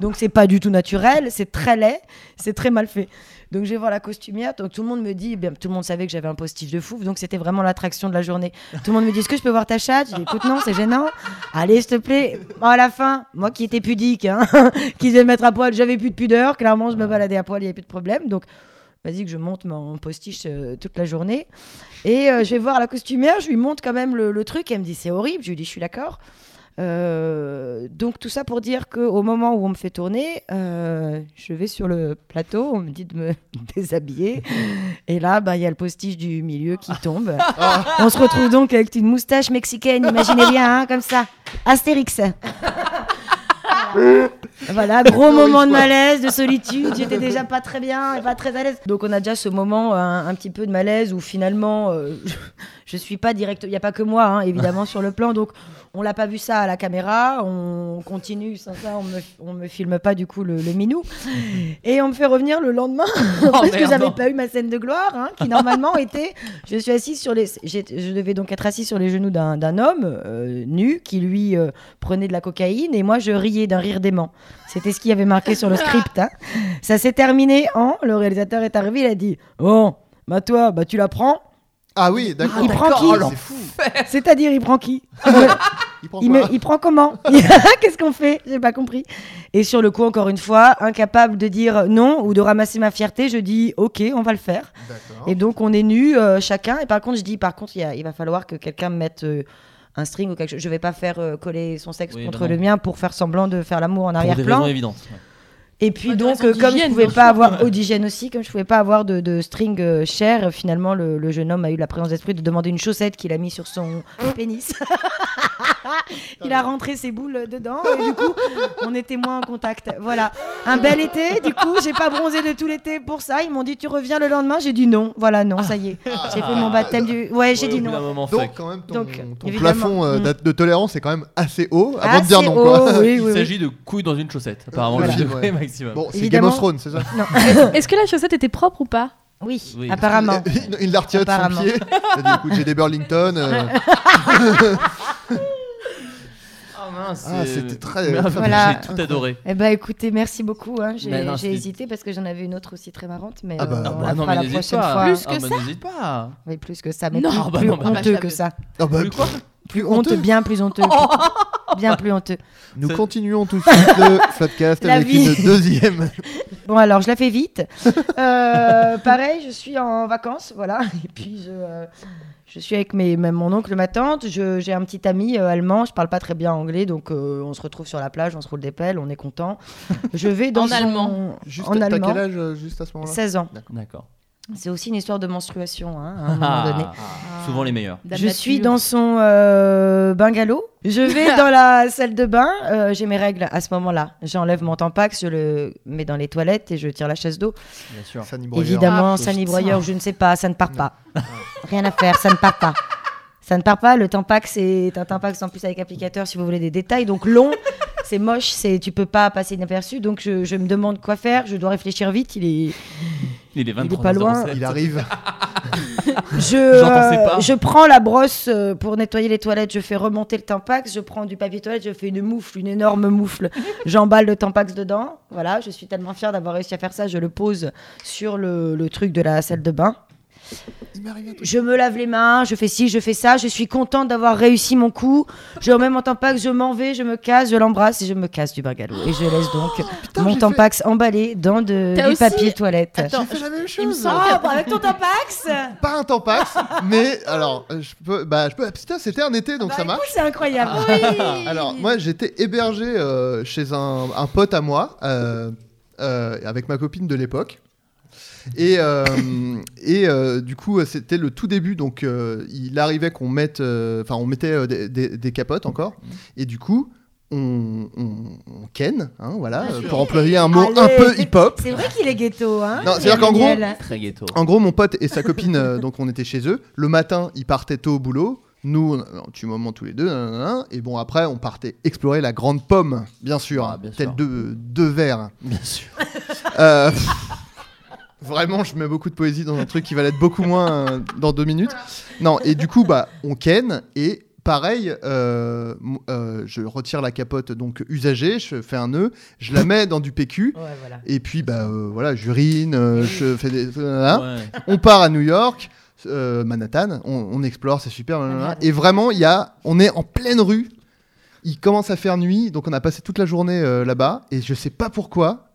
Speaker 5: Donc, c'est pas du tout naturel, c'est très laid, c'est très mal fait. Donc, je vais voir la costumière. Donc, tout le monde me dit, eh bien, tout le monde savait que j'avais un postiche de fou. Donc, c'était vraiment l'attraction de la journée. Tout le monde me dit, est-ce que je peux voir ta chatte Je dis, écoute, non, c'est gênant. Allez, s'il te plaît. Bon, à la fin, moi qui étais pudique, hein, qui devais me mettre à poil, j'avais plus de pudeur. Clairement, je me baladais à poil, il n'y avait plus de problème. Donc, vas-y que je monte mon postiche euh, toute la journée. Et euh, je vais voir la costumière, je lui montre quand même le, le truc, elle me dit c'est horrible, je lui dis je suis d'accord. Euh, donc tout ça pour dire qu'au moment où on me fait tourner, euh, je vais sur le plateau, on me dit de me déshabiller, et là bah, il y a le postiche du milieu qui tombe. on se retrouve donc avec une moustache mexicaine, imaginez bien, hein, comme ça, Astérix. Voilà, gros moment de malaise, de solitude. J'étais déjà pas très bien, et pas très à l'aise. Donc on a déjà ce moment euh, un, un petit peu de malaise où finalement euh, je, je suis pas direct. Il y a pas que moi hein, évidemment sur le plan. Donc on l'a pas vu ça à la caméra. On continue sans ça. On me, on me filme pas du coup le, le minou. Et on me fait revenir le lendemain parce que
Speaker 1: merde,
Speaker 5: j'avais
Speaker 1: non.
Speaker 5: pas eu ma scène de gloire hein, qui normalement était. Je suis assise sur les. j'ai- Je devais donc être assise sur les genoux d'un d'un homme euh, nu qui lui euh, prenait de la cocaïne et moi je riais d'un rire dément. C'était ce qu'il y avait marqué sur le script. hein. Ça s'est terminé en. Le réalisateur est arrivé, il a dit Bon, bah toi, bah tu la prends.
Speaker 2: Ah oui, d'accord.
Speaker 5: Il prend qui
Speaker 2: Oh, l'enf- c'est fou.
Speaker 5: C'est-à-dire, il prend qui
Speaker 2: Il prend
Speaker 5: il,
Speaker 2: quoi
Speaker 5: me- il prend comment Qu'est-ce qu'on fait J'ai pas compris. Et sur le coup, encore une fois, incapable de dire non ou de ramasser ma fierté, je dis Ok, on va le faire.
Speaker 2: D'accord.
Speaker 1: Oh.
Speaker 5: Et donc on est nus euh, chacun. Et par contre, je dis par contre, il, y a- il va falloir que quelqu'un me mette euh, un string ou quelque chose. Je vais pas faire euh, coller son sexe
Speaker 1: Oui,
Speaker 5: contre
Speaker 1: bah non.
Speaker 5: le mien pour faire semblant de faire l'amour en
Speaker 1: Pour des raisons
Speaker 5: arrière-plan.
Speaker 1: évidentes.
Speaker 5: Et puis
Speaker 3: Ouais, des
Speaker 5: donc,
Speaker 3: raisons
Speaker 5: euh, comme je
Speaker 3: d'hygiène,
Speaker 5: pouvais
Speaker 3: bien
Speaker 5: pas
Speaker 3: sûr.
Speaker 5: avoir Odigène aussi, comme je pouvais pas avoir de, de string euh, cher, euh, finalement le, le jeune homme a eu la présence d'esprit de demander une chaussette qu'il a mis sur son pénis. Il a rentré ses boules dedans et du coup, on était moins en contact. Voilà, un bel été. Du coup, j'ai pas bronzé de tout l'été pour ça. Ils m'ont dit tu reviens le lendemain. J'ai dit non. Voilà, non, ça y est. J'ai fait mon baptême du. Ouais, j'ai dit non.
Speaker 2: Donc, quand même, ton,
Speaker 5: Donc,
Speaker 2: ton
Speaker 5: évidemment,
Speaker 2: plafond euh,
Speaker 5: mm.
Speaker 2: d'a- de tolérance est quand même assez haut avant de
Speaker 5: Assez
Speaker 2: dire non. Quoi.
Speaker 5: haut, Ah, Oh, oui,
Speaker 1: Il
Speaker 5: oui, oui.
Speaker 1: s'agit de couilles dans une chaussette, apparemment,
Speaker 2: Voilà.
Speaker 1: le degré
Speaker 2: Ouais.
Speaker 1: maximum.
Speaker 2: Bon, c'est Game
Speaker 5: Évidemment.
Speaker 2: of Thrones, c'est ça
Speaker 5: Non.
Speaker 4: Est-ce que la chaussette était propre ou pas
Speaker 5: Oui,
Speaker 1: Oui.
Speaker 5: apparemment.
Speaker 2: Il, il l'a retiré de son
Speaker 5: Apparemment.
Speaker 2: pied. Il a dit écoute, j'ai des Burlington. euh,
Speaker 1: Ah mince,
Speaker 2: Ah,
Speaker 1: c'est-
Speaker 2: c'était très-
Speaker 1: Merde,
Speaker 5: Voilà.
Speaker 1: J'ai tout adoré.
Speaker 5: Eh ben écoutez, merci beaucoup. hein. J'ai
Speaker 1: Mais non,
Speaker 5: j'ai
Speaker 1: c'était-
Speaker 5: hésité parce que j'en avais une autre aussi très marrante, mais
Speaker 2: Ah bah,
Speaker 5: euh,
Speaker 2: non,
Speaker 5: on
Speaker 2: bah
Speaker 5: la
Speaker 1: non,
Speaker 5: fera
Speaker 1: mais
Speaker 5: la
Speaker 1: n'hésite
Speaker 5: prochaine
Speaker 1: pas.
Speaker 5: fois.
Speaker 3: Plus que
Speaker 1: ah, bah, n'hésite pas.
Speaker 5: Mais plus que ça, mais
Speaker 3: Non,
Speaker 5: plus,
Speaker 1: bah
Speaker 5: plus
Speaker 1: non, bah,
Speaker 5: honteux
Speaker 3: bah,
Speaker 5: que
Speaker 3: je
Speaker 5: ça.
Speaker 2: ah bah,
Speaker 1: Plus quoi
Speaker 5: Plus honteux, bien plus honteux. bien plus honteux.
Speaker 2: Nous
Speaker 1: Ça-
Speaker 2: continuons tout de suite le Flatcast
Speaker 5: La
Speaker 2: avec
Speaker 5: vie.
Speaker 2: une deuxième.
Speaker 5: Bon alors, je la fais vite. Euh, pareil, je suis en vacances, voilà. Et puis je, euh, je suis avec mes, même mon oncle, ma tante. Je- J'ai un petit ami euh, allemand. Je parle pas très bien anglais, donc euh, on se retrouve sur la plage, on se roule des pelles, on est content. Je vais dans
Speaker 3: En
Speaker 5: son-
Speaker 3: allemand.
Speaker 2: Juste,
Speaker 5: en
Speaker 2: t'as
Speaker 5: allemand.
Speaker 2: quel âge euh, juste à ce moment-là
Speaker 5: 16 ans.
Speaker 1: D'accord.
Speaker 5: C'est aussi une histoire de menstruation, hein, à un moment donné.
Speaker 1: Ah, Souvent les meilleurs.
Speaker 3: Dame
Speaker 5: je
Speaker 3: nature.
Speaker 5: suis dans son euh, bungalow. Je vais dans la salle de bain. euh, j'ai mes règles à ce moment-là. J'enlève mon tampax, je le mets dans les toilettes et je tire la chaise d'eau.
Speaker 1: Bien sûr.
Speaker 2: Sunny Broyer.
Speaker 5: Évidemment,
Speaker 1: Ah,
Speaker 5: ça
Speaker 1: putain. Ah.
Speaker 5: broyeur, je ne sais pas, ça ne part pas. Rien à faire, ça ne part pas. Ça ne part pas. Le tampax est un tampax en plus avec applicateur si vous voulez des détails. Donc long, c'est moche, c'est tu peux pas passer inaperçu. Donc je, je me demande quoi faire. Je dois réfléchir vite. Il est
Speaker 1: Il est 23
Speaker 5: pas loin.
Speaker 2: Il arrive.
Speaker 5: Je,
Speaker 1: J'en pensais
Speaker 5: euh,
Speaker 1: pas.
Speaker 5: je prends la brosse euh, pour nettoyer les toilettes, je fais remonter le tampax, je prends du papier toilette, je fais une moufle, une énorme moufle. J'emballe le tampax dedans. Voilà, je suis tellement fière d'avoir réussi à faire ça, je le pose sur le, le truc de la salle de bain.
Speaker 2: Il m'est arrivé un truc.
Speaker 5: Je me lave les mains, je fais ci, je fais ça, je suis contente d'avoir réussi mon coup. Je remets mon tampax, je m'en vais, je me casse, je l'embrasse et je me casse du bungalow. Et je laisse
Speaker 3: Oh,
Speaker 5: donc mon
Speaker 2: j'ai
Speaker 5: tampax emballé dans de,
Speaker 3: T'as
Speaker 5: du
Speaker 3: aussi-
Speaker 5: papier toilette.
Speaker 3: Attends,
Speaker 2: J'ai fait la même
Speaker 3: il me
Speaker 2: chose.
Speaker 3: semble
Speaker 5: bah, avec ton tampax
Speaker 2: Pas un tampax, mais alors, euh, je peux. Bah, je peux. ah, Putain, c'était un été, donc
Speaker 5: Bah,
Speaker 2: ça
Speaker 5: écoute,
Speaker 2: marche.
Speaker 5: C'est incroyable.
Speaker 2: Alors, moi, j'étais hébergé euh, chez un, un pote à moi, euh, euh, avec ma copine de l'époque. Et, euh, et euh, du coup, euh, c'était le tout début, donc euh, il arrivait qu'on mette, euh, enfin, on mettait euh, des, des- des capotes encore. Et du coup, on, on, on ken, hein, voilà, euh, pour employer un mot un
Speaker 5: Allez.
Speaker 2: peu hip-hop.
Speaker 5: C'est vrai qu'il est ghetto,
Speaker 1: Ah,
Speaker 5: hein
Speaker 2: Non, c'est-à-dire qu'en gros, Ah,
Speaker 5: Emmanuel.
Speaker 1: Très ghetto.
Speaker 2: En gros, mon pote et sa copine, euh, donc on était chez eux. Le matin, ils partaient tôt au boulot. Nous, on- tu moment tous les deux. nanana. et bon, après, on partait explorer la grande pomme, bien sûr.
Speaker 1: Ah, bien
Speaker 2: tel
Speaker 1: sûr.
Speaker 2: deux, deux verres.
Speaker 1: Bien sûr.
Speaker 2: Euh, Vraiment, je mets beaucoup de poésie dans un truc qui va l'être beaucoup moins euh, dans deux minutes. Non, et du coup, bah, on ken et pareil, euh, m- euh, je retire la capote donc usagée, je fais un nœud, je la mets dans du PQ.
Speaker 5: Ouais, voilà.
Speaker 2: Et puis, bah euh, voilà, j'urine, euh, je fais des. euh, hein. voilà.
Speaker 1: Ouais.
Speaker 2: On part à New York, euh, Manhattan, on, on explore, c'est super. blablabla.
Speaker 5: Manhattan.
Speaker 2: Et vraiment, il y a, on est en pleine rue. Il commence à faire nuit, donc on a passé toute la journée euh, là-bas. Et je sais pas pourquoi,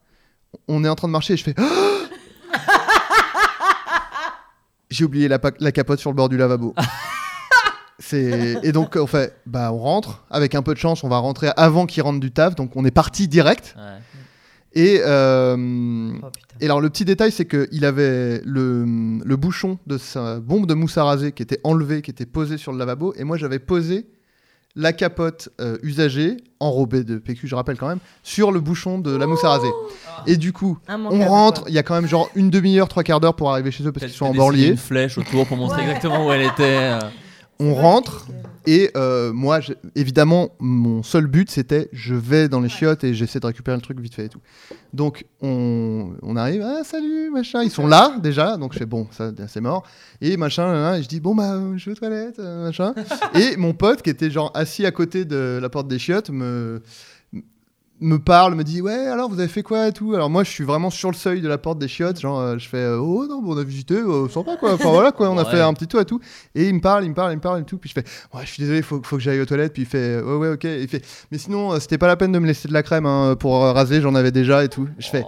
Speaker 2: on est en train de marcher et je fais. J'ai oublié la, pa- la capote sur le bord du lavabo. C'est- Et donc, on fait, bah, on rentre. Avec un peu de chance, on va rentrer avant qu'il rentre du taf. Donc, on est parti direct.
Speaker 1: Ouais.
Speaker 2: Et euh,
Speaker 5: Oh, putain.
Speaker 2: et alors, le petit détail, c'est qu'il avait le, le bouchon de sa bombe de mousse à raser qui était enlevé, qui était posé sur le lavabo. Et moi, j'avais posé la capote euh, usagée, enrobée de PQ, je rappelle quand même, sur le bouchon de la mousse à raser. Et du coup, on
Speaker 5: Immanquable,
Speaker 2: rentre.
Speaker 5: quoi.
Speaker 2: Il y a quand même genre une demi-heure, trois quarts d'heure pour arriver chez eux parce qu'ils
Speaker 1: Peut-être
Speaker 2: sont en
Speaker 1: dessiner
Speaker 2: banlieue.
Speaker 1: Une flèche autour pour montrer
Speaker 5: Ouais.
Speaker 1: exactement où elle était. euh.
Speaker 2: On rentre. Et euh, moi, j'ai- évidemment, mon seul but, c'était je vais dans les chiottes et j'essaie de récupérer le truc vite fait et tout. Donc, on, on arrive, ah, salut, machin. Ils sont là déjà, donc je fais bon, ça, c'est mort. Et machin, là, là, et je dis bon, bah, euh, je vais aux toilettes, euh, machin. et mon pote qui était genre assis à côté de la porte des chiottes me me parle, me dit ouais alors vous avez fait quoi et tout. Alors moi je suis vraiment sur le seuil de la porte des chiottes, genre euh, je fais euh, oh non bon, on a visité, euh, sympa quoi. Enfin voilà quoi, on a
Speaker 1: Ouais.
Speaker 2: fait un petit tour et tout. Et il me parle, il me parle, il me parle et tout. Puis je fais ouais je suis désolé, faut, faut que j'aille aux toilettes. Puis il fait euh, ouais ouais ok. Et il fait mais sinon euh, c'était pas la peine de me laisser de la crème hein, pour euh, raser, j'en avais déjà et tout. Je fais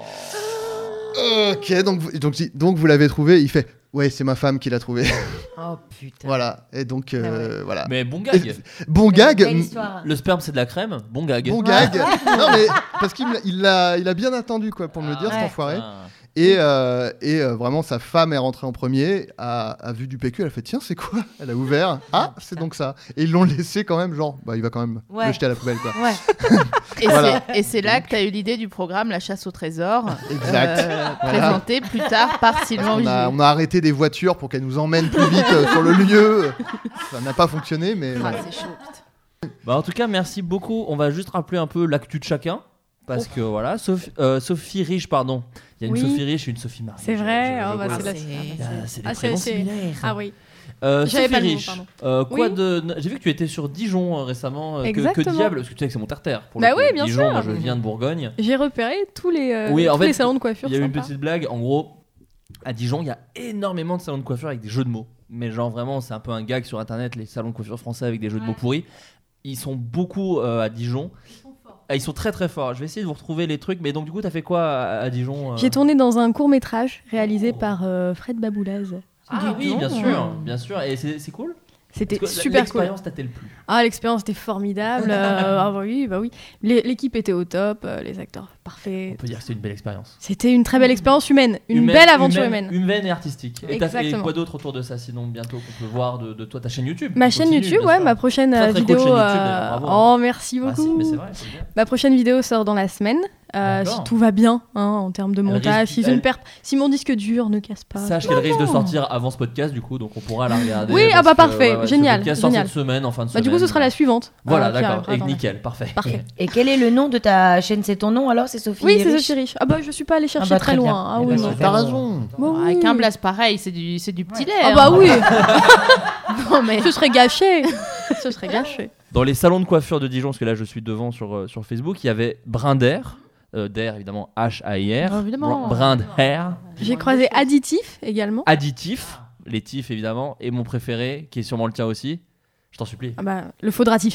Speaker 2: ok donc vous- donc je dis, donc vous l'avez trouvé. Il fait ouais c'est ma femme qui l'a trouvé.
Speaker 5: Oh putain.
Speaker 2: voilà et donc
Speaker 5: Ah
Speaker 2: euh, voilà.
Speaker 1: Mais bon gag.
Speaker 2: Bon gag.
Speaker 5: Belle histoire.
Speaker 1: Le sperme, c'est de la crème. Bon gag.
Speaker 2: Bon gag. non mais parce qu'il me l'a- il l'a il a bien attendu quoi pour me le
Speaker 1: Ah
Speaker 2: dire cet
Speaker 5: ouais.
Speaker 2: enfoiré.
Speaker 1: Ah.
Speaker 2: Et, euh, et euh, vraiment sa femme est rentrée en premier, a, a vu du PQ, elle a fait tiens c'est quoi Elle a ouvert, ah c'est donc ça. Et ils l'ont laissé quand même genre bah il va quand même le
Speaker 5: Ouais.
Speaker 2: jeter à la poubelle quoi.
Speaker 5: Ouais.
Speaker 3: Et
Speaker 2: Voilà.
Speaker 3: c'est- et c'est là que tu as eu l'idée du programme La chasse au trésor,
Speaker 2: Exact.
Speaker 3: euh,
Speaker 2: Voilà.
Speaker 3: présenté plus tard par Sylvain
Speaker 2: On a,
Speaker 3: Ogier.
Speaker 2: on a arrêté des voitures pour qu'elles nous emmènent plus vite euh, sur le lieu. Ça n'a pas fonctionné mais
Speaker 3: Ah,
Speaker 2: voilà.
Speaker 3: c'est chaud, putain.
Speaker 1: Bah, en tout cas, merci beaucoup. On va juste rappeler un peu l'actu de chacun. Parce que voilà, Sophie, euh, Sophie Riche, pardon. Il y a une
Speaker 4: Oui.
Speaker 1: Sophie Riche et une Sophie Marie.
Speaker 4: C'est
Speaker 1: Je-
Speaker 4: vrai,
Speaker 1: je- je
Speaker 4: oh, bah,
Speaker 1: vois.
Speaker 4: c'est la-
Speaker 1: Ah, c'est des
Speaker 4: Ah, c'est-
Speaker 1: prénoms
Speaker 4: c'est-
Speaker 1: similaires.
Speaker 4: Ah oui.
Speaker 1: Euh,
Speaker 4: J'avais
Speaker 1: Sophie
Speaker 4: pas le nom,
Speaker 1: Riche,
Speaker 4: pardon.
Speaker 1: euh, quoi
Speaker 4: Oui.
Speaker 1: de... J'ai vu que tu étais sur Dijon euh, récemment. euh, que- que,
Speaker 4: Exactement.
Speaker 1: diable Parce que tu sais que c'est mon terre-terre. Pour
Speaker 4: Bah
Speaker 1: le coup. euh,
Speaker 4: oui, bien
Speaker 1: Dijon,
Speaker 4: sûr.
Speaker 1: moi je viens de Bourgogne.
Speaker 4: J'ai repéré tous les, euh,
Speaker 1: Oui, en
Speaker 4: tous
Speaker 1: fait,
Speaker 4: les salons de coiffure.
Speaker 1: Il y a eu une
Speaker 4: sympas.
Speaker 1: petite blague. En gros, à Dijon, il y a énormément de salons de coiffure avec des jeux de mots. Mais genre vraiment, c'est un peu un gag sur Internet, les salons de coiffure français avec des jeux de mots pourris. Ils sont beaucoup euh, à Dijon. Ils sont forts. ils sont très très forts. Je vais essayer de vous retrouver les trucs. Mais donc du coup, t'as fait quoi à, à Dijon euh
Speaker 4: J'ai tourné dans un court métrage réalisé par euh, Fred Baboulaz.
Speaker 1: Ah
Speaker 4: Dis
Speaker 1: oui,
Speaker 4: donc.
Speaker 1: bien sûr, bien sûr. Et c'est c'est cool.
Speaker 4: C'était
Speaker 1: Parce que la-
Speaker 4: super cool.
Speaker 1: L'expérience t'a-t-elle plu
Speaker 4: Ah, l'expérience était formidable. euh, ah bah oui, bah oui. L'é- L'équipe était au top, euh, les acteurs
Speaker 1: On
Speaker 4: parfaits.
Speaker 1: peut dire que c'est une belle expérience.
Speaker 4: C'était une très belle expérience humaine, une
Speaker 1: Humaine-
Speaker 4: belle aventure
Speaker 1: humaine,
Speaker 4: humaine.
Speaker 1: Humaine et artistique. Et t'as fait
Speaker 4: Exactement.
Speaker 1: quoi d'autre autour de ça sinon bientôt qu'on peut voir de, de toi ta chaîne YouTube
Speaker 4: Ma chaîne
Speaker 1: Continue,
Speaker 4: YouTube,
Speaker 1: bien
Speaker 4: ouais,
Speaker 1: sûr.
Speaker 4: ma prochaine
Speaker 1: Très, très
Speaker 4: euh,
Speaker 1: cool
Speaker 4: vidéo.
Speaker 1: chaîne YouTube,
Speaker 4: euh,
Speaker 1: bravo.
Speaker 4: Oh, merci
Speaker 1: Ah, si,
Speaker 4: beaucoup.
Speaker 1: mais c'est vrai, faut le dire.
Speaker 4: ma prochaine vidéo sort dans la semaine. euh,
Speaker 1: D'accord.
Speaker 4: si tout va bien hein, en termes de
Speaker 1: Elle
Speaker 4: montage,
Speaker 1: risque-
Speaker 4: si, j'ai
Speaker 1: elle-
Speaker 4: une perp- si mon disque dur ne casse pas.
Speaker 1: Sache qu'elle risque de sortir avant ce podcast, du coup, donc on pourra la regarder.
Speaker 4: Oui,
Speaker 1: parce
Speaker 4: ah bah
Speaker 1: que,
Speaker 4: parfait,
Speaker 1: ouais, ouais,
Speaker 4: génial,
Speaker 1: Ce podcast sort
Speaker 4: génial.
Speaker 1: cette semaine, en fin de
Speaker 4: Bah,
Speaker 1: semaine.
Speaker 4: du coup, ce sera la suivante.
Speaker 1: Voilà,
Speaker 4: euh, qui
Speaker 1: d'accord.
Speaker 4: arrivera
Speaker 1: Et
Speaker 4: dans la-
Speaker 1: nickel, parfait.
Speaker 4: Parfait.
Speaker 5: Et quel est le nom de ta chaîne C'est ton nom alors C'est Sophie
Speaker 4: Oui,
Speaker 5: et
Speaker 4: c'est
Speaker 5: Rich
Speaker 4: Sophie Riche. Ah bah, je suis pas allée chercher
Speaker 5: bah,
Speaker 4: très
Speaker 5: très bien.
Speaker 4: loin. Ah
Speaker 5: Eh
Speaker 4: oui,
Speaker 5: ben,
Speaker 4: non.
Speaker 5: super.
Speaker 2: T'as raison.
Speaker 4: Bon, Bah oui.
Speaker 3: Avec un blast pareil, c'est du, c'est du petit lait.
Speaker 4: Ah
Speaker 3: hein.
Speaker 4: bah oui,
Speaker 3: Non, mais...
Speaker 4: ce serait gâché. ce serait gâché.
Speaker 1: Dans les salons de coiffure de Dijon, parce que là, je suis devant sur, euh, sur Facebook, il y avait Brindair. euh, d'air, évidemment, H-A-I-R.
Speaker 3: Bah, évidemment.
Speaker 1: Brindair.
Speaker 4: J'ai croisé Additif
Speaker 3: Ah.
Speaker 4: également.
Speaker 1: Additif. Les tifs, évidemment. Et mon préféré, qui est sûrement le tien aussi. Je t'en supplie.
Speaker 4: Ah bah, le faudra-t-il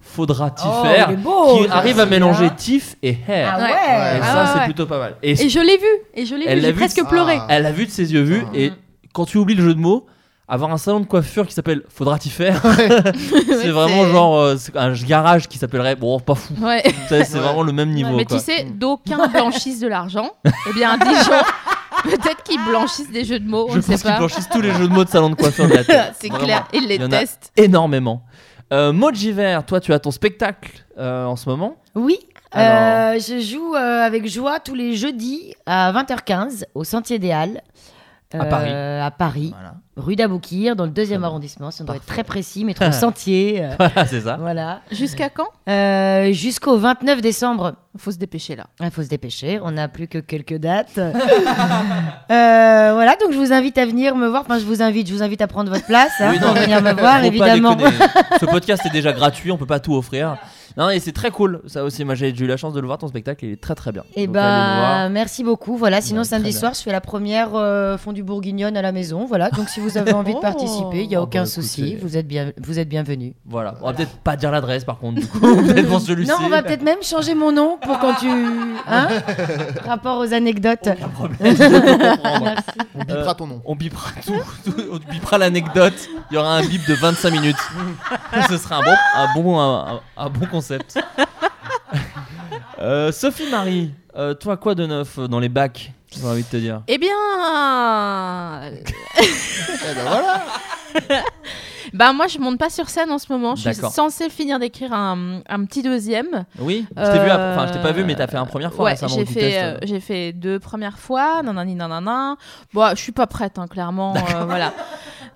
Speaker 1: Faudra
Speaker 5: Oh,
Speaker 1: tiffaire.
Speaker 5: il est beau,
Speaker 1: qui arrive à
Speaker 5: celui-là.
Speaker 1: mélanger tif et
Speaker 5: Ah
Speaker 1: hair.
Speaker 5: ouais,
Speaker 1: Et
Speaker 2: Ouais.
Speaker 1: ça,
Speaker 4: Ah,
Speaker 1: c'est
Speaker 4: ouais.
Speaker 1: plutôt pas mal. Et
Speaker 4: Et je l'ai vu, et je l'ai
Speaker 1: Elle
Speaker 4: vu,
Speaker 1: l'a
Speaker 4: j'ai
Speaker 1: vu,
Speaker 4: presque
Speaker 1: c'est-
Speaker 4: pleuré.
Speaker 2: Ah.
Speaker 1: Elle a vu de ses yeux vus
Speaker 2: Ah.
Speaker 1: et quand tu oublies le jeu de mots, avoir un salon de coiffure qui s'appelle Faudra t'y faire, c'est
Speaker 3: Ouais,
Speaker 1: vraiment genre euh, c'est un garage qui s'appellerait Bon, pas fou.
Speaker 3: Ouais.
Speaker 1: Tu sais, C'est
Speaker 2: Ouais.
Speaker 1: vraiment le même niveau.
Speaker 3: mais
Speaker 1: quoi.
Speaker 3: tu sais, d'aucuns blanchissent de l'argent. Eh bien, Dijon, peut-être qu'ils blanchissent des jeux de mots, on
Speaker 1: Je
Speaker 3: ne sait
Speaker 1: pense qu'ils
Speaker 3: pas.
Speaker 1: blanchissent tous les jeux de mots de salon de coiffure de la Terre.
Speaker 3: C'est
Speaker 1: Vraiment.
Speaker 3: clair, ils les
Speaker 1: Il y en a-
Speaker 3: testent.
Speaker 1: Énormément. Euh, Moji Vert, toi, tu as ton spectacle euh, en ce moment.
Speaker 5: Oui.
Speaker 1: Alors-
Speaker 5: euh, je joue euh, avec joie tous les jeudis à 20h15 au Sentier des Halles.
Speaker 1: À Paris.
Speaker 5: euh, à Paris,
Speaker 1: Voilà.
Speaker 5: rue d'Aboukir, dans le
Speaker 1: Très
Speaker 5: deuxième
Speaker 1: bien.
Speaker 5: arrondissement. Si on doit être
Speaker 1: Parfait.
Speaker 5: très précis, métro Sentier. euh,
Speaker 1: Voilà, c'est ça.
Speaker 5: voilà.
Speaker 3: Jusqu'à quand
Speaker 5: Euh, Jusqu'au 29 décembre.
Speaker 3: Faut se dépêcher là.
Speaker 5: Il Ah, faut se dépêcher, on n'a plus que quelques dates. Euh, voilà, donc je vous invite à venir me voir. Enfin, je vous invite, je vous invite à prendre votre place, hein,
Speaker 1: Oui, non,
Speaker 5: pour
Speaker 1: mais-
Speaker 5: venir me voir,
Speaker 1: Faut pas
Speaker 5: évidemment.
Speaker 1: déconner. Ce podcast est déjà gratuit, on peut pas tout offrir. Non, et c'est très cool. Ça aussi, moi j'ai j'ai eu la chance de le voir ton spectacle, il est très très bien.
Speaker 3: Eh
Speaker 5: Et
Speaker 1: Donc,
Speaker 3: ben,
Speaker 1: allez le voir.
Speaker 5: bah, merci beaucoup. Voilà, sinon
Speaker 1: Ouais,
Speaker 5: samedi
Speaker 1: très
Speaker 5: soir, je fais la première euh, fondue bourguignonne à la maison. Voilà, donc si vous avez envie de
Speaker 3: Oh.
Speaker 5: participer, il y a
Speaker 1: Oh,
Speaker 5: aucun
Speaker 1: bah,
Speaker 5: souci.
Speaker 1: écoutez.
Speaker 5: Vous êtes bien, vous êtes bienvenue.
Speaker 1: Voilà, on va peut-être pas dire l'adresse par contre, du coup, peut-être pour celui-ci.
Speaker 5: Non, on va peut-être même changer mon nom pour quand tu, hein, rapport aux anecdotes.
Speaker 1: Aucun problème, je peux comprendre. Euh,
Speaker 2: On bipera ton nom.
Speaker 1: On bipera tout, tout- on bipera l'anecdote. Il y aura un bip de 25 minutes. Ce sera un bon, un bon, un, un- un bon concept. Euh, Sophie Marie, euh, toi quoi de neuf euh, dans les bacs J'ai envie de te dire.
Speaker 3: Eh bien,
Speaker 2: Eh ben voilà.
Speaker 3: bah moi je monte pas sur scène en ce moment. Je suis
Speaker 1: D'accord.
Speaker 3: censée finir d'écrire un, un petit deuxième.
Speaker 1: Oui, je t'ai vu, à- enfin je t'ai pas vu,
Speaker 3: Euh,
Speaker 1: mais t'as fait un première fois
Speaker 3: ouais,
Speaker 1: récemment
Speaker 3: j'ai
Speaker 1: du
Speaker 3: fait,
Speaker 1: test.
Speaker 3: euh, j'ai fait deux premières fois. Nanani nanana. Bon, je suis pas prête, hein, clairement. euh, voilà.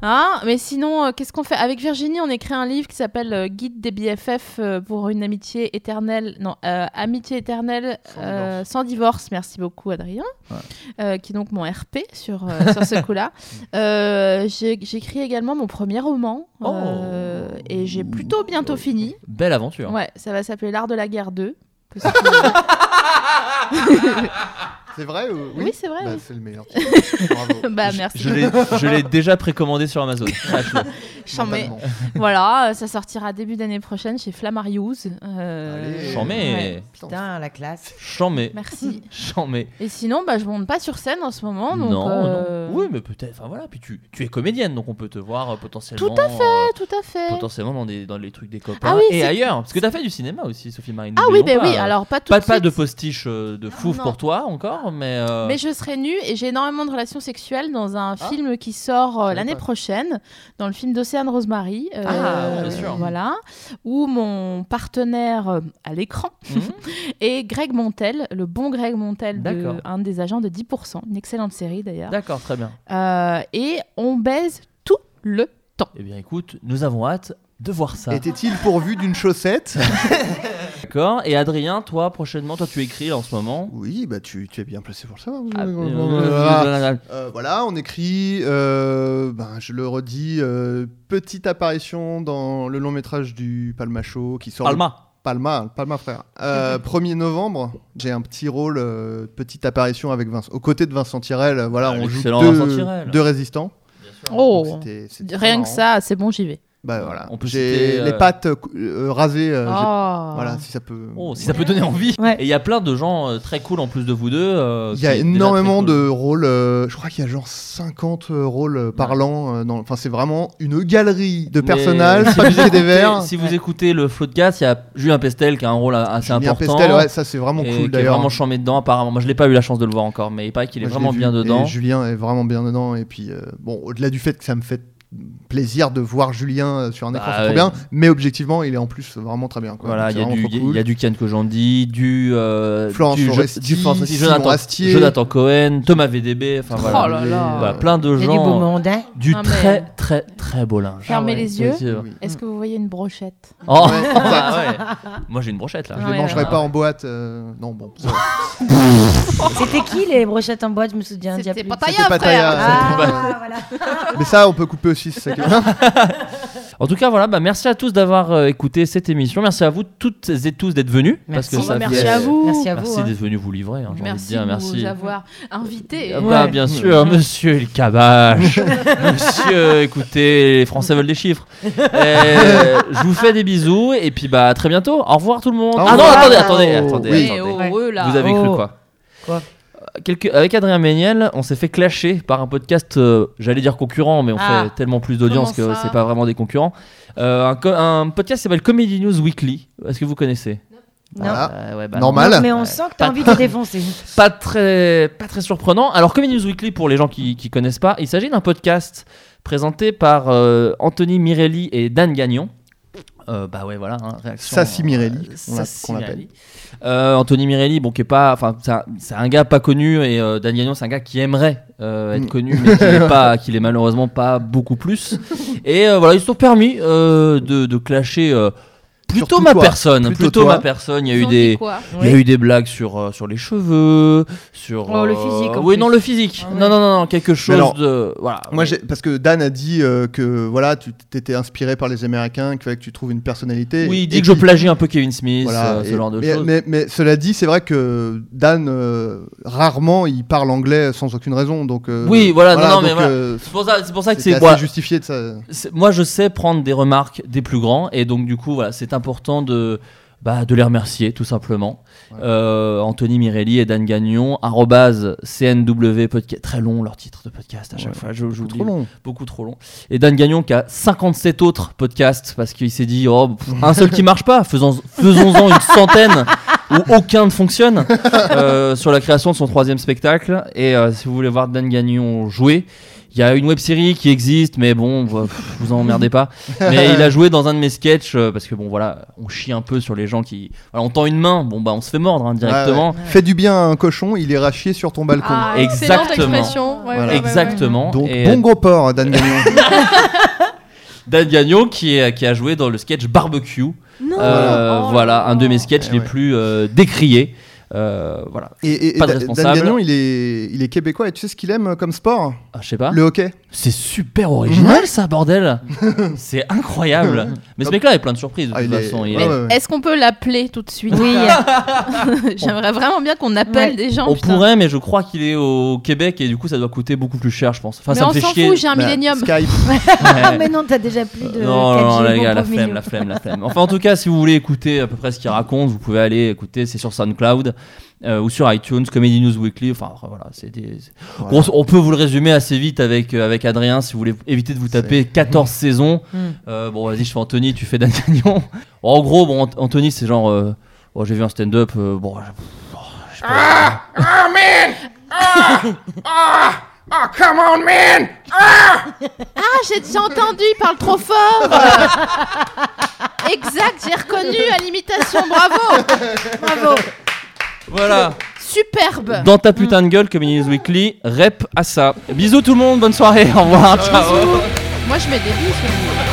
Speaker 3: Hein mais sinon, euh, qu'est-ce qu'on fait Avec Virginie, on écrit un livre qui s'appelle euh, Guide des BFF euh, pour une amitié éternelle. Non, euh, amitié éternelle
Speaker 2: Sans
Speaker 3: euh, sans divorce. Merci beaucoup, Adrien. Euh, qui est donc mon RP sur, euh, sur ce coup-là. Euh, j'ai- J'écris également mon premier roman. euh,
Speaker 1: Oh.
Speaker 3: et j'ai plutôt bientôt fini.
Speaker 1: Belle aventure.
Speaker 3: Ouais, ça va s'appeler L'Art de la guerre 2. parce que-
Speaker 2: C'est vrai ou...
Speaker 3: Oui, c'est vrai.
Speaker 2: Bah,
Speaker 3: oui.
Speaker 2: c'est le meilleur. Bravo.
Speaker 3: Bah
Speaker 1: Je-
Speaker 3: merci.
Speaker 1: Je l'ai- je l'ai déjà précommandé sur Amazon. Sache-le.
Speaker 3: J'en mets-
Speaker 2: Mentalement.
Speaker 3: voilà, euh, ça sortira début d'année prochaine chez Flammarius. Euh,
Speaker 2: Allez.
Speaker 1: J'en mets.
Speaker 3: Ouais.
Speaker 5: Putain, la classe.
Speaker 1: J'en mets.
Speaker 3: Merci.
Speaker 1: J'en mets.
Speaker 3: Et sinon, bah, je monte pas sur scène en ce moment. Donc,
Speaker 1: non,
Speaker 3: euh,
Speaker 1: non. Oui, mais peut-être. Enfin voilà, puis tu, tu es comédienne, donc on peut te voir euh, potentiellement. Tout à fait.
Speaker 3: Tout à fait.
Speaker 1: potentiellement dans, des, dans les trucs des copains
Speaker 3: Ah oui,
Speaker 1: et
Speaker 3: c'est-
Speaker 1: ailleurs. Parce que t'as fait du cinéma aussi, Sophie Marine.
Speaker 3: Ah oui,
Speaker 1: n'oublions
Speaker 3: bah
Speaker 1: pas. euh,
Speaker 3: oui, alors pas tout
Speaker 1: Pas,
Speaker 3: de
Speaker 1: pas
Speaker 3: suite,
Speaker 1: de postiche euh, de fouf
Speaker 3: Non.
Speaker 1: pour toi encore, mais. euh,
Speaker 3: Mais je serai nue et j'ai énormément de relations sexuelles dans un
Speaker 1: Ah.
Speaker 3: film qui sort euh,
Speaker 2: savais
Speaker 3: l'année
Speaker 2: pas.
Speaker 3: prochaine, dans le film d'Océane Rosemary. euh,
Speaker 1: Ah, bien sûr.
Speaker 3: Voilà. Où mon partenaire euh, à l'écran
Speaker 1: Mhm.
Speaker 3: est Greg Montel, le bon Greg Montel, de-
Speaker 1: D'accord.
Speaker 3: un des agents de 10%. Une excellente série d'ailleurs.
Speaker 1: D'accord, très bien.
Speaker 3: Euh, et on baise tout le temps.
Speaker 1: Eh bien, écoute, nous avons hâte de voir ça.
Speaker 2: Était-il pourvu d'une chaussette
Speaker 1: D'accord. Et Adrien, toi, prochainement, toi, tu écris là, en ce moment.
Speaker 2: Oui, bah tu, tu es bien placé pour le savoir.
Speaker 1: Ah,
Speaker 2: Voilà.
Speaker 1: euh,
Speaker 2: Euh, voilà, on écrit, euh, ben, je le redis, euh, petite apparition dans le long métrage du Palma Show qui sort. le-
Speaker 1: Palma.
Speaker 2: Palma, Palma frère. Euh,
Speaker 3: Mhm.
Speaker 2: 1er novembre, j'ai un petit rôle, euh, petite apparition avec Vincent, aux côtés de Vincent Tirel. euh, Voilà,
Speaker 1: Ah,
Speaker 2: on joue
Speaker 1: l'excellent Vincent
Speaker 2: deux,
Speaker 1: Tirel.
Speaker 2: deux résistants.
Speaker 3: Oh.
Speaker 2: Ah, Donc c'était- c'était
Speaker 3: Rien que
Speaker 2: marrant.
Speaker 3: ça, c'est bon, j'y vais.
Speaker 2: Bah, voilà.
Speaker 1: On peut
Speaker 2: J'ai
Speaker 1: citer, euh,
Speaker 2: les pattes euh, cou- euh, rasées. euh, j'ai-
Speaker 3: Oh.
Speaker 2: Voilà, si ça peut.
Speaker 1: Oh, si ça peut donner envie.
Speaker 5: Ouais.
Speaker 1: Et il y a plein de gens euh, très cool en plus de vous deux. euh,
Speaker 2: Il y a
Speaker 1: qui est déjà
Speaker 2: énormément
Speaker 1: très cool.
Speaker 2: de rôles, euh, je crois qu'il y a genre 50 rôles euh, parlants. euh, dans- Enfin, c'est vraiment une galerie de
Speaker 1: Mais
Speaker 2: personnages,
Speaker 1: si
Speaker 2: pas
Speaker 1: vous
Speaker 2: piqué des
Speaker 1: écoutez-
Speaker 2: verres.
Speaker 1: Si vous écoutez le Floodcast, il y a Julien Pestel qui a un rôle assez
Speaker 2: Julien
Speaker 1: important.
Speaker 2: Pestel, ouais, ça c'est vraiment
Speaker 1: et
Speaker 2: cool
Speaker 1: qui est
Speaker 2: d'ailleurs.
Speaker 1: vraiment chambé dedans apparemment. Moi je l'ai pas eu la chance de le voir encore, mais il paraît qu'il est
Speaker 2: Moi, je l'ai
Speaker 1: vraiment
Speaker 2: vu,
Speaker 1: bien
Speaker 2: et
Speaker 1: dedans.
Speaker 2: Julien est vraiment bien dedans. Et puis, euh, bon, au-delà du fait que ça me fait plaisir de voir Julien euh, sur un écran,
Speaker 1: Bah,
Speaker 2: c'est trop
Speaker 1: ouais.
Speaker 2: bien. Mais objectivement, il est en plus vraiment très bien. quoi.
Speaker 1: Voilà,
Speaker 2: Donc,
Speaker 1: il y,
Speaker 2: c'est
Speaker 1: a du-
Speaker 2: vraiment trop
Speaker 1: il y a-
Speaker 2: cool.
Speaker 1: il y a du Ken Kojandi, du. euh,
Speaker 2: Florence
Speaker 1: du, Jo-
Speaker 2: Foresti,
Speaker 1: du Florence Foresti,
Speaker 2: Simon
Speaker 1: Jonathan,
Speaker 2: Astier.
Speaker 1: Jonathan Cohen, Thomas VDB, enfin
Speaker 3: Oh
Speaker 1: voilà.
Speaker 3: là là.
Speaker 1: Voilà, plein de
Speaker 5: Il y a du beau
Speaker 1: gens.
Speaker 5: monde, hein.
Speaker 1: Du
Speaker 3: Ah, mais-
Speaker 1: très très très beau linge.
Speaker 3: Fermez
Speaker 5: Ah ouais,
Speaker 3: les yeux.
Speaker 1: Oui,
Speaker 2: Oui.
Speaker 3: Est-ce que vous voyez une brochette
Speaker 1: hein. Oh,
Speaker 2: Ouais, exact.
Speaker 1: ah ouais. Moi j'ai une brochette là.
Speaker 2: Je
Speaker 3: Ah
Speaker 2: les
Speaker 3: ouais,
Speaker 2: mangerai
Speaker 1: ouais.
Speaker 2: pas en boîte. euh, Non, bon. ça va.
Speaker 5: C'était qui les brochettes en boîte Je me souviens. il y a
Speaker 3: C'était
Speaker 5: plus-
Speaker 3: pas
Speaker 2: C'était pas Taya,
Speaker 3: frère.
Speaker 5: Ah,
Speaker 1: C'était
Speaker 5: voilà.
Speaker 2: Mais ça, on peut couper aussi. si ça-
Speaker 1: En tout cas, voilà, bah, merci à tous d'avoir euh, écouté cette émission. Merci à vous toutes et tous d'être venus. Parce que
Speaker 5: Merci.
Speaker 1: ça
Speaker 3: Merci
Speaker 1: fait- euh,
Speaker 3: à vous.
Speaker 5: Merci à vous.
Speaker 1: Merci
Speaker 5: hein.
Speaker 1: d'être venus vous livrer. hein, j'ai envie de
Speaker 3: Merci
Speaker 1: dire,
Speaker 3: de
Speaker 1: merci.
Speaker 3: nous avoir invités.
Speaker 1: Ah bah, bien sûr, monsieur le cabache. monsieur, écoutez, les Français veulent des chiffres. Euh, je vous fais des bisous et puis bah à très bientôt. Au revoir tout le monde.
Speaker 2: Au
Speaker 1: ah non,
Speaker 2: revoir.
Speaker 1: attendez, attendez,
Speaker 2: Oh,
Speaker 1: attendez.
Speaker 2: oui.
Speaker 3: Eh,
Speaker 1: attendez.
Speaker 3: oh, eux, là.
Speaker 1: Vous avez cru
Speaker 5: Oh.
Speaker 1: quoi
Speaker 5: Quoi
Speaker 1: Euh, quelque- Avec Adrien Méniel, on s'est fait clasher par un podcast, euh, j'allais dire concurrent, mais on
Speaker 5: Ah.
Speaker 1: fait tellement plus d'audience
Speaker 3: Comment
Speaker 1: que
Speaker 3: ça
Speaker 1: c'est pas vraiment des concurrents. Euh, un, co- un podcast qui s'appelle Comedy News Weekly. Est-ce que vous connaissez
Speaker 5: Non.
Speaker 2: Voilà.
Speaker 1: Ah, ouais, bah,
Speaker 2: Normal.
Speaker 5: Non, mais on
Speaker 1: Ouais.
Speaker 5: sent que t'as
Speaker 1: Pas-
Speaker 5: envie de défoncer.
Speaker 1: pas très, pas très surprenant. Alors, Comedy News Weekly, pour les gens qui ne connaissent pas, il s'agit d'un podcast présenté par euh, Anthony Mirelli et Dan Gagnon. Euh, bah ouais, voilà. hein, réaction,
Speaker 2: Sassi Mirelli,
Speaker 1: euh,
Speaker 2: on l'a-
Speaker 1: Sassi
Speaker 2: qu'on l'appelle.
Speaker 1: Mirelli. Euh, Anthony Mirelli, bon, qui est pas. Enfin, c'est un- c'est un gars pas connu et euh, Dan Gagnon, c'est un gars qui aimerait euh, être
Speaker 2: Mm.
Speaker 1: connu, mais qui l'est pas- qui l'est malheureusement pas beaucoup plus. Et euh, voilà, ils se sont permis euh, de, de clasher euh, plutôt
Speaker 2: Surtout
Speaker 1: ma
Speaker 2: toi.
Speaker 1: personne.
Speaker 2: Plutôt
Speaker 1: Plutôt,
Speaker 2: toi.
Speaker 1: ma personne. Il y a
Speaker 3: Ils
Speaker 1: eu
Speaker 3: ont dit
Speaker 1: des.
Speaker 3: quoi
Speaker 1: Il y a eu des blagues sur, euh, sur les cheveux, sur.
Speaker 5: Oh, le
Speaker 1: euh,
Speaker 5: physique, en
Speaker 1: Oui,
Speaker 5: plus.
Speaker 1: non, le physique.
Speaker 5: Ah ouais.
Speaker 1: Non, non, non, non, quelque chose
Speaker 2: alors,
Speaker 1: de. Voilà.
Speaker 2: Moi, j'ai- parce que Dan a dit euh, que voilà, tu t'étais inspiré par les Américains, qu'il fallait que tu trouves une personnalité.
Speaker 1: Oui, il dit
Speaker 2: et
Speaker 1: que je
Speaker 2: qu'il-
Speaker 1: plagie un peu Kevin Smith,
Speaker 2: Voilà,
Speaker 1: euh, ce
Speaker 2: et-
Speaker 1: genre de
Speaker 2: mais,
Speaker 1: choses.
Speaker 2: mais- mais cela dit, c'est vrai que Dan, euh, rarement, il parle anglais sans aucune raison. Donc, euh,
Speaker 1: Oui, voilà, non, non, mais
Speaker 2: donc,
Speaker 1: voilà.
Speaker 2: euh,
Speaker 1: C'est pour ça, c'est pour ça que
Speaker 2: C'était
Speaker 1: c'est.
Speaker 2: assez
Speaker 1: voilà,
Speaker 2: justifié de ça.
Speaker 1: c'est- moi, je sais prendre des remarques des plus grands, et donc du coup, voilà, c'est important de. Bah, de les remercier tout simplement.
Speaker 2: Ouais.
Speaker 1: Euh, Anthony Mirelli et Dan Gagnon, arrobase CNW podcast, très long leur titre de podcast à chaque
Speaker 2: Ouais,
Speaker 1: fois, je j'oublie.
Speaker 2: Trop long.
Speaker 1: beaucoup trop long. Et Dan Gagnon qui a 57 autres podcasts parce qu'il s'est dit oh, pff, un seul qui marche pas, faisons- faisons-en une centaine où aucun ne fonctionne euh, sur la création de son troisième spectacle. Et euh, si vous voulez voir Dan Gagnon jouer, il y a une web série qui existe, mais bon, vous- pff, vous en emmerdez pas. Mais il a joué dans un de mes sketchs euh, parce que bon, voilà, on chie un peu sur les gens qui. Voilà, on tend une main, bon bah on se fait mordre hein, directement.
Speaker 2: Fais du bien à un cochon, il ira chier sur ton balcon.
Speaker 4: Ah,
Speaker 1: Exactement.
Speaker 4: excellente expression. Ouais,
Speaker 2: Voilà.
Speaker 4: ouais, ouais, ouais.
Speaker 1: Exactement.
Speaker 2: Donc,
Speaker 1: Et, euh,
Speaker 2: bon gros porc, Dan Gagnon.
Speaker 1: Dan Gagnon qui, est- qui a joué dans le sketch Barbecue.
Speaker 4: Non.
Speaker 1: Euh,
Speaker 4: Oh.
Speaker 1: voilà, un de mes sketchs
Speaker 2: Eh
Speaker 1: les
Speaker 2: ouais.
Speaker 1: plus euh, décriés. Euh, voilà,
Speaker 2: et et- et
Speaker 1: Pas de
Speaker 2: Dan- Dan
Speaker 1: responsable.
Speaker 2: Gagnon, il est, il est québécois. Et tu sais ce qu'il aime euh, comme sport
Speaker 1: Ah, je sais pas.
Speaker 2: Le hockey.
Speaker 1: C'est super original ça, bordel. c'est incroyable. Mais ce
Speaker 2: Hop.
Speaker 1: mec-là est plein de surprises de
Speaker 2: Ah,
Speaker 1: toute
Speaker 2: il est-
Speaker 1: façon. il
Speaker 2: ouais,
Speaker 1: est-
Speaker 2: ouais, ouais.
Speaker 3: Est-ce qu'on peut l'appeler tout de suite
Speaker 5: Oui,
Speaker 3: J'aimerais vraiment bien qu'on appelle
Speaker 5: Ouais.
Speaker 3: des gens.
Speaker 1: On
Speaker 3: Ah, putain.
Speaker 1: pourrait, mais je crois qu'il est au Québec et du coup ça doit coûter beaucoup plus cher, je pense. Enfin,
Speaker 3: Mais
Speaker 1: ça
Speaker 3: on
Speaker 1: me fait
Speaker 3: s'en
Speaker 1: chier.
Speaker 3: fout, j'ai un
Speaker 2: Bah,
Speaker 3: millénium.
Speaker 2: Skype.
Speaker 5: Ah,
Speaker 1: Ouais.
Speaker 5: mais non, t'as déjà plus de.
Speaker 1: non, non,
Speaker 5: 4G,
Speaker 1: les
Speaker 5: mon
Speaker 1: gars, la
Speaker 5: pauvre
Speaker 1: flemme,
Speaker 5: mignon.
Speaker 1: la flemme, la flemme. Enfin, en tout cas, si vous voulez écouter à peu près ce qu'il raconte, vous pouvez aller écouter, c'est sur SoundCloud euh, ou sur iTunes, Comedy News Weekly. Enfin, après, voilà, c'est des. c'est-
Speaker 2: Voilà.
Speaker 1: On, on peut vous le résumer assez vite avec, euh, avec Adrien si vous voulez éviter de vous taper 14 saisons.
Speaker 5: Mm.
Speaker 1: Euh, bon, vas-y, je fais Anthony, tu fais Dan Gagnon. en gros, bon, Ant- Anthony, c'est genre. euh, oh, j'ai vu un stand-up, euh, bon. je- oh, je sais pas.
Speaker 3: Ah, j'ai déjà entendu, il parle trop fort Euh, Exact, j'ai reconnu à l'imitation, bravo Bravo
Speaker 1: Voilà.
Speaker 3: Superbe
Speaker 1: Dans ta putain de gueule, Comedy News Weekly, rep à ça. Bisous tout le monde, bonne soirée, au revoir, ciao.
Speaker 3: Moi je mets des bisous